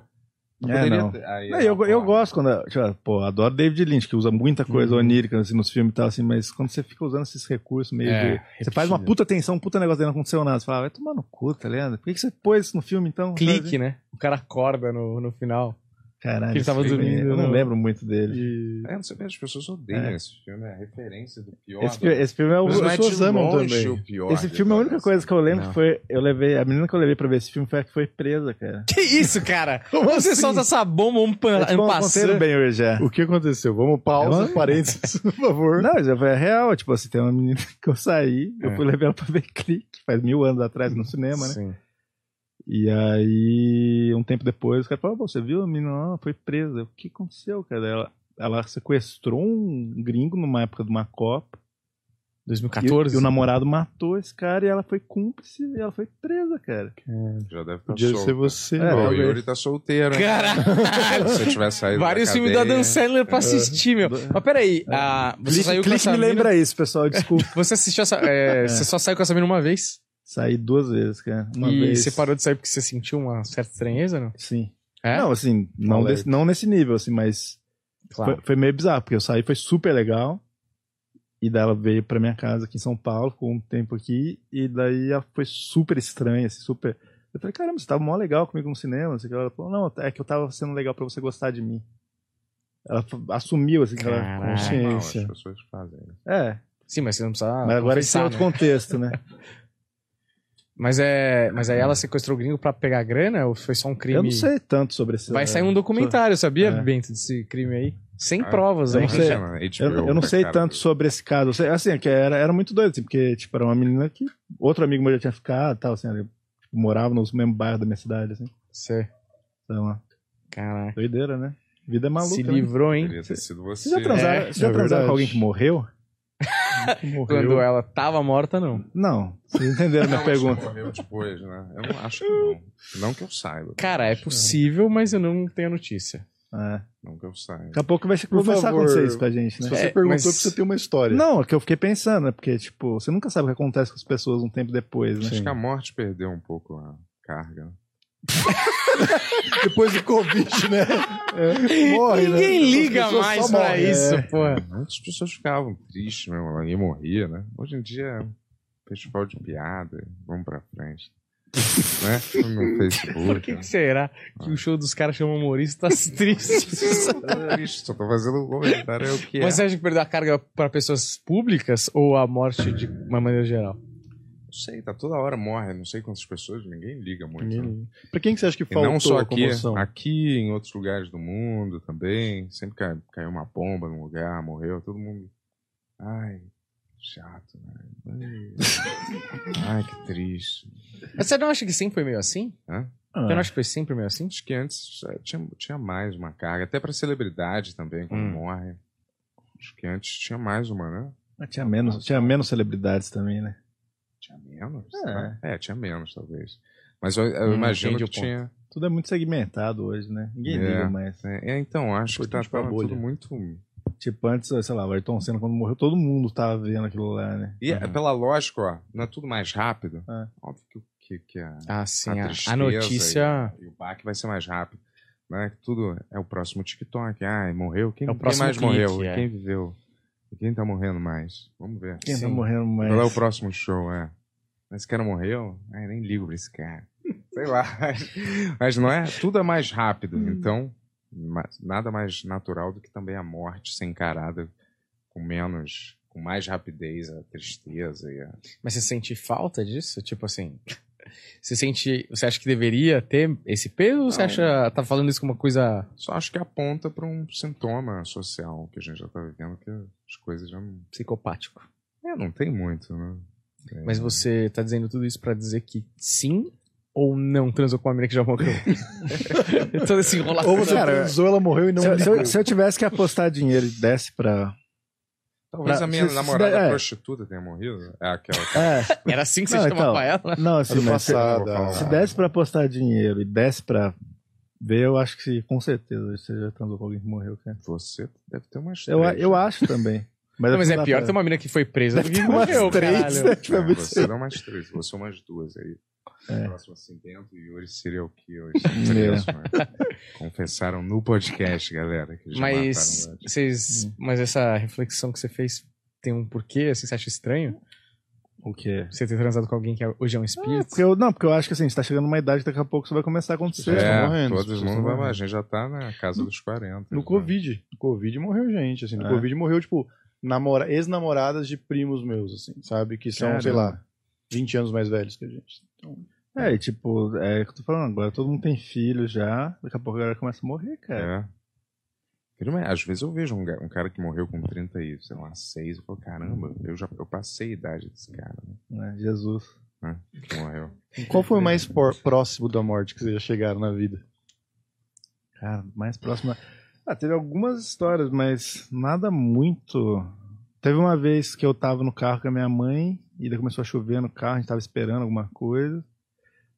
Speaker 4: É, não.
Speaker 3: ter- aí
Speaker 4: Não,
Speaker 3: ela
Speaker 4: eu, eu
Speaker 3: acorda.
Speaker 4: gosto quando. eu- Tipo, pô, adoro David Lynch, que usa muita coisa
Speaker 1: Uhum.
Speaker 4: onírica assim, nos filmes e tal, assim, mas quando você fica usando esses recursos meio.
Speaker 1: É,
Speaker 4: de- você faz uma
Speaker 1: repetido.
Speaker 4: puta tensão, um puta negócio e não aconteceu nada. Você fala, vai tomar no cu, tá ligado? Por que, que você pôs isso no filme então?
Speaker 1: Clique,
Speaker 4: Sabe?
Speaker 1: né? O cara acorda no, no final.
Speaker 4: Caralho.
Speaker 1: Que ele tava
Speaker 4: esse filme,
Speaker 1: dormindo,
Speaker 4: Eu não
Speaker 1: né?
Speaker 4: lembro muito dele.
Speaker 2: E...
Speaker 3: É, não sei bem, as pessoas odeiam
Speaker 4: É.
Speaker 3: esse filme, é a referência do pior.
Speaker 4: Esse,
Speaker 3: da-
Speaker 4: fi- esse filme é o.
Speaker 3: Mas não é
Speaker 2: pessoas
Speaker 3: de
Speaker 2: amam
Speaker 3: longe
Speaker 2: também.
Speaker 3: o pior
Speaker 4: Esse
Speaker 3: de
Speaker 4: filme, é a
Speaker 3: todas.
Speaker 4: única coisa que eu lembro
Speaker 1: Não.
Speaker 4: que foi. Eu levei. A menina que eu levei pra ver esse filme foi a que foi presa, cara.
Speaker 1: Que isso, cara? Como você
Speaker 4: assim?
Speaker 1: solta essa bomba um pan,
Speaker 4: Eu te
Speaker 1: um
Speaker 4: con-
Speaker 1: passeio?
Speaker 4: contei bem hoje, já.
Speaker 2: O que aconteceu? Vamos pausa,
Speaker 4: Ela-
Speaker 2: parênteses, por favor.
Speaker 4: Não, mas é real. Tipo assim, tem uma menina que eu saí, eu
Speaker 3: É.
Speaker 4: fui levar ela pra ver clique, faz mil anos atrás no cinema, né?
Speaker 3: Sim.
Speaker 4: E aí, um tempo depois, o cara falou: "Pô, Você viu a menina? lá? Ela foi presa. Eu, O que aconteceu, cara? Ela, ela sequestrou um gringo numa época de uma Copa. E, o-
Speaker 1: 2014?
Speaker 4: e o namorado matou esse cara e ela foi cúmplice e ela foi presa, cara.
Speaker 3: Já deve estar
Speaker 2: Podia ser
Speaker 3: solta.
Speaker 2: você.
Speaker 4: É,
Speaker 3: Pô,
Speaker 2: né?
Speaker 3: o
Speaker 4: talvez.
Speaker 3: Yuri tá solteiro, hein?
Speaker 1: Caralho!
Speaker 3: Se eu tiver saído
Speaker 1: Vários
Speaker 3: da
Speaker 1: filmes da
Speaker 3: cadeia-
Speaker 1: Dan Sandler pra assistir, meu. Mas peraí, ah, você
Speaker 4: É. Clique-
Speaker 1: saiu com
Speaker 4: clique
Speaker 1: essa
Speaker 4: me
Speaker 1: mina-
Speaker 4: lembra isso, pessoal, desculpa.
Speaker 1: Você assistiu essa. é, Você só saiu com essa mina uma vez.
Speaker 4: Saí duas vezes, cara. Uma
Speaker 1: e
Speaker 4: vez.
Speaker 1: você parou de sair porque você sentiu uma certa estranheza, não?
Speaker 4: Sim.
Speaker 1: É?
Speaker 4: Não, assim, não,
Speaker 2: Alerta.
Speaker 4: desse- não nesse nível, assim, mas Foi, foi meio bizarro, porque eu saí, foi super legal. E daí ela veio pra minha casa aqui em São Paulo, ficou um tempo aqui, e daí ela foi super estranha, assim, super. Eu falei, caramba, você tava mó legal comigo no cinema. Assim, ela falou, não, é que eu tava sendo legal pra você gostar de mim. Ela f- assumiu, assim, que ela
Speaker 1: Caralho.
Speaker 3: Normal, as
Speaker 4: consciência.
Speaker 3: pessoas fazem. né?
Speaker 4: É,
Speaker 1: Sim, mas você não precisa.
Speaker 4: mas agora esse é
Speaker 1: confessar,
Speaker 4: outro
Speaker 1: né?
Speaker 4: contexto, né?
Speaker 1: mas é. Mas aí ela sequestrou o gringo pra pegar grana ou foi só um crime?
Speaker 4: Eu não sei tanto sobre esse.
Speaker 1: Vai sair um documentário, sabia,
Speaker 4: É. então
Speaker 1: Bento, desse crime aí? Sem
Speaker 3: Ah,
Speaker 1: provas,
Speaker 4: eu
Speaker 1: hein?
Speaker 4: não sei.
Speaker 3: Imagina, HBO,
Speaker 4: Eu, eu não sei
Speaker 3: cara,
Speaker 4: tanto sobre esse caso. Eu sei- assim, é que era, era muito doido, assim, porque, tipo, era uma menina que outro amigo meu já tinha ficado tal, assim, ele, tipo, morava nos mesmos bairros da minha cidade, assim.
Speaker 1: Sei.
Speaker 4: Então, ó,
Speaker 1: Caraca.
Speaker 4: doideira, né? Vida é maluca,
Speaker 1: Se
Speaker 4: né?
Speaker 1: livrou, hein?
Speaker 3: Poderia ter sido você. né?
Speaker 4: Vocês já transaram,
Speaker 1: É,
Speaker 4: vocês já
Speaker 2: é
Speaker 4: transaram
Speaker 2: verdade.
Speaker 4: com alguém que morreu? Que
Speaker 1: Quando é-
Speaker 4: morreu?
Speaker 1: ela tava morta, não.
Speaker 4: Não, vocês entenderam minha
Speaker 3: Não, acho que
Speaker 4: pergunta.
Speaker 3: morreu depois, né? Eu não acho que não. Não que eu saiba.
Speaker 1: Cara, é possível, mas eu não tenho a notícia.
Speaker 4: É.
Speaker 3: Não que eu saiba.
Speaker 4: Daqui a pouco vai se-
Speaker 2: Por
Speaker 4: começar a
Speaker 2: favor.
Speaker 4: acontecer isso com a gente,
Speaker 2: Se
Speaker 4: né?
Speaker 2: você
Speaker 1: É,
Speaker 2: perguntou,
Speaker 1: mas-
Speaker 2: porque você tem uma história.
Speaker 4: Não, é que eu fiquei pensando, né? Porque, tipo, você nunca sabe o que acontece com as pessoas um tempo depois, né?
Speaker 3: Acho que a morte perdeu um pouco a carga. né?
Speaker 2: Depois do Covid, né? É, morre, né?
Speaker 1: Ninguém
Speaker 2: As
Speaker 1: liga
Speaker 2: pessoas
Speaker 1: mais
Speaker 2: só
Speaker 1: pra
Speaker 2: morrem. né?
Speaker 1: isso, porra.
Speaker 3: Antes as pessoas ficavam tristes mesmo, ninguém morria, né? Hoje em dia é um festival de piada, vamos pra frente. né? No
Speaker 1: Por
Speaker 3: Facebook.
Speaker 1: que,
Speaker 3: né?
Speaker 1: que será
Speaker 2: Ah.
Speaker 1: que o show dos caras chama humorista tá triste?
Speaker 3: Tô triste, Só tô fazendo um comentário, é o que é.
Speaker 1: Mas você acha que perdeu a carga pra pessoas públicas ou a morte de uma maneira geral?
Speaker 3: Não sei, tá toda hora morre, não sei quantas pessoas, ninguém liga muito. né?
Speaker 2: Ninguém- Pra quem que você acha que
Speaker 3: E
Speaker 2: faltou
Speaker 3: não só
Speaker 2: a
Speaker 3: aqui,
Speaker 2: comoção?
Speaker 3: aqui em outros lugares do mundo também. Sempre cai- caiu uma bomba num lugar, morreu, todo mundo. Ai, chato, né? Ai, que triste.
Speaker 1: Mas você não acha que sempre foi meio assim?
Speaker 4: Ah,
Speaker 1: Você não acha que foi sempre meio assim?
Speaker 3: Acho que antes eh, tinha, tinha mais uma carga, até pra celebridade também, quando
Speaker 1: Hum.
Speaker 3: morre. Acho que antes tinha mais uma, né?
Speaker 4: mas Ah, tinha, menos, tinha menos celebridades também, né?
Speaker 3: Tinha menos?
Speaker 4: É.
Speaker 3: né? É, tinha menos, talvez. Mas eu, eu
Speaker 1: Hum,
Speaker 3: imagino
Speaker 1: entendi
Speaker 3: que
Speaker 1: o ponto.
Speaker 3: tinha.
Speaker 4: Tudo é muito segmentado hoje, né?
Speaker 3: É.
Speaker 4: Ninguém liga mais.
Speaker 3: É, é, então, acho que tá,
Speaker 2: Importante pra
Speaker 3: tava
Speaker 2: bolha.
Speaker 3: tudo muito.
Speaker 4: Tipo, antes, sei lá, o Ayrton Senna, quando morreu, todo mundo tava vendo aquilo lá, né?
Speaker 3: E é pela lógica, ó, não é tudo mais rápido.
Speaker 4: É.
Speaker 3: Óbvio que, o- que, que a,
Speaker 1: Ah, sim.
Speaker 3: a
Speaker 1: A,
Speaker 3: tristeza
Speaker 1: a notícia
Speaker 3: e o baque vai ser mais rápido. Né? Que Tudo é o próximo TikTok. Ai, morreu. Quem,
Speaker 1: É o
Speaker 3: quem
Speaker 1: próximo
Speaker 3: mais
Speaker 1: clique,
Speaker 3: morreu?
Speaker 1: é.
Speaker 3: E Quem viveu? E quem tá morrendo mais? Vamos ver.
Speaker 4: Quem tá
Speaker 1: Sim.
Speaker 4: morrendo mais?
Speaker 3: Qual é o próximo show, é? Esse cara morreu? Ai, nem ligo pra esse cara. Sei lá. Mas não é? Tudo é mais rápido.
Speaker 4: Hum.
Speaker 3: Então, ma- nada mais natural do que também a morte ser encarada com menos, com mais rapidez, a tristeza e a...
Speaker 1: Mas você sente falta disso? Tipo assim. Você sente. Você acha que deveria ter esse peso? Ou você
Speaker 3: Não.
Speaker 1: acha. Tá falando isso como uma coisa.
Speaker 3: Só acho que aponta para um sintoma social que a gente já tá vivendo, que as coisas já não,
Speaker 1: psicopático?
Speaker 3: é, não tem muito, né? É.
Speaker 1: Mas você tá dizendo tudo isso pra dizer que sim ou não transou com uma mina que já morreu? Toda essa enrolação.
Speaker 2: Ou você
Speaker 4: Cara,
Speaker 2: transou, ela morreu e não
Speaker 4: Se eu, se eu-
Speaker 2: ligou.
Speaker 4: se eu tivesse que apostar dinheiro e desse pra.
Speaker 3: Talvez
Speaker 4: Pra-
Speaker 3: a minha
Speaker 4: se- se-
Speaker 3: namorada
Speaker 4: é.
Speaker 3: prostituta tenha morrido. É aquela que
Speaker 4: É,
Speaker 1: Era assim que você
Speaker 4: Não,
Speaker 1: chamava
Speaker 4: então.
Speaker 1: ela?
Speaker 4: não, assim,
Speaker 2: Do
Speaker 4: mas se,
Speaker 2: passado,
Speaker 3: eu vou falar.
Speaker 4: se desse pra apostar dinheiro e desse pra ver, eu acho que sim, com certeza você já transou com alguém que morreu, cara.
Speaker 3: você deve ter umas
Speaker 4: Eu, a-
Speaker 3: três,
Speaker 4: eu
Speaker 3: né?
Speaker 4: acho também. Mas,
Speaker 1: Não, mas
Speaker 4: eu
Speaker 1: é
Speaker 4: fui
Speaker 1: pior
Speaker 4: lá
Speaker 1: ter
Speaker 4: pra-
Speaker 1: uma mina que foi presa do que
Speaker 4: umas
Speaker 1: morreu,
Speaker 4: três,
Speaker 1: caralho.
Speaker 4: né? Tipo, é
Speaker 3: É,
Speaker 4: muito-
Speaker 3: você dá umas três, você umas duas aí.
Speaker 4: É.
Speaker 3: Próximo acidente e Yuri serial killers. preso, né? Confessaram no podcast, galera. Que
Speaker 1: Mas
Speaker 3: já mataram vários.
Speaker 1: vocês. Mas essa reflexão que você fez tem um porquê? Assim, você acha estranho?
Speaker 4: O quê?
Speaker 1: Você ter transado com alguém que é- hoje é um
Speaker 4: Ah,
Speaker 1: espírito?
Speaker 4: porque eu, não, porque eu acho que assim, você tá chegando numa idade que daqui a pouco isso vai começar a acontecer. tá
Speaker 2: pessoas
Speaker 3: é,
Speaker 2: estão morrendo, as
Speaker 3: todos
Speaker 2: pessoas
Speaker 3: mundo
Speaker 2: estão
Speaker 3: vai,
Speaker 2: morrendo.
Speaker 3: a gente já tá na casa dos né? 40.
Speaker 2: No
Speaker 3: já.
Speaker 2: Covid. No Covid morreu gente, assim. No
Speaker 4: É.
Speaker 2: Covid morreu, tipo, namora... ex-namoradas de primos meus, assim, sabe? Que são, sei
Speaker 4: Caramba.
Speaker 2: lá, 20 anos mais velhos que a gente. Então,
Speaker 4: É, e tipo, é o que eu tô falando agora, todo mundo tem filho já, daqui a pouco a galera começa a morrer, cara.
Speaker 3: É. Quer dizer, Às vezes eu vejo um, ga- um cara que morreu com 30 e, sei lá, 6, eu falo, caramba, eu já eu passei a idade desse cara, né?
Speaker 4: né? Jesus.
Speaker 3: Que morreu.
Speaker 2: qual foi o mais por- próximo da morte que vocês já chegaram na vida?
Speaker 4: Cara, mais próxima. Ah, teve algumas histórias, mas nada muito. Teve uma vez que eu tava no carro com a minha mãe, e daí começou a chover no carro, a gente tava esperando alguma coisa.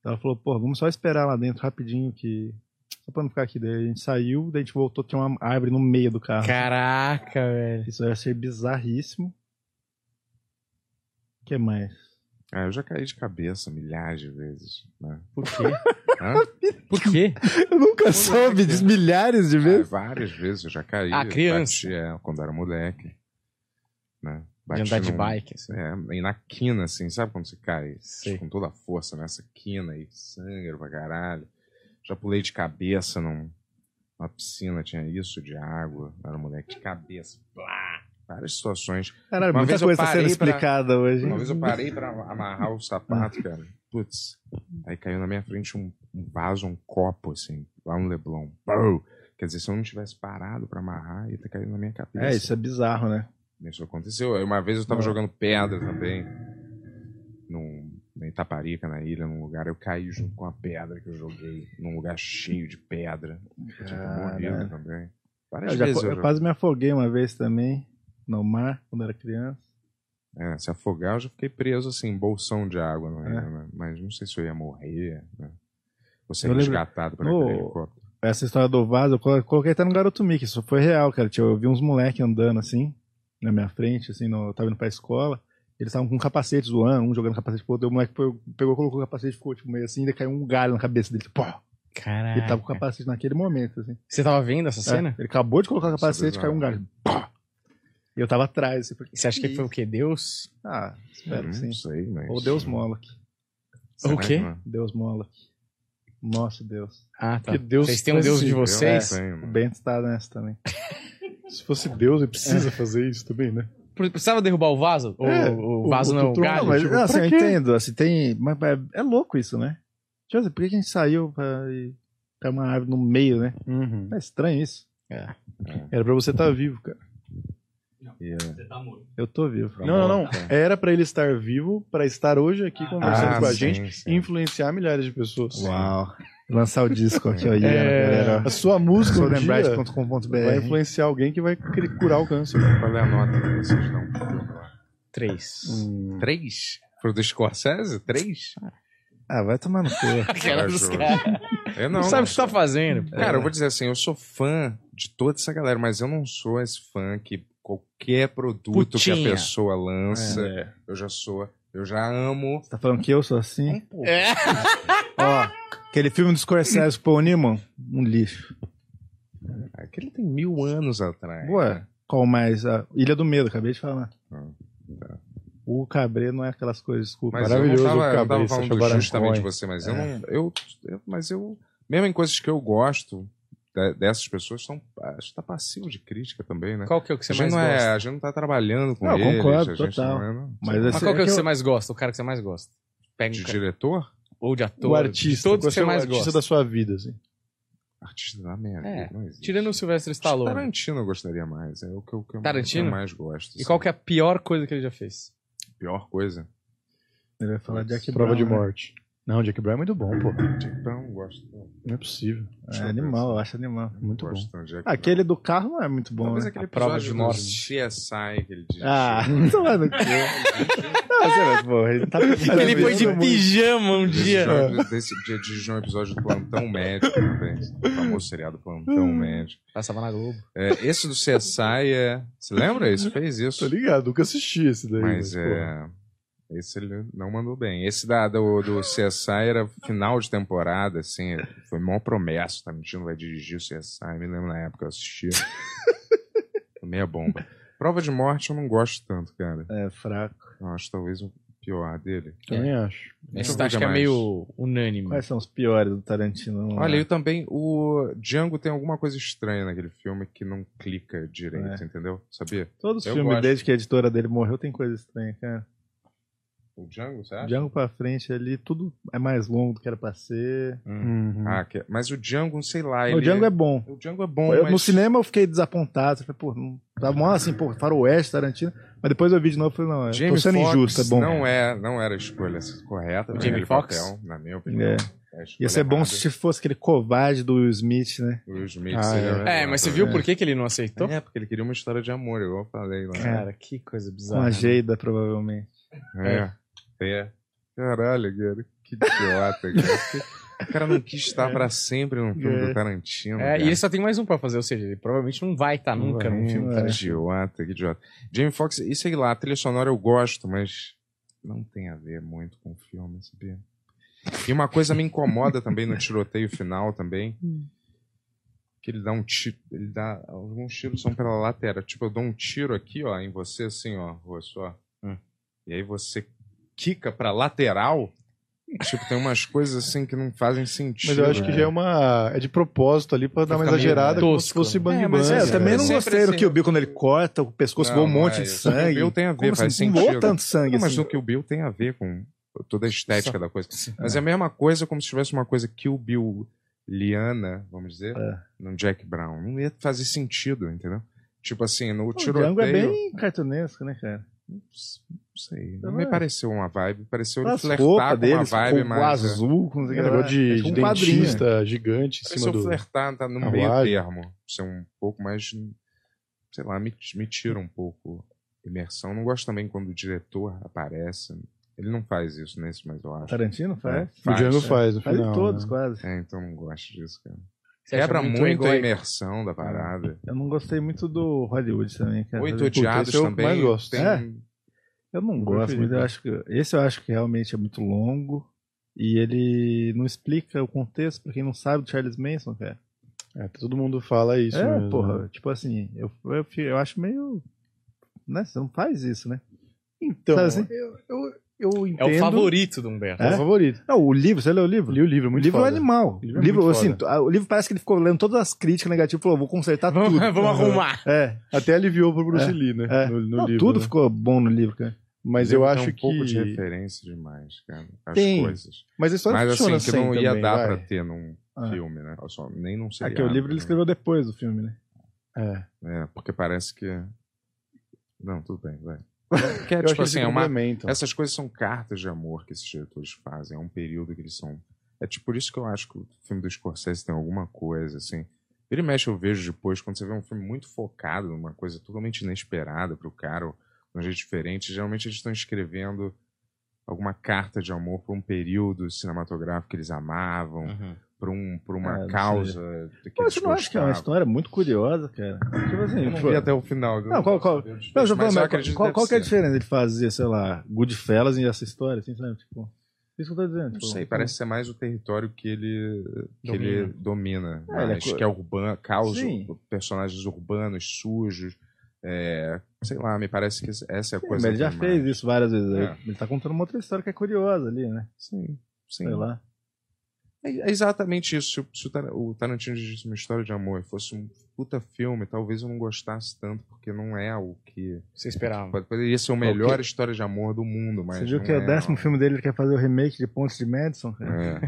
Speaker 4: Ela falou, pô, vamos só esperar lá dentro rapidinho que. Só pra não ficar aqui. Daí a gente saiu, daí a gente voltou, tinha uma árvore no meio do carro.
Speaker 1: Caraca, velho.
Speaker 4: Isso eu achei bizarríssimo. O que mais?
Speaker 3: Ah, eu já caí de cabeça milhares de vezes, né?
Speaker 1: Por quê?
Speaker 3: Hã?
Speaker 1: Por quê?
Speaker 4: Eu nunca
Speaker 3: soube, diz
Speaker 4: milhares de
Speaker 3: Ah, várias vezes eu já caí.
Speaker 1: Ah, criança.
Speaker 3: Bati, é, quando era moleque. Né?
Speaker 1: De
Speaker 3: Bati
Speaker 1: andar de
Speaker 4: um-
Speaker 3: num-
Speaker 1: bike, assim.
Speaker 3: É, e na quina, assim, sabe quando você cai
Speaker 1: Sei.
Speaker 3: com toda a força nessa quina e sangue pra caralho? Já pulei de cabeça num- numa piscina, tinha isso de água, era moleque de cabeça, blá, várias situações.
Speaker 4: Caralho,
Speaker 3: Uma
Speaker 4: muita
Speaker 3: vez eu
Speaker 4: coisa tá sendo
Speaker 3: parei pra-
Speaker 4: explicada hoje.
Speaker 3: Uma vez eu parei pra amarrar o sapato,
Speaker 4: Ah.
Speaker 3: cara, putz, aí caiu na minha frente um, um vaso, um copo, assim, lá no Leblon, Bum! Quer dizer, se eu não tivesse parado pra amarrar, ia ter caído na minha cabeça.
Speaker 4: É, isso é bizarro, né?
Speaker 3: Isso aconteceu. Aí Uma vez eu tava
Speaker 4: Ah.
Speaker 3: jogando pedra também. Num, na Itaparica, na ilha, num lugar. Eu caí junto com a pedra que eu joguei. Num lugar cheio de pedra. Eu tinha
Speaker 4: Caralho.
Speaker 3: morrido também. Várias
Speaker 4: Eu, já,
Speaker 3: vezes
Speaker 4: co-
Speaker 3: eu
Speaker 4: eu
Speaker 3: joguei.
Speaker 4: quase me afoguei uma vez também, no mar, quando era criança.
Speaker 3: É, se afogar, eu já fiquei preso assim, em bolsão de água. no
Speaker 4: É.
Speaker 3: rio, né? Mas não sei se eu ia morrer. Né? Ou ser
Speaker 4: Eu lembro-
Speaker 3: resgatado por
Speaker 4: No-
Speaker 3: aquele helicóptero.
Speaker 4: Essa história do vaso, eu colo- coloquei até no Garoto Mickey, isso foi real, cara. Tipo, eu vi uns moleques andando assim, na minha frente, assim, no, eu tava indo pra escola. Eles estavam com capacete zoando, um jogando capacete pro outro, daí o moleque pegou, pegou, colocou o capacete, ficou tipo meio assim, daí caiu um galho na cabeça dele. Pô,
Speaker 1: Caraca.
Speaker 4: ele tava com o capacete naquele momento, assim.
Speaker 1: Você tava vendo essa cena?
Speaker 4: tá- É, ele acabou de colocar o
Speaker 3: Nossa,
Speaker 4: capacete,
Speaker 3: bizarro.
Speaker 4: caiu um galho. Pá! E eu tava atrás, assim, falei,
Speaker 1: Você acha que foi o quê? Deus?
Speaker 4: ah, espero
Speaker 3: Hum, não
Speaker 4: que sim.
Speaker 3: sei, mas.
Speaker 4: Ou Deus Moloch.
Speaker 3: Será
Speaker 1: O quê?
Speaker 3: que não é?
Speaker 4: Deus Moloch. Nosso Deus.
Speaker 1: Ah, tá.
Speaker 2: Que Deus
Speaker 1: vocês têm um Deus de
Speaker 2: possível.
Speaker 1: vocês?
Speaker 3: Eu não sei, mano.
Speaker 4: O Bento tá nessa também.
Speaker 2: Se fosse Deus, ele precisa fazer isso também, né?
Speaker 1: Pre- Precisava derrubar o vaso? Ou
Speaker 2: É,
Speaker 1: o
Speaker 2: o-
Speaker 1: vaso
Speaker 2: o
Speaker 1: não, o
Speaker 2: trono,
Speaker 1: galho?
Speaker 4: Não, mas
Speaker 2: tipo,
Speaker 4: não, assim,
Speaker 2: pra
Speaker 4: eu
Speaker 2: quê?
Speaker 4: entendo, assim, tem. Mas, mas é louco isso, né? Deixa eu dizer, por que que a gente saiu pra ir pra uma árvore no meio, né?
Speaker 3: Uhum.
Speaker 4: É estranho isso. É.
Speaker 2: Era pra você
Speaker 4: tá
Speaker 2: estar vivo, cara.
Speaker 3: E, é,
Speaker 5: Você tá morto.
Speaker 4: Eu tô vivo.
Speaker 3: pra
Speaker 2: não, não, não.
Speaker 3: morte, né?
Speaker 2: Era pra ele estar vivo, pra estar hoje aqui
Speaker 5: Ah,
Speaker 2: conversando
Speaker 3: Ah,
Speaker 2: com a
Speaker 3: sim,
Speaker 2: gente
Speaker 3: sim.
Speaker 2: e influenciar milhares de pessoas.
Speaker 4: Uau. Lançar o disco aqui, ó, Iena,
Speaker 2: É,
Speaker 4: galera.
Speaker 2: a sua música um dia vai
Speaker 4: Soulbrite.com.br.
Speaker 2: influenciar alguém que vai cri- curar o câncer.
Speaker 3: Qual é a nota que vocês dão pro filme lá?
Speaker 1: Três.
Speaker 2: Uhum.
Speaker 3: Três? Foi o do Scorsese? Três?
Speaker 4: Ah, vai tomar no cu.
Speaker 1: Aquela dos
Speaker 3: Corajoso.
Speaker 1: caras.
Speaker 3: Eu né?
Speaker 1: Não, sabe o que você tá fazendo. pô.
Speaker 4: É.
Speaker 3: Cara, eu vou dizer assim, eu sou fã de toda essa galera, mas eu não sou esse fã que qualquer produto que
Speaker 1: Putinha.
Speaker 3: a pessoa lança,
Speaker 4: É.
Speaker 3: eu já sou, eu já amo.
Speaker 4: Você tá falando que eu sou assim?
Speaker 3: um pouco. né?
Speaker 1: É.
Speaker 4: Ó, aquele filme do Scorsese com o Paul Newman, um lixo.
Speaker 3: Aquele tem mil anos atrás.
Speaker 4: Ué, qual mais? A Ilha do Medo, acabei de falar.
Speaker 3: Hum, tá.
Speaker 4: O Cabré não é aquelas coisas, desculpa.
Speaker 3: Mas
Speaker 2: Maravilhoso
Speaker 3: eu não
Speaker 2: o
Speaker 3: tava, eu
Speaker 2: Cabeça,
Speaker 3: tava falando
Speaker 2: Chabarangó,
Speaker 3: justamente
Speaker 2: hein?
Speaker 3: você, mas eu não. Eu, eu- mas eu. Mesmo em coisas que eu gosto de- dessas pessoas, são, acho que tá passivo de crítica também, né?
Speaker 1: Qual que é o que você
Speaker 3: a,
Speaker 1: mais
Speaker 3: gente não
Speaker 1: gosta?
Speaker 3: é, a gente não tá trabalhando com
Speaker 4: Não,
Speaker 3: eles,
Speaker 4: concordo,
Speaker 3: a gente
Speaker 4: total.
Speaker 3: não é, não.
Speaker 4: Mas
Speaker 1: Mas qual
Speaker 4: esse-
Speaker 1: que é o que
Speaker 4: eu-
Speaker 1: você mais gosta? O cara que você mais gosta? Pega
Speaker 3: De
Speaker 1: um cara,
Speaker 3: diretor?
Speaker 1: ou de ator.
Speaker 2: O artista.
Speaker 1: De todos
Speaker 2: qual
Speaker 1: que você
Speaker 2: é o
Speaker 1: mais
Speaker 2: artista
Speaker 1: gosta.
Speaker 2: da sua vida, assim.
Speaker 3: Artista da merda.
Speaker 1: É,
Speaker 3: não existe.
Speaker 1: Tirando o
Speaker 2: Tá
Speaker 1: Sylvester
Speaker 3: Acho que
Speaker 1: Stallone.
Speaker 3: Tarantino eu gostaria mais. É o que eu, que eu-
Speaker 1: Tarantino?
Speaker 3: eu mais gosto.
Speaker 1: E qual que é a pior coisa que ele já fez?
Speaker 3: a pior coisa?
Speaker 4: Ele vai falar Jack
Speaker 2: Prova
Speaker 4: Brown,
Speaker 2: de
Speaker 4: né?
Speaker 2: morte. Não, Jack Brown é muito bom, pô.
Speaker 3: Jack Brown, eu gosto. Não
Speaker 2: Não é possível.
Speaker 3: Deixa
Speaker 4: É
Speaker 3: eu
Speaker 4: animal, eu acho animal.
Speaker 2: Muito
Speaker 3: gosto tanto de Jack
Speaker 4: Aquele do carro não é muito bom,
Speaker 3: Brown. Talvez
Speaker 4: né?
Speaker 3: aquele
Speaker 1: A prova
Speaker 3: episódio
Speaker 1: de
Speaker 3: do
Speaker 1: morte.
Speaker 3: CSI que ele diz.
Speaker 4: Ah, tomando cu. Não, você vai, porra, ele tá
Speaker 1: ele foi de pijama um
Speaker 3: Desse
Speaker 1: dia.
Speaker 3: jogo- Desse dia de um episódio do Plantão Médico também. O famoso seriado Plantão Médico.
Speaker 1: Passava na Globo.
Speaker 3: É, esse do CSI é. Você lembra? Esse fez
Speaker 2: Tô
Speaker 3: isso.
Speaker 2: ligado, nunca assisti esse daí.
Speaker 3: Mas
Speaker 2: pô.
Speaker 3: é. Esse ele não mandou bem. Esse da, do, do CSI era final de temporada, assim, foi mó promessa, tá mentindo, vai dirigir o CSI, me lembro na época eu assisti. Meia bomba. Prova de morte eu não gosto tanto, cara.
Speaker 4: É fraco.
Speaker 3: Eu acho talvez o pior dele.
Speaker 4: É,
Speaker 2: Também acho.
Speaker 3: Deixa eu
Speaker 1: Esse
Speaker 3: ver
Speaker 1: acho
Speaker 3: o
Speaker 1: que
Speaker 3: que
Speaker 1: é
Speaker 3: mais.
Speaker 1: meio unânime.
Speaker 2: é
Speaker 4: Quais são os piores do Tarantino? Vamos lá.
Speaker 3: Olha, eu também. O Django tem alguma coisa estranha naquele filme que não clica
Speaker 4: É.
Speaker 3: direito, entendeu? Sabia?
Speaker 4: Todos os
Speaker 3: eu
Speaker 4: filmes,
Speaker 3: gosto.
Speaker 4: desde que a editora dele morreu, tem coisa estranha, cara.
Speaker 3: O Django, você acha?
Speaker 4: Django pra frente ali, tudo é mais longo do que era pra ser.
Speaker 3: Hum.
Speaker 2: Uhum.
Speaker 3: Ah, que- mas o Django, sei lá.
Speaker 4: O
Speaker 3: ele-
Speaker 4: Django é bom.
Speaker 3: O Django é bom,
Speaker 4: Eu-
Speaker 3: mas...
Speaker 4: No cinema eu fiquei desapontado. eu Falei, pô, não... tava mó assim, pô, faroeste, Tarantino. Mas depois eu vi de novo e falei, não, eu tô
Speaker 3: Jamie
Speaker 4: sendo
Speaker 3: Foxx
Speaker 4: injusto, é bom.
Speaker 3: Não, é, não era a escolha correta.
Speaker 1: O
Speaker 3: pra
Speaker 1: Jamie
Speaker 3: aquele
Speaker 1: Foxx?
Speaker 3: papel, na minha opinião.
Speaker 4: É.
Speaker 3: É a escolha
Speaker 4: Ia ser bom
Speaker 3: errada.
Speaker 4: se fosse aquele covarde do Will Smith, né?
Speaker 3: O Will Smith,
Speaker 4: Ah,
Speaker 3: seria
Speaker 4: é.
Speaker 3: melhor,
Speaker 1: É, mas você
Speaker 3: né?
Speaker 1: viu por que, que ele não aceitou?
Speaker 3: É, porque ele queria uma história de amor, igual eu falei lá.
Speaker 4: É.
Speaker 1: Cara, que coisa
Speaker 4: Com a
Speaker 1: bizarra.
Speaker 4: Geida, provavelmente.
Speaker 3: É. É. Caralho, cara. Que idiota, cara. O cara não quis estar pra sempre num filme
Speaker 4: É.
Speaker 3: do Tarantino.
Speaker 1: É,
Speaker 3: cara.
Speaker 1: e ele só tem mais um pra fazer, ou seja, ele provavelmente não vai
Speaker 3: Ah,
Speaker 1: estar nunca num filme.
Speaker 4: né?
Speaker 3: Que idiota, Ah, tá, que idiota. Jamie Foxx, e sei lá, a trilha sonora eu gosto, mas não tem a ver muito com o filme, sabia? E uma coisa me incomoda também no tiroteio final também.
Speaker 4: Hum.
Speaker 3: Que ele dá um tiro, ele dá. Alguns tiros são pela lateral. Tipo, eu dou um tiro aqui, ó, em você, assim, ó, rosto, ó.
Speaker 1: Hum.
Speaker 3: E aí você quica pra lateral. Tipo, tem umas coisas assim que não fazem sentido. né?
Speaker 2: Mas eu acho que já é uma. É de propósito ali pra dar uma
Speaker 1: ficar meio
Speaker 2: exagerada, como se
Speaker 1: tosco,
Speaker 2: fosse
Speaker 1: né?
Speaker 2: bang
Speaker 3: É, mas
Speaker 2: bang.
Speaker 4: É, eu
Speaker 3: Sim,
Speaker 4: também
Speaker 3: é.
Speaker 4: não
Speaker 3: Sempre
Speaker 4: gostei do
Speaker 3: assim.
Speaker 4: que o Bill quando ele corta, o pescoço
Speaker 3: Não,
Speaker 4: voa um
Speaker 3: não
Speaker 4: monte
Speaker 3: é
Speaker 4: de
Speaker 3: isso. O
Speaker 4: sangue.
Speaker 3: Bill tem a ver,
Speaker 4: Como
Speaker 3: faz
Speaker 4: assim? Voou
Speaker 3: sentido.
Speaker 4: tanto sangue.
Speaker 3: Não, mas
Speaker 4: assim.
Speaker 3: o Kill Bill tem a ver com toda a estética da coisa. Mas é a mesma coisa como se tivesse uma coisa Kill Bill Liana, vamos dizer,
Speaker 4: É.
Speaker 3: num Jack Brown. Não ia fazer sentido, entendeu? Tipo assim, no
Speaker 4: O Django
Speaker 3: tiroteio.
Speaker 4: é bem cartunesco, né, cara?
Speaker 3: Não sei. Não
Speaker 4: Não
Speaker 3: me
Speaker 4: é?
Speaker 3: pareceu uma vibe. Pareceu ele
Speaker 4: As
Speaker 3: flertar
Speaker 4: roupas
Speaker 3: com uma
Speaker 4: deles,
Speaker 3: vibe
Speaker 4: com o
Speaker 3: mais. é.
Speaker 4: azul, com não sei o
Speaker 2: É
Speaker 4: que lá.
Speaker 2: negócio de,
Speaker 4: É
Speaker 2: de
Speaker 4: tipo um quadrinho.
Speaker 2: dentista gigante em cima
Speaker 4: um
Speaker 3: Pareceu
Speaker 2: do.
Speaker 3: flertar, tá no
Speaker 2: Ah,
Speaker 3: meio
Speaker 2: lá.
Speaker 3: termo. Ser um pouco mais. Sei lá, me, me tira um pouco a imersão. Não gosto também quando o diretor aparece. Ele não faz isso nesse, mas eu acho.
Speaker 4: Tarantino faz?
Speaker 2: O Django
Speaker 3: é.
Speaker 2: faz, no
Speaker 4: Faz
Speaker 2: final.
Speaker 4: em todos,
Speaker 2: né?
Speaker 4: quase.
Speaker 3: É, então não gosto disso, cara.
Speaker 1: Você acha
Speaker 3: Quebra É muito, a
Speaker 1: egoico?
Speaker 3: imersão da parada.
Speaker 4: Eu não gostei muito do Hollywood também, cara.
Speaker 3: Oito
Speaker 4: Eu-
Speaker 3: odiados
Speaker 2: É. esse eu
Speaker 3: também.
Speaker 2: mais gosto.
Speaker 3: Tem...
Speaker 4: É? Eu não gosto,
Speaker 2: preferido.
Speaker 4: mas eu acho que. Esse eu acho que realmente é muito longo. E ele não explica o contexto pra quem não sabe do Charles Manson, cara.
Speaker 2: É, todo mundo fala isso.
Speaker 4: é,
Speaker 2: mesmo,
Speaker 4: porra.
Speaker 2: né?
Speaker 4: Tipo assim, eu, eu, fi- eu acho meio. Né? Você não faz isso, né?
Speaker 2: Então,
Speaker 4: Sabe assim?
Speaker 2: eu, eu, eu
Speaker 1: É o
Speaker 2: entendo-
Speaker 1: favorito do Humberto.
Speaker 2: É o
Speaker 4: É?
Speaker 2: favorito.
Speaker 4: Não, o livro, você leu o livro?
Speaker 2: Li o livro, é
Speaker 4: O
Speaker 2: muito
Speaker 4: livro é um
Speaker 2: foda.
Speaker 4: animal.
Speaker 2: O livro
Speaker 4: O
Speaker 2: é
Speaker 4: livro,
Speaker 2: muito
Speaker 4: assim,
Speaker 2: foda.
Speaker 4: t- ah, o livro parece que ele ficou lendo todas as críticas negativas e falou: vou consertar
Speaker 1: Vamos,
Speaker 4: tudo.
Speaker 1: vamos arrumar.
Speaker 4: É.
Speaker 2: Até aliviou pro Bruce Lee, né?
Speaker 4: é.
Speaker 2: No, no
Speaker 4: Não,
Speaker 2: livro.
Speaker 4: tudo
Speaker 2: né?
Speaker 4: ficou bom no livro, cara.
Speaker 2: Mas eu
Speaker 3: tem
Speaker 2: acho
Speaker 3: um pouco de
Speaker 2: que.
Speaker 3: referência demais, cara. As
Speaker 2: Tem.
Speaker 3: coisas.
Speaker 2: Mas a história
Speaker 3: Mas
Speaker 2: funciona
Speaker 3: assim, que não
Speaker 2: sem
Speaker 3: ia
Speaker 2: também,
Speaker 3: dar
Speaker 2: vai. É.
Speaker 3: pra ter num
Speaker 4: Ah.
Speaker 3: filme, né? Eu só, nem num
Speaker 4: É
Speaker 3: seriado.
Speaker 4: que o livro ele
Speaker 3: né?
Speaker 4: escreveu depois do filme, né?
Speaker 2: É.
Speaker 3: É, porque parece que... Não, tudo bem, vai. Que é,
Speaker 2: Eu acho
Speaker 3: tipo
Speaker 2: que eles
Speaker 3: assim,
Speaker 2: se
Speaker 3: é uma...
Speaker 4: Então
Speaker 2: complementam.
Speaker 3: Essas coisas são cartas de amor que esses diretores fazem. É um período que eles são... É tipo por isso que eu acho que o filme do Scorsese tem alguma coisa, assim... Ele mexe, eu vejo depois, quando você vê um filme muito focado numa coisa totalmente inesperada pro cara, ou de um jeito diferente, geralmente eles estão escrevendo alguma carta de amor por um período cinematográfico que eles amavam, pra, um, pra
Speaker 4: Ah,
Speaker 3: uma
Speaker 4: não sei.
Speaker 3: causa que eles
Speaker 4: Mas eu não acho que é uma
Speaker 3: gostavam.
Speaker 4: história muito curiosa, cara. Tipo assim,
Speaker 3: Eu não
Speaker 4: tipo,
Speaker 3: vi até o final. eu
Speaker 4: Não, qual- qual-
Speaker 3: sabia o desfecho,
Speaker 4: Não, eu tô
Speaker 3: mas
Speaker 4: falando,
Speaker 3: eu
Speaker 4: mas
Speaker 3: acredito
Speaker 4: qual,
Speaker 3: que
Speaker 4: qual que é a
Speaker 3: deve ser.
Speaker 4: diferença de fazer, sei lá, Goodfellas e essa história, assim, sabe? Tipo, isso que eu tô dizendo.
Speaker 3: Não
Speaker 4: tipo,
Speaker 3: sei, parece ser mais o território que ele que
Speaker 2: Domina.
Speaker 3: ele domina.
Speaker 4: É, ele é
Speaker 3: mas
Speaker 4: co-
Speaker 3: que é urbano, causa
Speaker 4: Sim.
Speaker 3: personagens urbanos, sujos. é, sei lá, me parece que essa é a
Speaker 4: Sim, mas
Speaker 3: coisa.
Speaker 4: ele já
Speaker 3: que
Speaker 4: fez
Speaker 3: mais-
Speaker 4: isso várias vezes.
Speaker 3: É.
Speaker 4: Ele tá contando uma outra história que é curiosa ali, né?
Speaker 3: Sim, sim.
Speaker 4: Sei lá.
Speaker 3: É é exatamente isso. Se o- Se o Tar- o Tarantino disse uma história de amor fosse um puta filme, talvez eu não gostasse tanto, porque não é o que.
Speaker 1: Você esperava.
Speaker 3: Pode- Poderia ser a melhor história de amor do mundo, mas.
Speaker 4: Você viu
Speaker 3: não
Speaker 4: que é
Speaker 3: é,
Speaker 4: o décimo filme dele, ele quer fazer o remake de Pontes de Madison? Cara.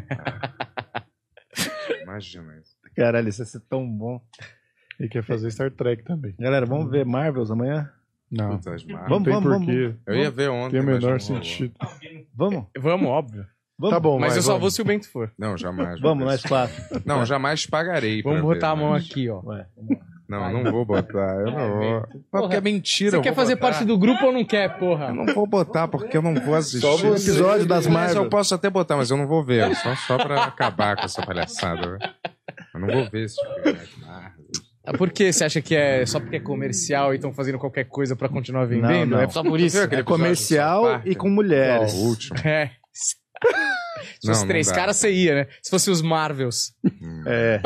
Speaker 3: É. Imagina isso.
Speaker 4: Caralho, isso ia ser tão bom.
Speaker 2: Ele quer fazer Star Trek também.
Speaker 4: Galera, vamos ver Marvels amanhã?
Speaker 2: Não.
Speaker 3: Puta, as marcas.
Speaker 2: Não
Speaker 4: Vamos,
Speaker 2: tem
Speaker 4: vamos,
Speaker 2: porquê.
Speaker 3: Eu ia ver ontem.
Speaker 2: Tem o
Speaker 3: mas
Speaker 2: menor
Speaker 3: não rolou.
Speaker 2: sentido.
Speaker 4: Vamos?
Speaker 1: Vamos, óbvio.
Speaker 4: Vamos.
Speaker 2: Tá bom,
Speaker 1: Mas
Speaker 2: vai,
Speaker 1: eu só
Speaker 2: vamos.
Speaker 1: vou se o Bento for.
Speaker 3: Não, jamais.
Speaker 4: Vamos,
Speaker 3: vou ver.
Speaker 4: nós quatro.
Speaker 3: Não, jamais pagarei. pra
Speaker 1: Vamos
Speaker 3: ver, né?
Speaker 1: botar a mão
Speaker 3: mas-
Speaker 1: aqui, ó.
Speaker 4: Ué.
Speaker 3: Não, não vou botar. Eu não vou. Mas Porque
Speaker 1: Porra,
Speaker 3: é mentira.
Speaker 1: Você
Speaker 3: eu
Speaker 1: quer
Speaker 3: vou
Speaker 1: fazer
Speaker 3: botar.
Speaker 1: parte do grupo ou não quer, porra?
Speaker 3: Eu não vou botar porque eu não vou assistir.
Speaker 4: Só o episódio das
Speaker 3: Mas eu
Speaker 4: Marvel.
Speaker 3: posso até botar, mas eu não vou ver. É Só, só pra acabar com essa palhaçada. né? Eu não vou ver esse filme. das Marvel.
Speaker 1: Por que você acha que é só porque é comercial e estão fazendo qualquer coisa pra continuar vendendo?
Speaker 4: não.
Speaker 1: É só por isso.
Speaker 3: Viu aquele
Speaker 4: É
Speaker 3: episódio do South
Speaker 4: comercial
Speaker 3: Park?
Speaker 4: e com mulheres.
Speaker 3: Ó, O último.
Speaker 1: É. Se fosse
Speaker 3: não
Speaker 1: três
Speaker 3: dá. Hum.
Speaker 1: caras, você ia, né? Se fosse os Marvels.
Speaker 4: É.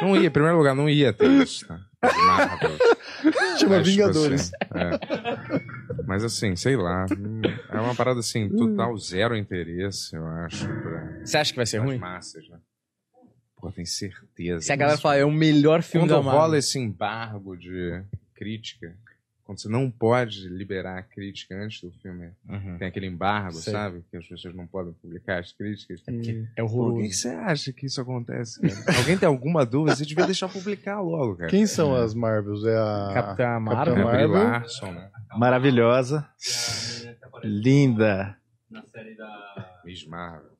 Speaker 3: Não ia, em primeiro lugar, não ia ter isso. Tá? Marvel.
Speaker 2: Chama
Speaker 3: Mas, tipo
Speaker 2: Vingadores.
Speaker 3: assim, é. Mas assim, sei lá. hum, É uma parada assim, total zero interesse, eu acho, pra
Speaker 1: Você acha que vai ser
Speaker 3: as
Speaker 1: ruim?
Speaker 3: massas, né? Pô, tem certeza.
Speaker 1: Se a galera
Speaker 3: disso. né?
Speaker 1: falar, é o melhor filme da
Speaker 3: Quando
Speaker 1: Marvel.
Speaker 3: rola esse embargo de crítica, quando você não pode liberar a crítica antes do filme,
Speaker 1: Uhum.
Speaker 3: tem aquele embargo,
Speaker 1: Sei.
Speaker 3: sabe? Que as pessoas não podem publicar as críticas.
Speaker 2: Hum.
Speaker 1: É
Speaker 3: Pô, o que
Speaker 1: horroroso.
Speaker 3: que você acha que isso acontece, cara? Alguém tem alguma dúvida? Você devia deixar publicar logo, cara.
Speaker 2: Quem são as Marvels? É a.
Speaker 4: Ah,
Speaker 1: Capitã Marvel.
Speaker 3: é
Speaker 2: Capitã
Speaker 3: Brie
Speaker 2: Marvel?
Speaker 3: Larson, né?
Speaker 4: Maravilhosa. Linda.
Speaker 5: Na série da,
Speaker 3: Miss Marvel.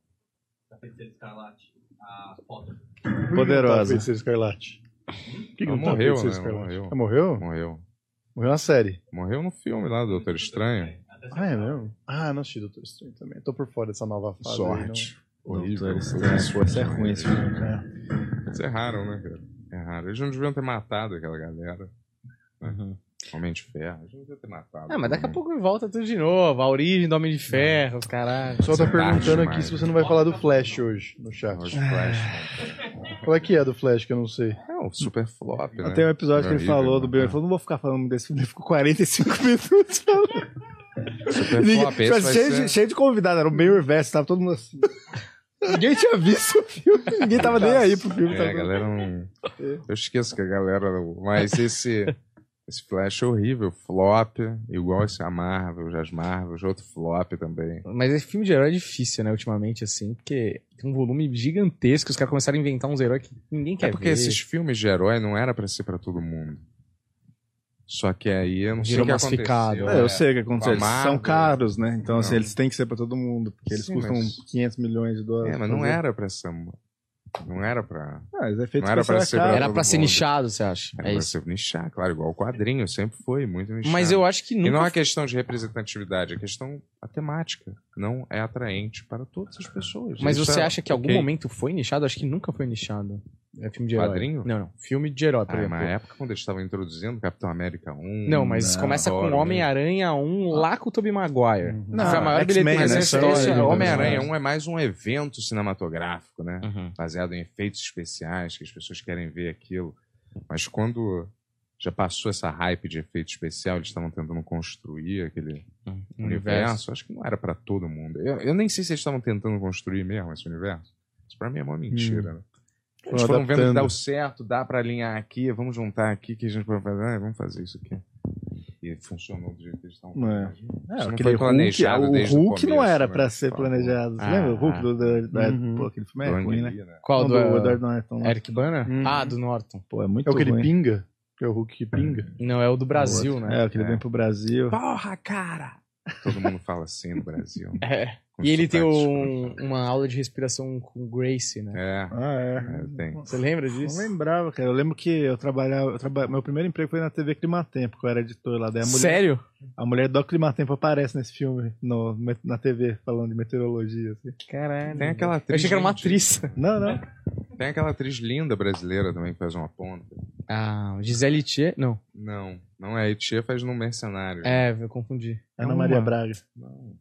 Speaker 5: da Feiticeira Escarlate. A foto.
Speaker 2: Por que
Speaker 4: Poderosa.
Speaker 2: Não tá Feiticeira Escarlate. Por que que
Speaker 3: Ela
Speaker 2: não tá
Speaker 3: morreu,
Speaker 2: Feiticeira
Speaker 3: né? Ela
Speaker 2: Escarlate?
Speaker 3: morreu.
Speaker 2: Ela morreu?
Speaker 3: Morreu.
Speaker 2: Morreu na série.
Speaker 3: Morreu no filme lá do Doutor Estranho.
Speaker 2: Ah, é mesmo? Ah, não assisti Doutor Estranho também. Tô por fora dessa nova fase. aí,
Speaker 3: Sorte. Horrível.
Speaker 4: Doutor
Speaker 3: Foi
Speaker 4: Estranho.
Speaker 3: sorte,
Speaker 4: Isso é
Speaker 3: né?
Speaker 4: ruim esse filme, cara.
Speaker 3: Eles erraram, né, cara?
Speaker 4: É.
Speaker 3: Erraram. Eles não deviam ter matado aquela galera. né?
Speaker 4: Uhum.
Speaker 3: Homem de ferro. Eles não deviam ter matado.
Speaker 1: Ah, mas daqui a
Speaker 3: Né?
Speaker 1: pouco volta tudo de novo. A origem do Homem de Ferro, os caralho.
Speaker 2: O pessoal tá
Speaker 3: Você bate
Speaker 2: perguntando aqui
Speaker 3: demais.
Speaker 2: se você não vai falar do Flash hoje no chat.
Speaker 3: Hoje Flash,
Speaker 2: Qual é que é do Flash que eu não sei?
Speaker 3: né? É um super flop, né?
Speaker 4: Até o um episódio que ele
Speaker 3: Horrível,
Speaker 4: falou do
Speaker 3: né?
Speaker 4: Bill, ele falou, não vou ficar falando desse filme, ele ficou 45 minutos É. falando.
Speaker 3: Super
Speaker 4: Ninguém- tá
Speaker 3: flop. Esse vai
Speaker 4: cheio,
Speaker 3: ser...
Speaker 4: de, cheio de convidado, era o meio verso, tava todo mundo assim. Tá. ninguém tinha visto o filme, ninguém tava nem aí pro filme. É.
Speaker 3: É,
Speaker 4: tava-
Speaker 3: a galera não... Eu esqueço que a galera... não- Mas esse... Esse Flash é horrível, flop, igual esse a Marvel, as Marvels, outro flop também.
Speaker 1: Mas esse filme de herói é difícil, né, ultimamente, assim, porque tem um volume gigantesco, os caras começaram a inventar uns heróis que ninguém quer
Speaker 3: É porque
Speaker 1: ver.
Speaker 3: esses filmes de herói não era pra ser pra todo mundo. Só que aí eu não sei o
Speaker 1: Virou
Speaker 3: que
Speaker 1: massificado,
Speaker 3: aconteceu.
Speaker 4: É, eu sei o que aconteceu.
Speaker 3: Com a
Speaker 4: Eles são
Speaker 3: Marvel.
Speaker 4: caros, né? Então, assim,
Speaker 3: Não.
Speaker 4: eles têm que ser pra todo mundo, porque eles
Speaker 3: Sim,
Speaker 4: custam
Speaker 3: mas-
Speaker 4: 500 milhões de dólares.
Speaker 3: É, mas não
Speaker 4: pra fazer.
Speaker 3: era pra ser. Não era pra.
Speaker 4: Ah, os efeitos
Speaker 3: Não era pra
Speaker 4: especiais
Speaker 3: ser
Speaker 4: caros.
Speaker 3: pra-
Speaker 1: Era pra ser
Speaker 3: Todo mundo.
Speaker 1: nichado, você acha?
Speaker 3: Era
Speaker 1: É
Speaker 3: pra
Speaker 1: isso.
Speaker 3: ser nichar, claro, igual o quadrinho, sempre foi muito nichado.
Speaker 1: Mas eu acho que
Speaker 3: E não
Speaker 1: nunca
Speaker 3: é questão de representatividade, é questão a temática. Não é atraente para todas as pessoas.
Speaker 1: Mas
Speaker 3: Isso
Speaker 1: você
Speaker 3: é
Speaker 1: acha que em algum
Speaker 3: ok.
Speaker 1: momento foi nichado? Acho que nunca foi nichado. É filme de herói.
Speaker 3: Quadrinho?
Speaker 1: Não, não. Filme de herói, por
Speaker 3: Ah,
Speaker 1: exemplo.
Speaker 3: na época, quando eles estavam introduzindo Capitão América né, 1.
Speaker 1: Não, né? Ah. mas
Speaker 4: Não,
Speaker 1: começa
Speaker 3: adoro,
Speaker 1: com Homem-Aranha 1 lá com o Tobey Maguire.
Speaker 2: Uhum.
Speaker 1: Que foi é a maior
Speaker 4: X-Men,
Speaker 1: bilheteria
Speaker 4: né?
Speaker 1: da
Speaker 4: Só
Speaker 1: história.
Speaker 4: isso,
Speaker 1: do
Speaker 3: Homem-Aranha 1 é mais um evento cinematográfico, né?
Speaker 1: Uhum.
Speaker 3: baseado em efeitos especiais, que as pessoas querem ver aquilo. Mas quando já passou essa hype de efeito especial, eles estavam tentando construir aquele
Speaker 1: uhum.
Speaker 3: Um universo, acho que não era pra todo mundo. Eu, eu nem sei se eles estavam tentando construir mesmo esse universo. Isso pra mim é uma mentira, né? Eles
Speaker 2: Foram
Speaker 3: foram vendo que dá
Speaker 2: adaptando.
Speaker 3: o certo, dá pra alinhar aqui, vamos juntar aqui, que a gente vai fazer, ah, vamos fazer isso aqui. E funcionou do jeito que eles estavam
Speaker 4: É. É,
Speaker 3: Isso não
Speaker 4: aquele
Speaker 3: foi planejado
Speaker 4: Hulk,
Speaker 3: desde
Speaker 4: o
Speaker 3: o
Speaker 4: Hulk não
Speaker 3: começo,
Speaker 4: era
Speaker 3: né?
Speaker 4: pra ser
Speaker 3: Ah.
Speaker 4: planejado. Você
Speaker 1: Ah.
Speaker 4: lembra o Hulk do, do, da-
Speaker 2: Uhum.
Speaker 4: pô, aquele filme é
Speaker 3: Do
Speaker 4: ruim,
Speaker 3: Ang
Speaker 4: né?
Speaker 3: Lee, né?
Speaker 1: Qual
Speaker 4: Não,
Speaker 1: do, é,
Speaker 4: do Edward Norton. lá.
Speaker 1: Eric Bana?
Speaker 2: Uhum.
Speaker 1: Ah, do Norton.
Speaker 4: é Pô, é muito
Speaker 2: É o que ele
Speaker 4: ruim.
Speaker 2: pinga? Que é o Hulk que pinga?
Speaker 1: Não, é o do Brasil,
Speaker 4: Outro.
Speaker 1: né?
Speaker 4: É, o que ele
Speaker 3: É.
Speaker 4: vem pro Brasil.
Speaker 3: Porra, cara! Todo mundo fala assim no Brasil.
Speaker 1: É.
Speaker 3: com
Speaker 1: E ele tem
Speaker 3: sotaque
Speaker 1: um-
Speaker 4: né?
Speaker 1: uma aula de respiração com Grace, né?
Speaker 3: É,
Speaker 4: Ah, é.
Speaker 3: é, tem.
Speaker 1: Você lembra disso?
Speaker 4: Não lembrava, cara. Eu lembro que eu trabalhava. eu traba- Meu primeiro emprego foi na TV Climatempo, que eu era editor lá. Daí a É mulher,
Speaker 1: Sério?
Speaker 4: a mulher do Climatempo aparece nesse filme, no, na TV, falando de meteorologia. assim.
Speaker 1: Caralho.
Speaker 3: Tem aquela
Speaker 1: Eu
Speaker 3: atriz.
Speaker 1: achei que era uma
Speaker 3: lindíssima.
Speaker 1: atriz.
Speaker 4: Não, não.
Speaker 3: Tem aquela atriz linda brasileira também que faz uma ponta.
Speaker 1: Ah, Gisele Thier? Não.
Speaker 3: Não, não é. A Tia faz no Mercenário.
Speaker 1: É, eu confundi.
Speaker 4: Ana
Speaker 1: uma.
Speaker 4: Maria Braga.
Speaker 3: Não.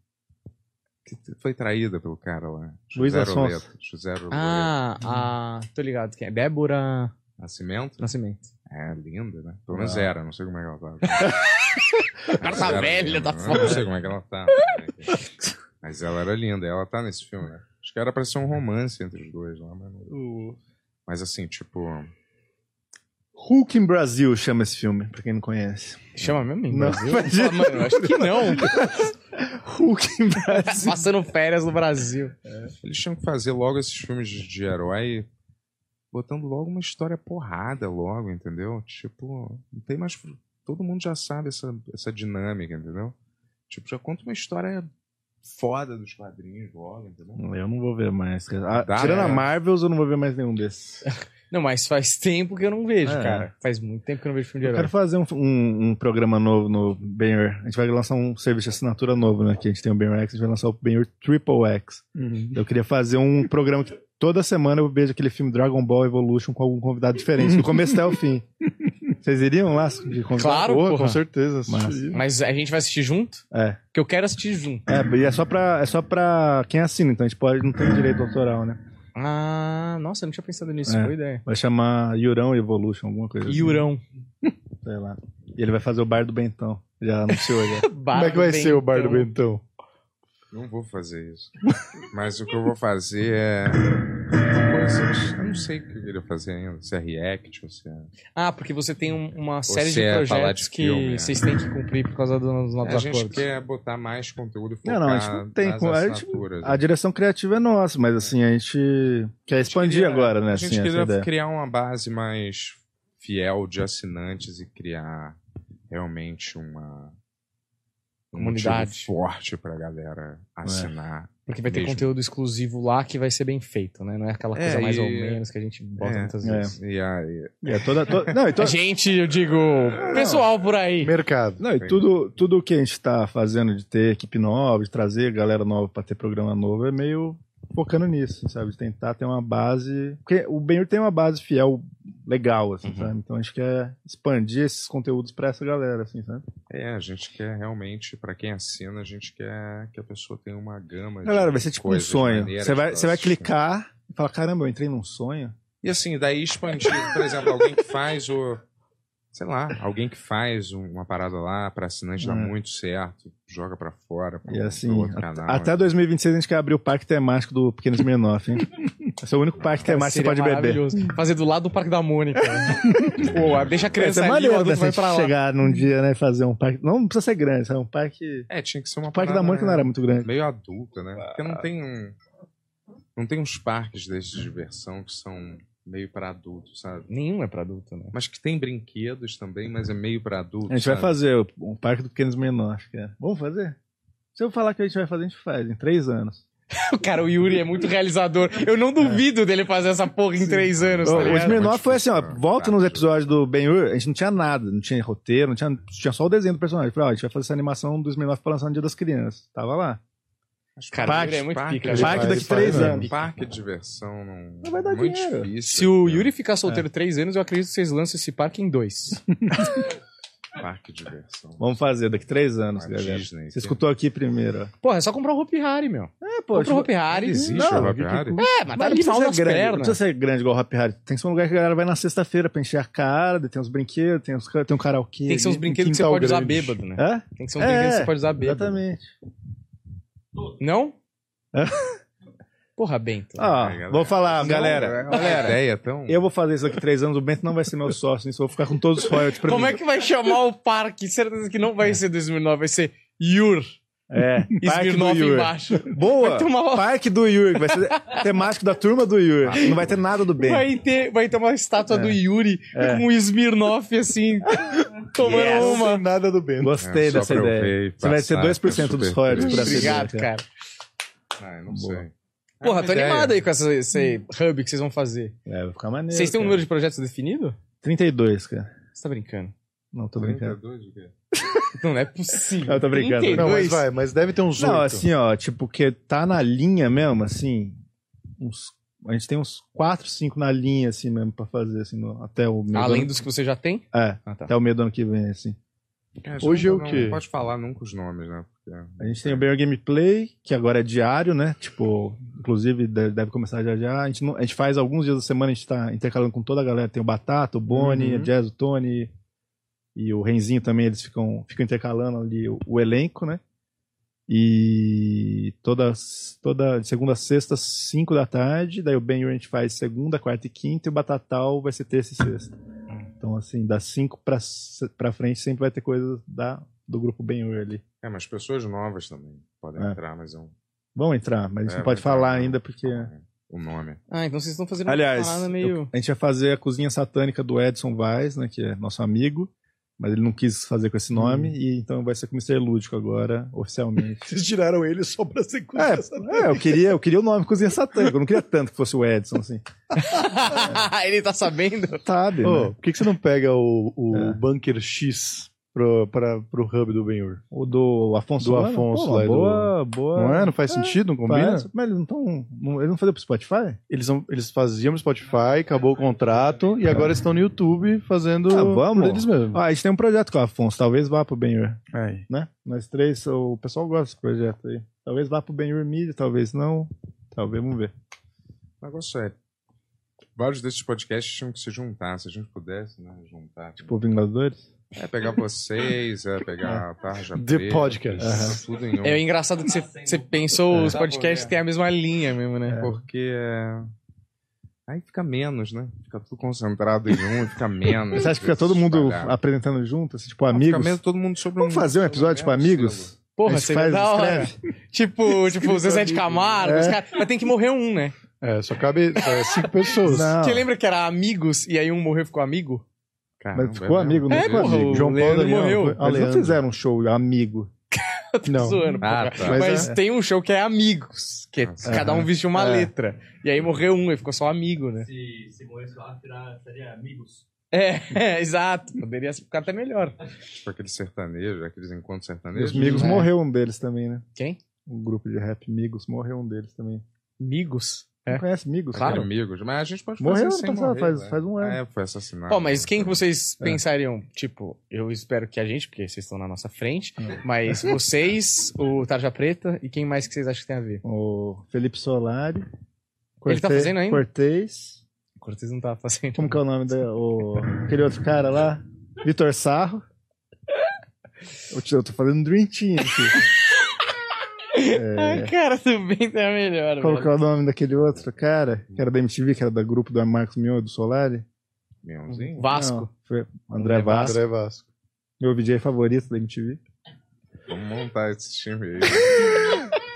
Speaker 3: Que t- foi traída pelo cara lá.
Speaker 4: Luiz
Speaker 3: José
Speaker 4: Assunção.
Speaker 3: Roleto. José Roleto.
Speaker 1: Ah, ah, tô ligado. Quem é? Débora
Speaker 3: Nascimento?
Speaker 1: Nascimento.
Speaker 3: É, linda, né? Pelo menos
Speaker 4: Ah.
Speaker 3: era, não sei como é que ela tá. O
Speaker 1: cara tá velho, tá
Speaker 3: foda. Não
Speaker 1: foda.
Speaker 3: sei como é que ela tá. Mas ela era linda, ela tá nesse filme, né? Acho que era pra ser um romance entre os dois lá, mas, não- é
Speaker 4: O
Speaker 3: mas assim, tipo.
Speaker 4: Hulk em Brasil chama esse filme, pra quem não conhece.
Speaker 1: Chama mesmo em
Speaker 4: Não,
Speaker 1: Brasil?
Speaker 4: mas-
Speaker 1: Ah, mano, eu acho que não.
Speaker 4: Hulk em Brasil.
Speaker 1: Passando férias no Brasil.
Speaker 3: Eles tinham que fazer logo esses filmes de, de herói, botando logo uma história porrada, logo, entendeu? Tipo, não tem mais. Todo mundo já sabe essa, essa dinâmica, entendeu? Tipo, já conta uma história foda dos quadrinhos logo, entendeu?
Speaker 4: Eu não vou ver mais. cara. Ah,
Speaker 3: Dá,
Speaker 4: tirando
Speaker 3: né?
Speaker 4: a Marvels, eu não vou ver mais nenhum desses.
Speaker 1: Não, mas faz tempo que eu não vejo,
Speaker 4: É.
Speaker 1: cara. Faz muito tempo que eu não vejo filme de
Speaker 4: Eu
Speaker 1: herói.
Speaker 4: quero fazer um, um- um programa novo no Benhur. A gente vai lançar um serviço de assinatura novo, né? Que a gente tem o Benhur X, a gente vai lançar o Benhur Triple X. Eu queria fazer um programa que toda semana eu vejo aquele filme Dragon Ball Evolution com algum convidado diferente, do começo até o fim. Vocês iriam lá? de convidado?
Speaker 1: Claro,
Speaker 4: Boa,
Speaker 1: porra.
Speaker 4: com
Speaker 2: Com
Speaker 4: certeza.
Speaker 2: certeza.
Speaker 4: Mas-
Speaker 2: assisti.
Speaker 1: Mas a gente vai assistir junto?
Speaker 4: É.
Speaker 1: Que eu quero assistir junto.
Speaker 4: É, e é só, pra, é só pra quem assina, então a gente pode, não tem direito autoral, né?
Speaker 1: Ah, nossa, eu não tinha pensado nisso.
Speaker 4: É.
Speaker 1: Boa ideia.
Speaker 4: Vai chamar Yurão Evolution, alguma coisa assim.
Speaker 1: Yurão.
Speaker 4: Sei lá. E ele vai fazer o bar do Bentão. Já anunciou, já.
Speaker 2: Como é que vai ser o bar do Bentão?
Speaker 3: Não vou fazer isso. Mas o que eu vou fazer é. Coisas. Eu não sei o que eu queria fazer ainda. Se é react ou se é.
Speaker 1: Ah, porque você tem um- uma série
Speaker 3: Você
Speaker 1: de
Speaker 3: é falar
Speaker 1: projetos
Speaker 3: de
Speaker 1: que
Speaker 3: filme, é.
Speaker 1: vocês têm que cumprir por causa dos novos
Speaker 3: a gente
Speaker 1: acordos.
Speaker 3: quer botar mais conteúdo
Speaker 4: Não,
Speaker 3: focado
Speaker 4: não, a gente não tem
Speaker 3: nas
Speaker 4: com- a gente-
Speaker 3: assinaturas, né?
Speaker 4: A direção criativa é nossa, mas assim, a gente quer expandir
Speaker 3: queria-
Speaker 4: agora, né?
Speaker 3: A gente
Speaker 4: assim, essa
Speaker 3: queria
Speaker 4: ideia.
Speaker 3: criar uma base mais fiel de assinantes e criar realmente uma um
Speaker 1: Comunidade.
Speaker 3: motivo forte pra galera assinar.
Speaker 1: Porque vai ter
Speaker 3: Mesmo.
Speaker 1: conteúdo exclusivo lá que vai ser bem feito, né? Não é aquela
Speaker 3: É,
Speaker 1: coisa mais ou
Speaker 3: e-
Speaker 1: menos que a gente bota
Speaker 3: É,
Speaker 1: muitas
Speaker 4: é.
Speaker 1: vezes.
Speaker 3: E aí,
Speaker 4: E é toda, to- não, e, to-
Speaker 1: A gente, eu digo, pessoal por aí.
Speaker 2: Mercado.
Speaker 4: não, e tudo, tudo que a gente tá fazendo de ter equipe nova, de trazer galera nova pra ter programa novo, é meio focando nisso, sabe? De tentar ter uma base. Porque o Benhur tem uma base fiel legal, assim,
Speaker 3: Uhum.
Speaker 4: sabe? Então a gente quer expandir esses conteúdos pra essa galera, assim, sabe?
Speaker 3: é, a gente quer realmente, pra quem assina, a gente quer que a pessoa tenha uma gama de
Speaker 4: Galera, vai ser tipo um
Speaker 3: coisas,
Speaker 4: sonho.
Speaker 3: maneiras
Speaker 4: Você vai,
Speaker 3: pra
Speaker 4: você vai
Speaker 3: assistir.
Speaker 4: clicar e falar: caramba, eu entrei num sonho.
Speaker 3: E assim, daí expandir, por exemplo, alguém que faz o. Sei lá, alguém que faz um- uma parada lá pra assinante dá
Speaker 4: É.
Speaker 3: muito certo, joga pra fora, pra
Speaker 4: E
Speaker 3: um-
Speaker 4: assim,
Speaker 3: pra outro canal.
Speaker 4: Até 2026 a gente quer abrir o parque temático do Pequenos Menoff, hein? Esse é o único parque temático que
Speaker 1: Seria
Speaker 4: você pode beber.
Speaker 1: maravilhoso. Fazer do lado do Parque da Mônica. Pô, deixa a
Speaker 4: Essa
Speaker 1: criança
Speaker 4: é
Speaker 1: ali, o
Speaker 4: maneiro né,
Speaker 1: adulto
Speaker 4: se a
Speaker 1: vai
Speaker 4: gente
Speaker 1: pra lá.
Speaker 4: chegar num dia, né, fazer um parque. Não precisa ser grande, sabe? Um parque.
Speaker 3: É, tinha que ser uma
Speaker 4: O parque da
Speaker 3: parada,
Speaker 4: Mônica não era muito grande.
Speaker 3: meio adulta, né? Porque
Speaker 1: Ah.
Speaker 3: não tem um. Não tem uns parques desses de diversão que são meio pra adulto, sabe?
Speaker 1: Nenhum é pra adulto, né?
Speaker 3: Mas que tem brinquedos também, mas é meio pra adulto.
Speaker 4: A gente vai
Speaker 3: sabe?
Speaker 4: fazer o- um parque do Pequenos Menoff, cara. Vamos fazer? Se eu falar que a gente vai fazer, a gente faz, em três anos.
Speaker 1: Cara, o Yuri é muito realizador. Eu não duvido dele fazer essa porra em três anos, tá
Speaker 4: Ô, o
Speaker 1: ligado?
Speaker 4: Smirnoff
Speaker 3: Muito
Speaker 4: foi assim, ó.
Speaker 3: difícil,
Speaker 4: Volta
Speaker 3: cara.
Speaker 4: nos episódios do Ben-Hur, a gente não tinha nada, não tinha roteiro, não tinha, tinha só o desenho do personagem. Eu Falei, ó, a gente vai fazer essa animação do Smirnoff pra lançar no Dia das Crianças. Tava lá.
Speaker 1: Cara, o Yuri é
Speaker 4: Parque-
Speaker 1: muito
Speaker 3: parque-
Speaker 1: pica.
Speaker 2: Ele
Speaker 1: velho.
Speaker 4: Parque
Speaker 2: faz-
Speaker 4: daqui
Speaker 2: ele
Speaker 4: três
Speaker 2: faz, né?
Speaker 4: anos.
Speaker 3: Parque de diversão não.
Speaker 4: Não vai dar
Speaker 3: muito
Speaker 4: dinheiro.
Speaker 3: difícil.
Speaker 1: Se o
Speaker 3: cara.
Speaker 1: Yuri ficar solteiro três anos, eu acredito que vocês lançam esse parque em dois.
Speaker 3: Parque de diversão.
Speaker 4: Vamos fazer daqui três anos,
Speaker 3: A
Speaker 4: galera.
Speaker 3: Disney,
Speaker 4: Você
Speaker 3: que-
Speaker 4: escutou aqui primeiro, ó.
Speaker 1: Porra, é só comprar o Hopi Hari, meu.
Speaker 4: É, pô.
Speaker 1: Compra o Hopi Hari.
Speaker 3: Existe
Speaker 4: Não,
Speaker 3: o Hopi Hari?
Speaker 1: É, mas tá
Speaker 4: não
Speaker 1: ali
Speaker 4: precisa
Speaker 1: mal
Speaker 4: ser
Speaker 1: nas
Speaker 4: grande, Não
Speaker 1: pernas.
Speaker 4: precisa ser grande igual o Happy Hari. Tem que ser um lugar que a galera vai na sexta-feira pra encher a cara, daí tem uns brinquedos, tem, uns, tem um karaokê.
Speaker 1: Tem que ser uns
Speaker 4: ali,
Speaker 1: brinquedos que você
Speaker 4: quintal
Speaker 1: pode usar
Speaker 4: grande.
Speaker 1: bêbado, né?
Speaker 4: Hã?
Speaker 1: Tem que ser uns
Speaker 4: É,
Speaker 1: brinquedos que você pode usar bêbado.
Speaker 4: Exatamente.
Speaker 1: Não?
Speaker 4: É. Ah,
Speaker 1: Porra, Bento.
Speaker 4: Ó,
Speaker 3: É, galera.
Speaker 4: vou falar,
Speaker 3: Não,
Speaker 4: galera.
Speaker 3: é uma ideia tão.
Speaker 4: Eu vou fazer isso daqui três anos, o Bento não vai ser meu sócio, nisso eu vou ficar com todos os royalties pra
Speaker 1: Como
Speaker 4: mim.
Speaker 1: é que vai chamar o parque? Certeza que não vai ser 2009, vai ser Yur.
Speaker 4: É, Parque do
Speaker 1: Smirnoff
Speaker 4: Yur.
Speaker 1: embaixo.
Speaker 4: Boa!
Speaker 1: Vai um tomar uma-
Speaker 4: Parque do Yur, que vai ser temático da turma do Yur.
Speaker 3: Ah,
Speaker 4: Não vai ter nada do Bento.
Speaker 1: Vai ter, vai ter uma estátua do Yuri
Speaker 4: É.
Speaker 1: com o Smirnoff assim, Tomando uma.
Speaker 2: Sem um, nada do Bento.
Speaker 4: Gostei
Speaker 3: É, só
Speaker 4: dessa
Speaker 3: pra eu
Speaker 4: ideia.
Speaker 3: ver e
Speaker 4: Você vai ter
Speaker 3: passar,
Speaker 4: 2%
Speaker 3: fica
Speaker 4: dos
Speaker 3: super
Speaker 4: royalties
Speaker 3: feliz.
Speaker 4: pra CD,
Speaker 1: Obrigado, cara.
Speaker 3: Ah, eu não
Speaker 4: Boa.
Speaker 3: sei.
Speaker 1: Porra,
Speaker 3: É
Speaker 1: tô
Speaker 3: uma ideia. Hum.
Speaker 1: animado aí com essa, esse hub que vocês vão fazer.
Speaker 4: É, vai ficar maneiro.
Speaker 1: Vocês têm um
Speaker 4: cara.
Speaker 1: número de projetos definido?
Speaker 4: 32, cara.
Speaker 1: Você tá brincando?
Speaker 4: Não, tô brincando.
Speaker 3: 32 de quê?
Speaker 1: Não é possível.
Speaker 4: Eu tô brincando.
Speaker 1: 32?
Speaker 2: Não, mas vai, mas deve ter uns
Speaker 4: Não,
Speaker 2: oito.
Speaker 4: assim, ó, tipo, que tá na linha mesmo, assim, uns... A gente tem uns 4, 5 na linha, assim, mesmo, pra fazer, assim, no- até o meio
Speaker 1: Além
Speaker 4: do...
Speaker 1: dos que você já tem?
Speaker 4: ano- É,
Speaker 1: Ah, tá.
Speaker 4: até o meio do ano que vem, assim.
Speaker 3: É,
Speaker 2: Hoje é
Speaker 3: não-
Speaker 2: o quê?
Speaker 3: Não pode falar nunca os nomes, né? Porque-
Speaker 4: A gente tem o Bear Gameplay, que agora é diário, né? Tipo, inclusive de- deve começar já já. A gente, não- a gente faz alguns dias da semana, a gente tá intercalando com toda a galera. Tem o Batata, o Boni,
Speaker 2: Uhum.
Speaker 4: o Jazz, o Tony e o Renzinho também. Eles ficam, ficam intercalando ali o, o elenco, né? E todas, toda de segunda a sexta, 5 da tarde. Daí o Ben a gente faz segunda, quarta e quinta. E o Batatal vai ser terça e sexta. Então, assim, das 5 pra, se- pra frente sempre vai ter coisa da, do grupo Ben ali.
Speaker 3: É, mas pessoas novas também podem
Speaker 4: É.
Speaker 3: entrar, mas é um.
Speaker 4: Vão entrar, mas a gente
Speaker 3: É,
Speaker 4: não pode
Speaker 3: vai entrar,
Speaker 4: falar
Speaker 3: não.
Speaker 4: ainda porque.
Speaker 3: né, O nome.
Speaker 1: Ah, então vocês estão fazendo
Speaker 4: Aliás,
Speaker 1: uma parada
Speaker 4: eu-
Speaker 1: meio.
Speaker 4: a gente vai fazer a cozinha satânica do Edson Vaz, né? Que é nosso amigo, mas ele não quis fazer com esse nome, e então vai ser com o Mr. Lúdico agora, oficialmente.
Speaker 2: Vocês tiraram ele só pra ser
Speaker 4: é,
Speaker 2: cozinha satânica.
Speaker 4: é, eu queria, eu queria o nome cozinha satânica, eu não queria tanto que fosse o Edson, assim.
Speaker 1: Ele tá sabendo?
Speaker 4: Sabe?
Speaker 2: Ô,
Speaker 4: né?
Speaker 2: por que, que você não pega o, o
Speaker 4: É.
Speaker 2: Bunker X pro, pra, pro hub do Benhur?
Speaker 4: O do Afonso
Speaker 2: Do
Speaker 4: Solano?
Speaker 2: Afonso lá
Speaker 4: Pô, uma
Speaker 2: e do-
Speaker 4: boa, boa.
Speaker 2: Não é? Não faz sentido? Não combina?
Speaker 4: Faz, mas eles não estão. Eles não faziam pro Spotify?
Speaker 2: Eles, são- eles faziam no Spotify, acabou o contrato e agora estão no YouTube fazendo
Speaker 4: É. Ah, vamos.
Speaker 2: por eles mesmos.
Speaker 4: Ó, a gente tem um projeto com o Afonso, talvez vá pro Benhur. né? Nós três, o pessoal gosta desse projeto aí. Talvez vá pro Ben Media, talvez não. Talvez, vamos ver.
Speaker 3: O negócio é. Vários desses podcasts tinham que se juntar, se a gente pudesse, né? Juntar.
Speaker 4: Tipo, Vingadores.
Speaker 3: É pegar vocês, é pegar a Tarja
Speaker 2: The
Speaker 3: Preta,
Speaker 2: Podcast.
Speaker 3: é Tudo em um.
Speaker 1: É engraçado que você, você pensou os podcasts têm a mesma linha mesmo, né?
Speaker 3: Porque é... Aí fica menos, né? Fica tudo concentrado em um e fica menos.
Speaker 4: Você acha que fica todo mundo
Speaker 3: espalhado.
Speaker 4: apresentando junto, assim, tipo,
Speaker 3: Fica É,
Speaker 4: amigos?
Speaker 3: menos todo mundo sobre
Speaker 4: Vamos fazer um
Speaker 3: sobre
Speaker 4: episódio, tipo,
Speaker 3: mesmo
Speaker 4: amigos?
Speaker 3: selo.
Speaker 4: A
Speaker 1: Porra,
Speaker 4: gente
Speaker 1: seria
Speaker 4: faz,
Speaker 1: da hora.
Speaker 4: escreve.
Speaker 1: Tipo, tipo, o Zezé de
Speaker 2: Escrito
Speaker 1: Camargo,
Speaker 4: ali.
Speaker 1: os
Speaker 4: É.
Speaker 1: caras. Mas tem que morrer um, né?
Speaker 2: É, só cabe é, cinco pessoas.
Speaker 4: Não.
Speaker 1: Você lembra que era amigos e aí um morreu e ficou amigo?
Speaker 3: Caramba,
Speaker 4: Mas ficou
Speaker 3: é
Speaker 4: amigo, não
Speaker 1: É,
Speaker 4: ficou
Speaker 1: porra,
Speaker 4: amigo.
Speaker 1: o Leandro morreu.
Speaker 4: foi-
Speaker 2: Ah,
Speaker 4: Eles não
Speaker 2: Leandro.
Speaker 4: fizeram um show amigo.
Speaker 2: Não.
Speaker 1: Zoando, porra.
Speaker 3: Ah, tá.
Speaker 1: Mas,
Speaker 2: Mas
Speaker 1: tem um show que é amigos, que é-
Speaker 3: Nossa.
Speaker 1: cada um vestiu uma
Speaker 4: É.
Speaker 1: letra. E aí morreu um e ficou só amigo, né?
Speaker 5: Se, se morresse lá, será- seria amigos.
Speaker 1: É, exato. Poderia ficar até melhor.
Speaker 3: Tipo aquele sertanejo, aqueles encontros
Speaker 4: E
Speaker 3: sertanejos.
Speaker 4: os amigos
Speaker 1: É.
Speaker 4: morreu um deles também, né?
Speaker 1: Quem?
Speaker 4: Um grupo de rap Migos morreu um deles também.
Speaker 1: Amigos? É.
Speaker 4: Não conhece Migos?
Speaker 3: Aquele
Speaker 1: Claro.
Speaker 3: amigos. Mas a gente pode
Speaker 4: Morreu
Speaker 3: fazer
Speaker 4: ano
Speaker 3: sem
Speaker 4: passado,
Speaker 3: morrer,
Speaker 4: tá faz-
Speaker 3: né?
Speaker 4: faz um ano.
Speaker 3: É, foi assassinado.
Speaker 1: Pô, mas quem que vocês
Speaker 4: É.
Speaker 1: pensariam? Tipo, eu espero que a gente, porque vocês estão na nossa frente,
Speaker 4: É.
Speaker 1: mas vocês, o Tarja Preta e quem mais que vocês acham que tem a ver?
Speaker 4: O Felipe Solari.
Speaker 1: Ele tá
Speaker 4: Cortez-
Speaker 1: fazendo ainda?
Speaker 4: Cortez.
Speaker 1: Cortez não tava fazendo.
Speaker 4: Como que é o nome da, o- aquele outro cara lá? Vitor Sarro. Eu, te- eu tô fazendo um Dream Team aqui. É,
Speaker 1: Ah, cara, também tá melhor,
Speaker 4: qual que
Speaker 1: velho.
Speaker 4: é o nome daquele outro cara? Que era da MTV, que era da grupo do Marcos Mion e do Solari?
Speaker 3: Mionzinho?
Speaker 1: Vasco.
Speaker 4: é Não, foi André É Vasco,
Speaker 2: André É Vasco.
Speaker 4: meu VJ favorito da MTV.
Speaker 3: Vamos montar esse time aí.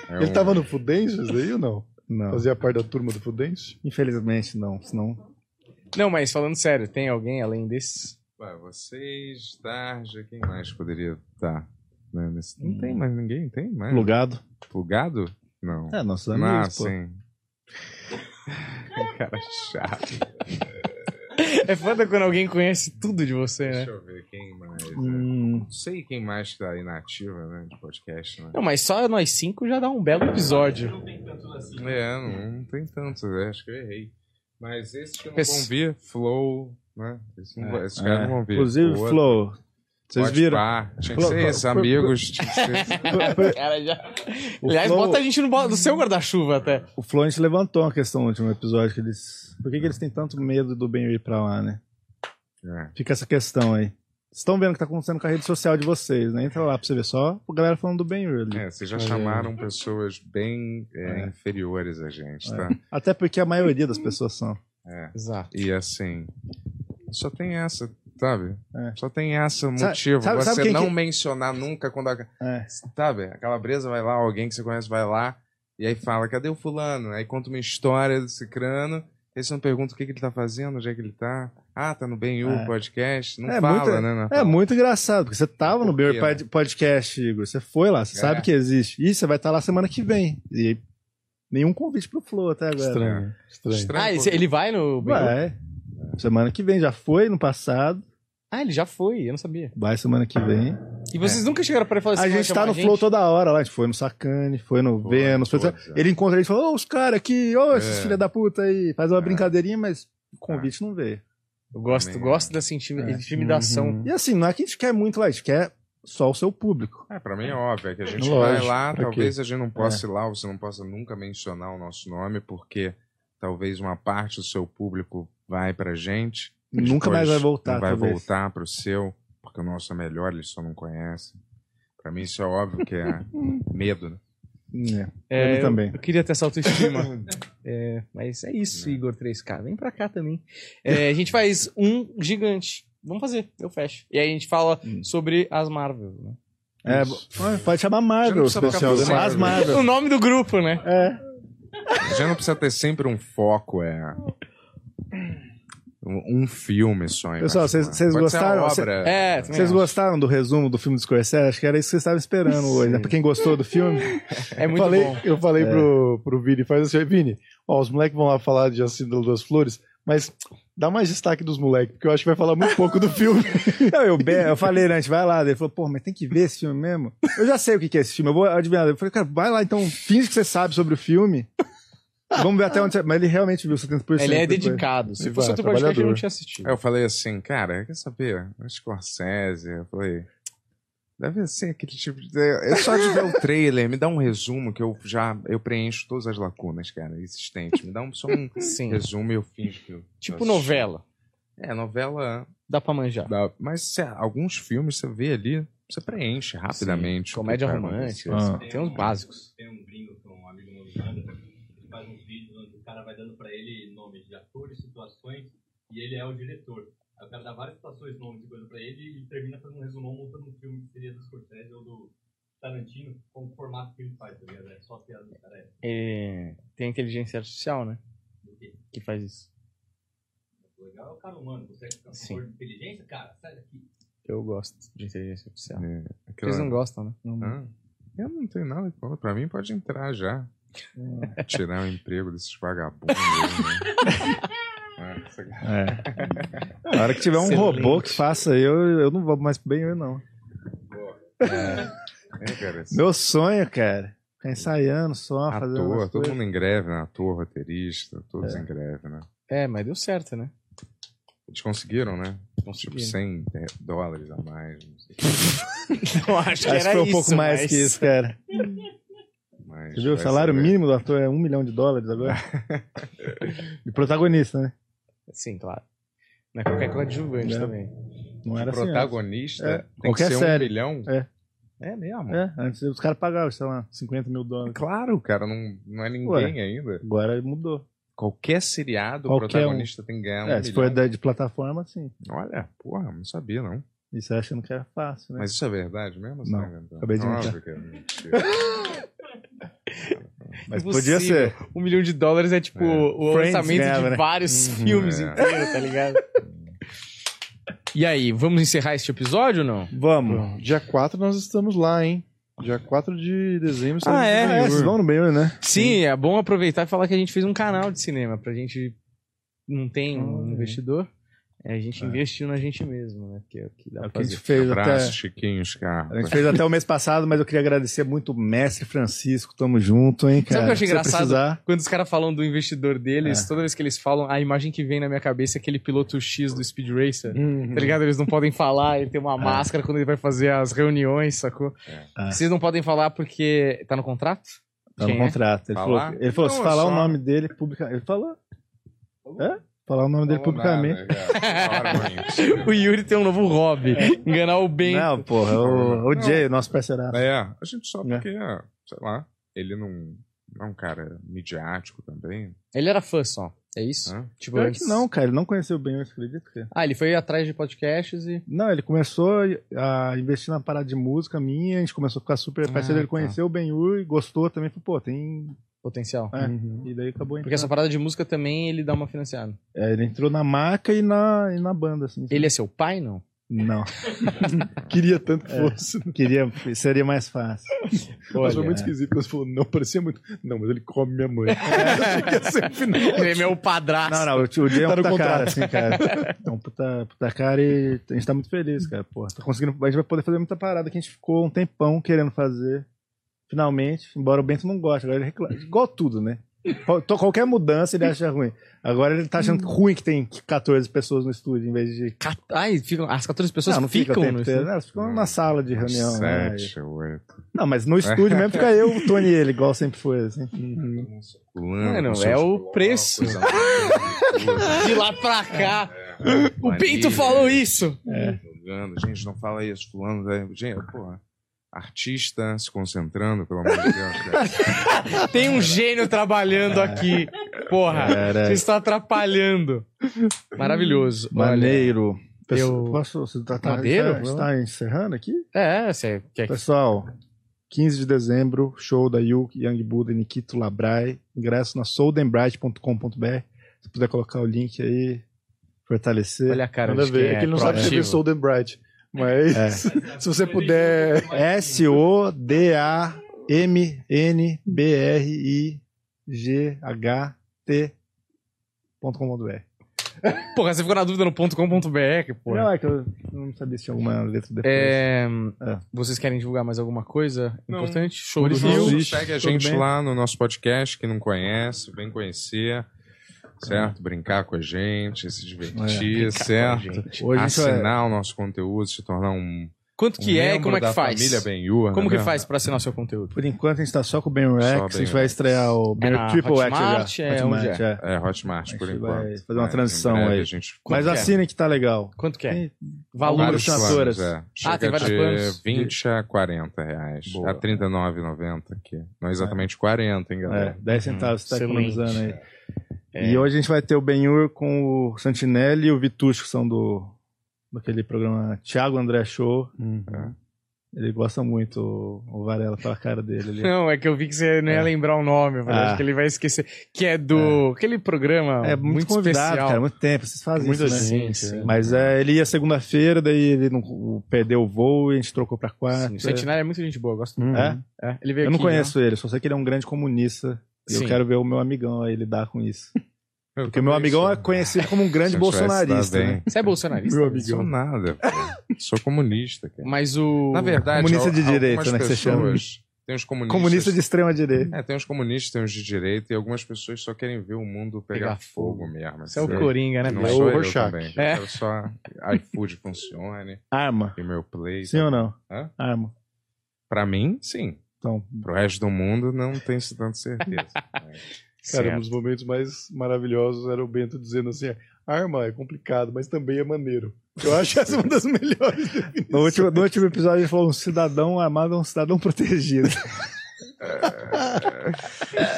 Speaker 3: É
Speaker 2: Ele
Speaker 3: um-
Speaker 4: tá-
Speaker 2: tava no Fudenses aí ou não?
Speaker 4: Não,
Speaker 2: Fazia parte da turma do Fudense?
Speaker 4: infelizmente não. Senão,
Speaker 1: Não, mas falando sério, tem alguém além desses?
Speaker 3: Ué, vocês, Tarja, quem mais poderia estar? né, nesse-
Speaker 4: Hum.
Speaker 3: Não tem mais ninguém, tem mais.
Speaker 4: plugado.
Speaker 3: Plugado? Não.
Speaker 4: É, nossos
Speaker 3: ah,
Speaker 4: amigos, pô.
Speaker 3: sim. Cara chato.
Speaker 1: É foda quando alguém conhece tudo de
Speaker 4: É.
Speaker 1: você, né?
Speaker 3: Deixa eu ver quem mais. né?
Speaker 4: Hum,
Speaker 3: Não sei quem mais tá aí na ativa, né? De podcast, né?
Speaker 1: Não, mas só nós cinco já dá um belo episódio.
Speaker 5: Não tem tanto assim.
Speaker 3: É, não, não tem tantos, né? acho que eu errei. Mas esses que não
Speaker 1: Pes-
Speaker 3: vão vir, Flow, né? Esses, não
Speaker 1: É,
Speaker 3: vão- esses caras
Speaker 4: é.
Speaker 3: não vão vir.
Speaker 4: Inclusive,
Speaker 3: O outro,
Speaker 4: Flow, vocês
Speaker 3: Pode
Speaker 4: viram?
Speaker 3: Pá. Tinha que
Speaker 4: Flow-
Speaker 3: ser esses amigos. tinha que ser-
Speaker 1: Cara, já...
Speaker 4: O
Speaker 1: Aliás,
Speaker 4: Flow-
Speaker 1: bota a gente no, bo- no seu guarda-chuva até.
Speaker 4: O Flow a gente levantou uma questão no último episódio que eles. Por que, que eles têm tanto medo do Ben ir pra lá, né?
Speaker 3: É.
Speaker 4: Fica essa questão aí. Vocês estão vendo o que tá acontecendo com a rede social de vocês, né? Entra lá pra você ver só a galera falando do Ben ali.
Speaker 3: É, vocês já chamaram pessoas bem é, inferiores a
Speaker 4: É.
Speaker 3: gente, tá?
Speaker 4: Até porque a maioria das pessoas são.
Speaker 1: Exato.
Speaker 3: E assim, só tem essa, sabe?
Speaker 4: É.
Speaker 3: Só tem essa
Speaker 4: Sa-
Speaker 3: motivo.
Speaker 4: sabe- sabe
Speaker 3: você
Speaker 4: quem
Speaker 3: não
Speaker 4: que-
Speaker 3: mencionar nunca quando. A...
Speaker 4: É.
Speaker 3: Sabe? A calabresa vai lá, alguém que você conhece vai lá, e aí fala: cadê o fulano? Aí conta uma história do cicrano. Aí você não pergunta o que, que ele tá fazendo, onde é que ele tá. Ah, tá no Ben
Speaker 4: É.
Speaker 3: podcast. Não
Speaker 4: É
Speaker 3: fala,
Speaker 4: muito-
Speaker 3: né? Natal?
Speaker 4: É muito engraçado, porque você tava no
Speaker 3: Por quê,
Speaker 4: Beer Pod- Podcast, Igor. Você foi lá, você
Speaker 3: É.
Speaker 4: sabe que existe. E você vai estar lá semana que vem. E nenhum convite pro Flow até agora.
Speaker 2: Estranho. Estranho.
Speaker 3: Estranho,
Speaker 1: Ah,
Speaker 3: pô.
Speaker 1: ele,
Speaker 4: é-
Speaker 1: ele vai no.
Speaker 4: Vai. Semana que vem, já foi no passado.
Speaker 1: Ah, ele já foi, eu não sabia.
Speaker 4: Vai semana que vem.
Speaker 1: E vocês nunca chegaram pra ele falar assim:
Speaker 4: a
Speaker 1: "Vai
Speaker 4: gente
Speaker 1: chamar
Speaker 4: tá no
Speaker 1: a
Speaker 4: Flow toda hora lá. A gente foi no Sacane, foi no
Speaker 3: Pô,
Speaker 4: Vênus. tá- Foi...
Speaker 3: todos, é.
Speaker 4: Ele encontra a gente e fala: Ô, os caras aqui, ô, esses
Speaker 3: É.
Speaker 4: filha da puta aí. Faz uma
Speaker 3: É.
Speaker 4: brincadeirinha, mas o convite não veio.
Speaker 1: Eu gosto,
Speaker 3: Também,
Speaker 1: gosto dessa intimi- intimidação.
Speaker 4: E assim, não é que a gente quer muito lá, a gente quer só o seu público.
Speaker 3: É, pra mim é óbvio, é que a gente
Speaker 2: Lógico,
Speaker 3: vai lá,
Speaker 2: pra quê?
Speaker 3: talvez a gente não possa
Speaker 4: É.
Speaker 3: ir lá, você não possa nunca mencionar o nosso nome, porque talvez uma parte do seu público vai pra gente. e
Speaker 4: Nunca mais
Speaker 3: depois
Speaker 4: vai voltar,
Speaker 3: Não vai
Speaker 4: talvez.
Speaker 3: voltar pro seu, porque o nosso é melhor, eles só não conhecem. Pra mim isso é óbvio que é medo, né?
Speaker 4: É,
Speaker 1: É,
Speaker 4: ele também.
Speaker 1: Eu queria ter essa autoestima. É, mas é isso,
Speaker 3: Né.
Speaker 1: Igor 3K. Vem pra cá também. É, a gente faz um gigante. Vamos fazer, eu fecho. E aí a gente fala
Speaker 4: Hum.
Speaker 1: sobre as Marvel. né?
Speaker 4: É,
Speaker 2: Isso.
Speaker 4: bo- pode chamar Marvel,
Speaker 3: Já não precisa
Speaker 4: pessoal.
Speaker 3: ficar
Speaker 4: As
Speaker 3: pensando.
Speaker 4: Marvel.
Speaker 1: O nome do grupo, né?
Speaker 4: É.
Speaker 3: A gente não precisa ter sempre um foco, é. Um um filme só. em
Speaker 4: Pessoal,
Speaker 3: particular.
Speaker 4: vocês- vocês
Speaker 3: Pode ser uma
Speaker 4: gostaram? Cê-
Speaker 3: Obra...
Speaker 1: É, também
Speaker 4: Vocês
Speaker 1: acho.
Speaker 4: gostaram do resumo do filme do Scorsese? Acho que era isso que vocês estavam esperando hoje, né? Pra quem gostou do filme.
Speaker 1: É muito
Speaker 2: falei,
Speaker 1: bom.
Speaker 2: Eu falei
Speaker 4: É.
Speaker 2: pro, pro Vini, faz assim, Vini, ó, os moleques vão lá falar de A Síndrome das Flores, mas dá mais destaque dos moleques, porque eu acho que vai falar muito pouco do filme.
Speaker 4: Não, eu, be- eu falei, né? A gente vai lá. Ele falou, pô, mas tem que ver esse filme mesmo? Eu já sei o que que é esse filme, eu vou adivinhar. Eu falei, cara, vai lá então, finge que você sabe sobre o filme. Vamos ver até onde você... Mas ele realmente viu 70%.
Speaker 1: Ele é
Speaker 4: depois.
Speaker 1: dedicado. Se
Speaker 2: Ele
Speaker 1: fosse
Speaker 2: vai,
Speaker 1: outro podcast, eu não
Speaker 2: trabalhador.
Speaker 1: tinha assistido.
Speaker 3: Aí eu falei assim, cara, quer saber? O Scorsese, eu falei. Deve ser aquele tipo de. É só de ver o trailer, me dá um resumo que eu já eu preencho todas as lacunas, cara, existentes. Me dá um, só um
Speaker 1: Sim.
Speaker 3: resumo e eu finjo que. eu-
Speaker 1: Tipo novela.
Speaker 3: É, novela.
Speaker 1: Dá pra manjar.
Speaker 3: dá- Mas se- alguns filmes você vê ali, você preenche rapidamente. o que
Speaker 1: Comédia
Speaker 3: vai
Speaker 1: romântica.
Speaker 3: acontecer.
Speaker 4: Ah.
Speaker 1: Tem uns básicos.
Speaker 5: Tem um gringo que é um amigo meu do Canadá, que faz uns vídeos onde o cara vai dando pra ele nomes de atores, situações, e ele é o diretor. Aí o cara dá várias situações, nomes de coisa pra ele, e termina fazendo um resumão, montando um filme que seria do Scorsese ou do Tarantino, com o formato que ele faz, tá ligado? É só piada do cara. É.
Speaker 1: É, Tem a inteligência artificial, né? Que faz isso.
Speaker 5: O legal é o cara humano, você é um
Speaker 1: Sim.
Speaker 5: favor de inteligência, cara, sai daqui.
Speaker 1: Eu gosto de inteligência artificial.
Speaker 3: Aquela-
Speaker 1: Vocês não gostam, né? Não-
Speaker 3: Ah, Eu não tenho nada contra. Pra mim pode entrar já.
Speaker 1: É.
Speaker 3: Tirar o emprego desses vagabundos. aí, né? Ah, sacanagem.
Speaker 4: É. Na hora que tiver um
Speaker 1: Excelente.
Speaker 4: robô que faça eu, eu não vou mais bem eu, não.
Speaker 3: É, cara, esse
Speaker 4: Meu sonho, cara. Ficar ensaiando só, fazendo
Speaker 3: ator,
Speaker 4: umas
Speaker 3: todo
Speaker 4: coisas.
Speaker 3: mundo em greve, né? Ator, roteirista, todos em greve, né?
Speaker 1: É, mas deu certo, né?
Speaker 3: Eles conseguiram, né? Tipo,
Speaker 1: Conseguiram.
Speaker 3: 100 dólares a mais, não sei
Speaker 1: Eu acho que
Speaker 4: Acho que
Speaker 1: era
Speaker 4: foi um
Speaker 1: isso,
Speaker 4: pouco mais
Speaker 1: mas-
Speaker 4: que isso, cara.
Speaker 3: o que mais.
Speaker 4: Você viu? O
Speaker 3: Vai
Speaker 4: salário
Speaker 3: saber.
Speaker 4: mínimo do ator é um milhão de dólares agora. e protagonista, né?
Speaker 1: Sim, claro. Não é qualquer coadjuvante
Speaker 4: É.
Speaker 1: também.
Speaker 4: Não
Speaker 3: O
Speaker 4: era assim. antes.
Speaker 3: protagonista
Speaker 4: É.
Speaker 3: tem
Speaker 4: Qualquer
Speaker 3: que ser
Speaker 4: série.
Speaker 3: um milhão.
Speaker 4: É.
Speaker 3: É mesmo?
Speaker 4: É, antes os caras pagavam, sei lá, 50 mil dólares.
Speaker 3: Claro, cara, não, não é ninguém
Speaker 4: Ué.
Speaker 3: ainda.
Speaker 4: Agora mudou.
Speaker 3: Qualquer seriado,
Speaker 4: Qualquer um.
Speaker 3: o protagonista tem que ganhar um
Speaker 4: é, se
Speaker 3: milhão.
Speaker 4: for da- de plataforma, sim.
Speaker 3: Olha, porra, não sabia, não.
Speaker 4: Isso eu achando que era fácil, né?
Speaker 3: Mas isso é verdade mesmo? ou você
Speaker 4: Não,
Speaker 3: tá inventando?
Speaker 4: acabei de
Speaker 3: Óbvio
Speaker 4: inventar.
Speaker 3: que é mentira.
Speaker 4: Mas
Speaker 1: Impossível.
Speaker 4: podia ser.
Speaker 1: Um milhão de dólares é tipo
Speaker 3: É.
Speaker 1: o
Speaker 4: Friends
Speaker 1: orçamento
Speaker 4: ganhava,
Speaker 1: de
Speaker 4: né?
Speaker 1: vários
Speaker 3: Uhum,
Speaker 1: filmes
Speaker 3: é.
Speaker 1: inteiros, tá ligado? e aí, vamos encerrar este episódio ou não?
Speaker 4: Vamos.
Speaker 2: Dia 4 nós estamos lá, hein? Dia 4 de dezembro estamos
Speaker 1: Ah, é?
Speaker 2: no
Speaker 4: É,
Speaker 2: Benhur.
Speaker 4: vocês vão no meio, né?
Speaker 1: Sim, é bom aproveitar e falar que a gente fez um canal de cinema pra gente. Não tem um investidor. É, a gente investiu na gente mesmo, né? Porque é o que dá
Speaker 4: É o
Speaker 1: pra
Speaker 4: que a gente
Speaker 1: fazer.
Speaker 4: fez
Speaker 3: Abraço,
Speaker 4: até.
Speaker 3: Chiquinho, Scarpa.
Speaker 4: A gente fez até o mês passado, mas eu queria agradecer muito o mestre Francisco. Tamo junto, hein,
Speaker 1: Sabe
Speaker 4: cara.
Speaker 1: o que eu achei
Speaker 4: Se
Speaker 1: engraçado?
Speaker 4: precisar,
Speaker 1: Quando os caras falam do investidor deles,
Speaker 4: É.
Speaker 1: toda vez que eles falam, a imagem que vem na minha cabeça é aquele piloto X do Speed Racer.
Speaker 2: Uhum.
Speaker 1: Tá ligado? Eles não podem falar, ele tem uma
Speaker 4: É.
Speaker 1: máscara quando ele vai fazer as reuniões, sacou?
Speaker 4: É.
Speaker 1: Vocês não podem falar porque tá no contrato?
Speaker 4: tá
Speaker 1: Quem
Speaker 4: no
Speaker 1: é?
Speaker 4: contrato. Ele
Speaker 3: Falar?
Speaker 4: falou, ele falou se
Speaker 3: Não, é
Speaker 4: falar
Speaker 3: só-
Speaker 4: o nome dele publicamente. Ele falou. É? Falar o nome dele
Speaker 3: Falou
Speaker 4: publicamente.
Speaker 3: nada, cara. Falaram mentira.
Speaker 1: O Yuri tem um novo hobby, enganar o Ben.
Speaker 4: É. Não, porra, o, o
Speaker 3: Não.
Speaker 4: Jay, nosso parceiraço.
Speaker 3: É, a gente só
Speaker 4: É.
Speaker 3: porque, sei lá, ele não, não é um cara midiático também.
Speaker 1: Ele era fã só, é isso?
Speaker 3: né?
Speaker 1: Tipo,
Speaker 4: Pior
Speaker 1: antes-
Speaker 4: que não, cara, ele não conheceu bem, eu acredito. Cara.
Speaker 1: Ah, ele foi atrás de podcasts e...
Speaker 4: Não, ele começou a investir na parada de música minha, a gente começou a ficar super
Speaker 3: Ah,
Speaker 4: parceiro, ele
Speaker 3: tá.
Speaker 4: conheceu o Ben-Hur e gostou também, falou, pô, tem
Speaker 1: potencial.
Speaker 4: É. E daí acabou entrando.
Speaker 1: Porque essa parada de música também ele dá uma financiada.
Speaker 4: É, ele entrou na maca e na, e na banda, assim.
Speaker 1: Ele é seu pai, não?
Speaker 4: Não. É,
Speaker 2: Queria tanto que fosse.
Speaker 4: Queria, seria mais fácil.
Speaker 2: mas foi muito esquisito. Você falou, não, parecia muito. Não, mas ele come minha mãe. Achei que ia ser o final.
Speaker 1: Ele é meu padrasto.
Speaker 4: Não, não, o tio- o Jay é um
Speaker 2: Tá no
Speaker 4: puta
Speaker 2: contrato.
Speaker 4: cara, assim, cara. É um puta, puta cara e a gente tá muito feliz, cara. Porra, tá conseguindo. A gente vai poder fazer muita parada que a gente ficou um tempão querendo fazer. Finalmente, embora o Bento não goste, agora ele reclama. Igual tudo, né? Qual- to- Qualquer mudança ele acha ruim. Agora ele tá achando ruim que tem 14 pessoas no estúdio em vez de.
Speaker 1: Cat- Ai, ficam- as 14 pessoas
Speaker 4: não, não fica o
Speaker 1: ficam
Speaker 4: tempo
Speaker 1: no
Speaker 4: inteiro, né? Elas ficam na sala de reunião. né?
Speaker 3: Sete, é oito.
Speaker 4: Não, mas
Speaker 1: É.
Speaker 4: no estúdio mesmo fica eu, o Tony e ele, igual sempre foi, assim.
Speaker 3: Fulano,
Speaker 1: Mano,
Speaker 3: com
Speaker 1: é
Speaker 3: seus-
Speaker 1: o preço.
Speaker 3: Coisa louca.
Speaker 1: De lá pra cá. O
Speaker 3: Maria,
Speaker 1: Pinto falou
Speaker 3: né?
Speaker 1: isso.
Speaker 3: Jogando. Gente, não fala isso, fulano. né? Gente, porra. Artista se concentrando, pelo amor de Deus. cara.
Speaker 1: Tem um gênio trabalhando aqui. Porra,
Speaker 4: Cara,
Speaker 1: vocês estão atrapalhando. Maravilhoso. Olha,
Speaker 4: Maneiro. Pessoal,
Speaker 1: eu-
Speaker 4: Posso, você tá, tá,
Speaker 1: Maneiro?
Speaker 4: está, está encerrando aqui?
Speaker 1: é, você quer
Speaker 4: Tá
Speaker 1: que
Speaker 4: Pessoal, 15 de dezembro, show da Yuki, Young Buddha e Nikito Labrai. Ingresso na soldenbright.com.br. Se puder colocar o link aí, fortalecer.
Speaker 1: Olha a cara
Speaker 2: Nada a
Speaker 1: de quem
Speaker 2: ver.
Speaker 1: é,
Speaker 2: É que ele não sabe escrever
Speaker 1: proativo.
Speaker 2: Sold and Bright. Mas
Speaker 4: É.
Speaker 2: se você puder.
Speaker 4: S-O-D-A-M-N-B-R-I-G-H-T.com.br.
Speaker 1: Porra, você ficou na dúvida no .com.br, porra.
Speaker 4: Não, é que eu não sabia se tinha alguma letra depois.
Speaker 1: É,
Speaker 4: É.
Speaker 1: Vocês querem divulgar mais alguma coisa
Speaker 3: Não.
Speaker 1: importante? Show
Speaker 4: Por
Speaker 1: do
Speaker 4: isso
Speaker 1: Rio.
Speaker 4: não.
Speaker 3: Segue a
Speaker 4: Tudo
Speaker 3: gente
Speaker 4: bem?
Speaker 3: lá no nosso podcast, que não conhece, vem conhecer, certo? Brincar com a gente,
Speaker 4: É,
Speaker 3: se divertir, certo?
Speaker 4: Hoje
Speaker 1: ah,
Speaker 4: isso é-
Speaker 3: Assinar o nosso conteúdo, se tornar um,
Speaker 1: Quanto
Speaker 3: um
Speaker 1: que é?
Speaker 3: membro
Speaker 1: Como é
Speaker 3: da
Speaker 1: que faz?
Speaker 3: família Benhur.
Speaker 1: Como que faz pra assinar o seu conteúdo?
Speaker 4: Por enquanto a gente tá só com o Ben
Speaker 3: Só
Speaker 4: Rex, a
Speaker 3: Ben
Speaker 4: gente vai
Speaker 3: Rex.
Speaker 4: estrear o Ben
Speaker 1: na
Speaker 4: Triple X
Speaker 1: É, Hotmart,
Speaker 4: já.
Speaker 1: é, onde
Speaker 4: é.
Speaker 3: É, Hotmart, por
Speaker 4: A gente
Speaker 3: enquanto.
Speaker 4: vai fazer uma
Speaker 3: Mas em
Speaker 4: transição
Speaker 3: breve
Speaker 4: aí.
Speaker 3: A gente...
Speaker 1: Quanto
Speaker 4: Mas
Speaker 1: que é?
Speaker 4: assinem que tá legal.
Speaker 1: Quanto que é?
Speaker 4: Tem
Speaker 1: Valor.
Speaker 3: Vários
Speaker 4: Vários
Speaker 3: planos,
Speaker 4: assinaturas.
Speaker 3: é. Chega
Speaker 1: Ah, tem vários
Speaker 3: de
Speaker 1: planos.
Speaker 3: 20 a 40 reais.
Speaker 4: Boa.
Speaker 3: A 39,90 aqui. Não é exatamente 40, hein,
Speaker 4: É,
Speaker 3: galera?
Speaker 4: 10 centavos você tá
Speaker 1: Excelente.
Speaker 4: economizando aí.
Speaker 1: É.
Speaker 4: E hoje a gente vai ter o Benhur com o Santinelli e o Vitucho, que são do daquele programa Thiago André Show.
Speaker 1: Uhum.
Speaker 4: É. Ele gosta muito, o- o Varela, pela cara dele ali.
Speaker 1: Não, é que eu vi que você não ia
Speaker 4: É.
Speaker 1: lembrar o nome, eu falei,
Speaker 4: Ah.
Speaker 1: acho que ele vai esquecer. Que é do. Aquele programa
Speaker 4: É muito,
Speaker 1: muito,
Speaker 4: convidado,
Speaker 1: especial. assim.
Speaker 4: cara, muito tempo, vocês fazem
Speaker 2: Muita
Speaker 4: isso, né?
Speaker 1: Sim,
Speaker 2: gente,
Speaker 1: sim.
Speaker 4: Mas é, ele ia segunda-feira, daí ele não, o- perdeu o voo e a gente trocou pra quarta.
Speaker 1: Sim, o Santinelli é muito gente boa, eu gosto.
Speaker 4: É?
Speaker 1: É, ele veio
Speaker 4: Eu não
Speaker 1: aqui,
Speaker 4: conheço ele, só sei que ele é um grande comunista. E
Speaker 1: Sim.
Speaker 4: eu quero ver o meu amigão aí lidar com isso.
Speaker 3: Eu
Speaker 4: Porque meu
Speaker 3: também
Speaker 4: amigão
Speaker 3: sou.
Speaker 4: é conhecido como um grande
Speaker 3: Se eu tivesse
Speaker 4: bolsonarista,
Speaker 3: dado bem.
Speaker 4: né?
Speaker 1: Você é bolsonarista?
Speaker 2: Meu
Speaker 3: Não sou
Speaker 2: amigão.
Speaker 3: nada, pô. Sou comunista, cara.
Speaker 1: Mas o.
Speaker 3: Na verdade,
Speaker 4: Comunista de
Speaker 3: al-
Speaker 4: direita,
Speaker 3: algumas
Speaker 4: né, que você chama.
Speaker 3: pessoas- Tem os comunistas.
Speaker 4: Comunista de extrema direita.
Speaker 3: É, tem os comunistas, tem os de direita, e algumas pessoas só querem ver o mundo pegar,
Speaker 1: Pegar
Speaker 3: fogo mesmo.
Speaker 1: Você é o
Speaker 3: assim.
Speaker 1: Coringa, né?
Speaker 3: Não
Speaker 1: bicho?
Speaker 2: É o
Speaker 3: sou eu
Speaker 2: Rorschach.
Speaker 3: também. Eu
Speaker 1: É.
Speaker 3: quero só iFood funcione,
Speaker 4: Arma.
Speaker 3: e meu play.
Speaker 4: Sim ou não?
Speaker 3: Hã?
Speaker 4: Arma.
Speaker 3: Pra mim, sim.
Speaker 4: Então,
Speaker 3: Pro resto do mundo, não tenho tanta certeza.
Speaker 2: Cara, um
Speaker 1: Certo.
Speaker 2: dos momentos mais maravilhosos era o Bento dizendo assim: arma é complicado, mas também é maneiro. Eu acho essa uma das melhores. definições.
Speaker 4: no último, no último episódio ele falou um cidadão armado é um cidadão protegido.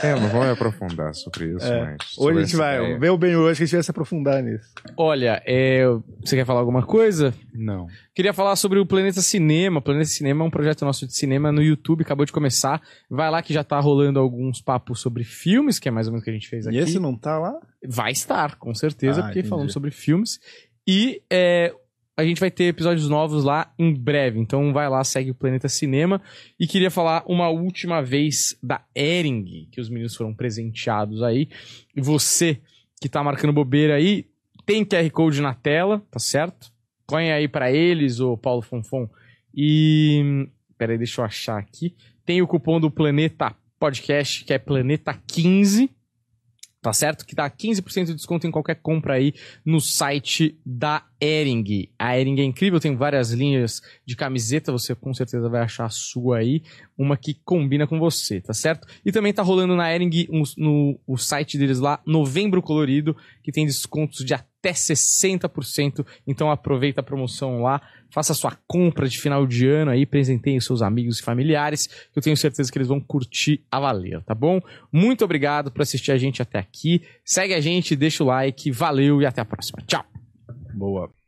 Speaker 3: É, não vou me aprofundar sobre isso,
Speaker 4: É.
Speaker 3: mas.
Speaker 4: Hoje
Speaker 3: sobre
Speaker 4: a gente vai
Speaker 3: essa ideia-
Speaker 4: ver o bem hoje que a gente vai se aprofundar nisso.
Speaker 1: Olha, é, você quer falar alguma coisa?
Speaker 2: Não.
Speaker 1: Queria falar sobre o Planeta Cinema. O Planeta Cinema é um projeto nosso de cinema no YouTube, acabou de começar. Vai lá que já tá rolando alguns papos sobre filmes, que é mais ou menos o que a gente fez aqui.
Speaker 4: E esse não tá lá?
Speaker 1: Vai estar, com certeza,
Speaker 4: Ah,
Speaker 1: porque
Speaker 4: entendi.
Speaker 1: falamos sobre filmes. E é, a gente vai ter episódios novos lá em breve. Então vai lá, segue o Planeta Cinema. E queria falar uma última vez da Ering, que os meninos foram presenteados aí. E você que tá marcando bobeira aí, tem QR Code na tela, tá certo? Põe aí pra eles, o Paulo Fonfon. E. Peraí, deixa eu achar aqui. Tem o cupom do Planeta Podcast, que é Planeta 15. Tá certo? Que dá 15% de desconto em qualquer compra aí no site da Ering. A Ering é incrível, tem várias linhas de camiseta, você com certeza vai achar a sua aí, uma que combina com você, tá certo? E também tá rolando na Ering um- no o site deles lá, Novembro Colorido, que tem descontos de até 60%, então aproveita a promoção lá, faça sua compra de final de ano aí, presenteie os seus amigos e familiares, que eu tenho certeza que eles vão curtir a valer, tá bom? Muito obrigado por assistir a gente até aqui. Segue a gente, deixa o like, valeu e até a próxima. Tchau!
Speaker 4: Boa.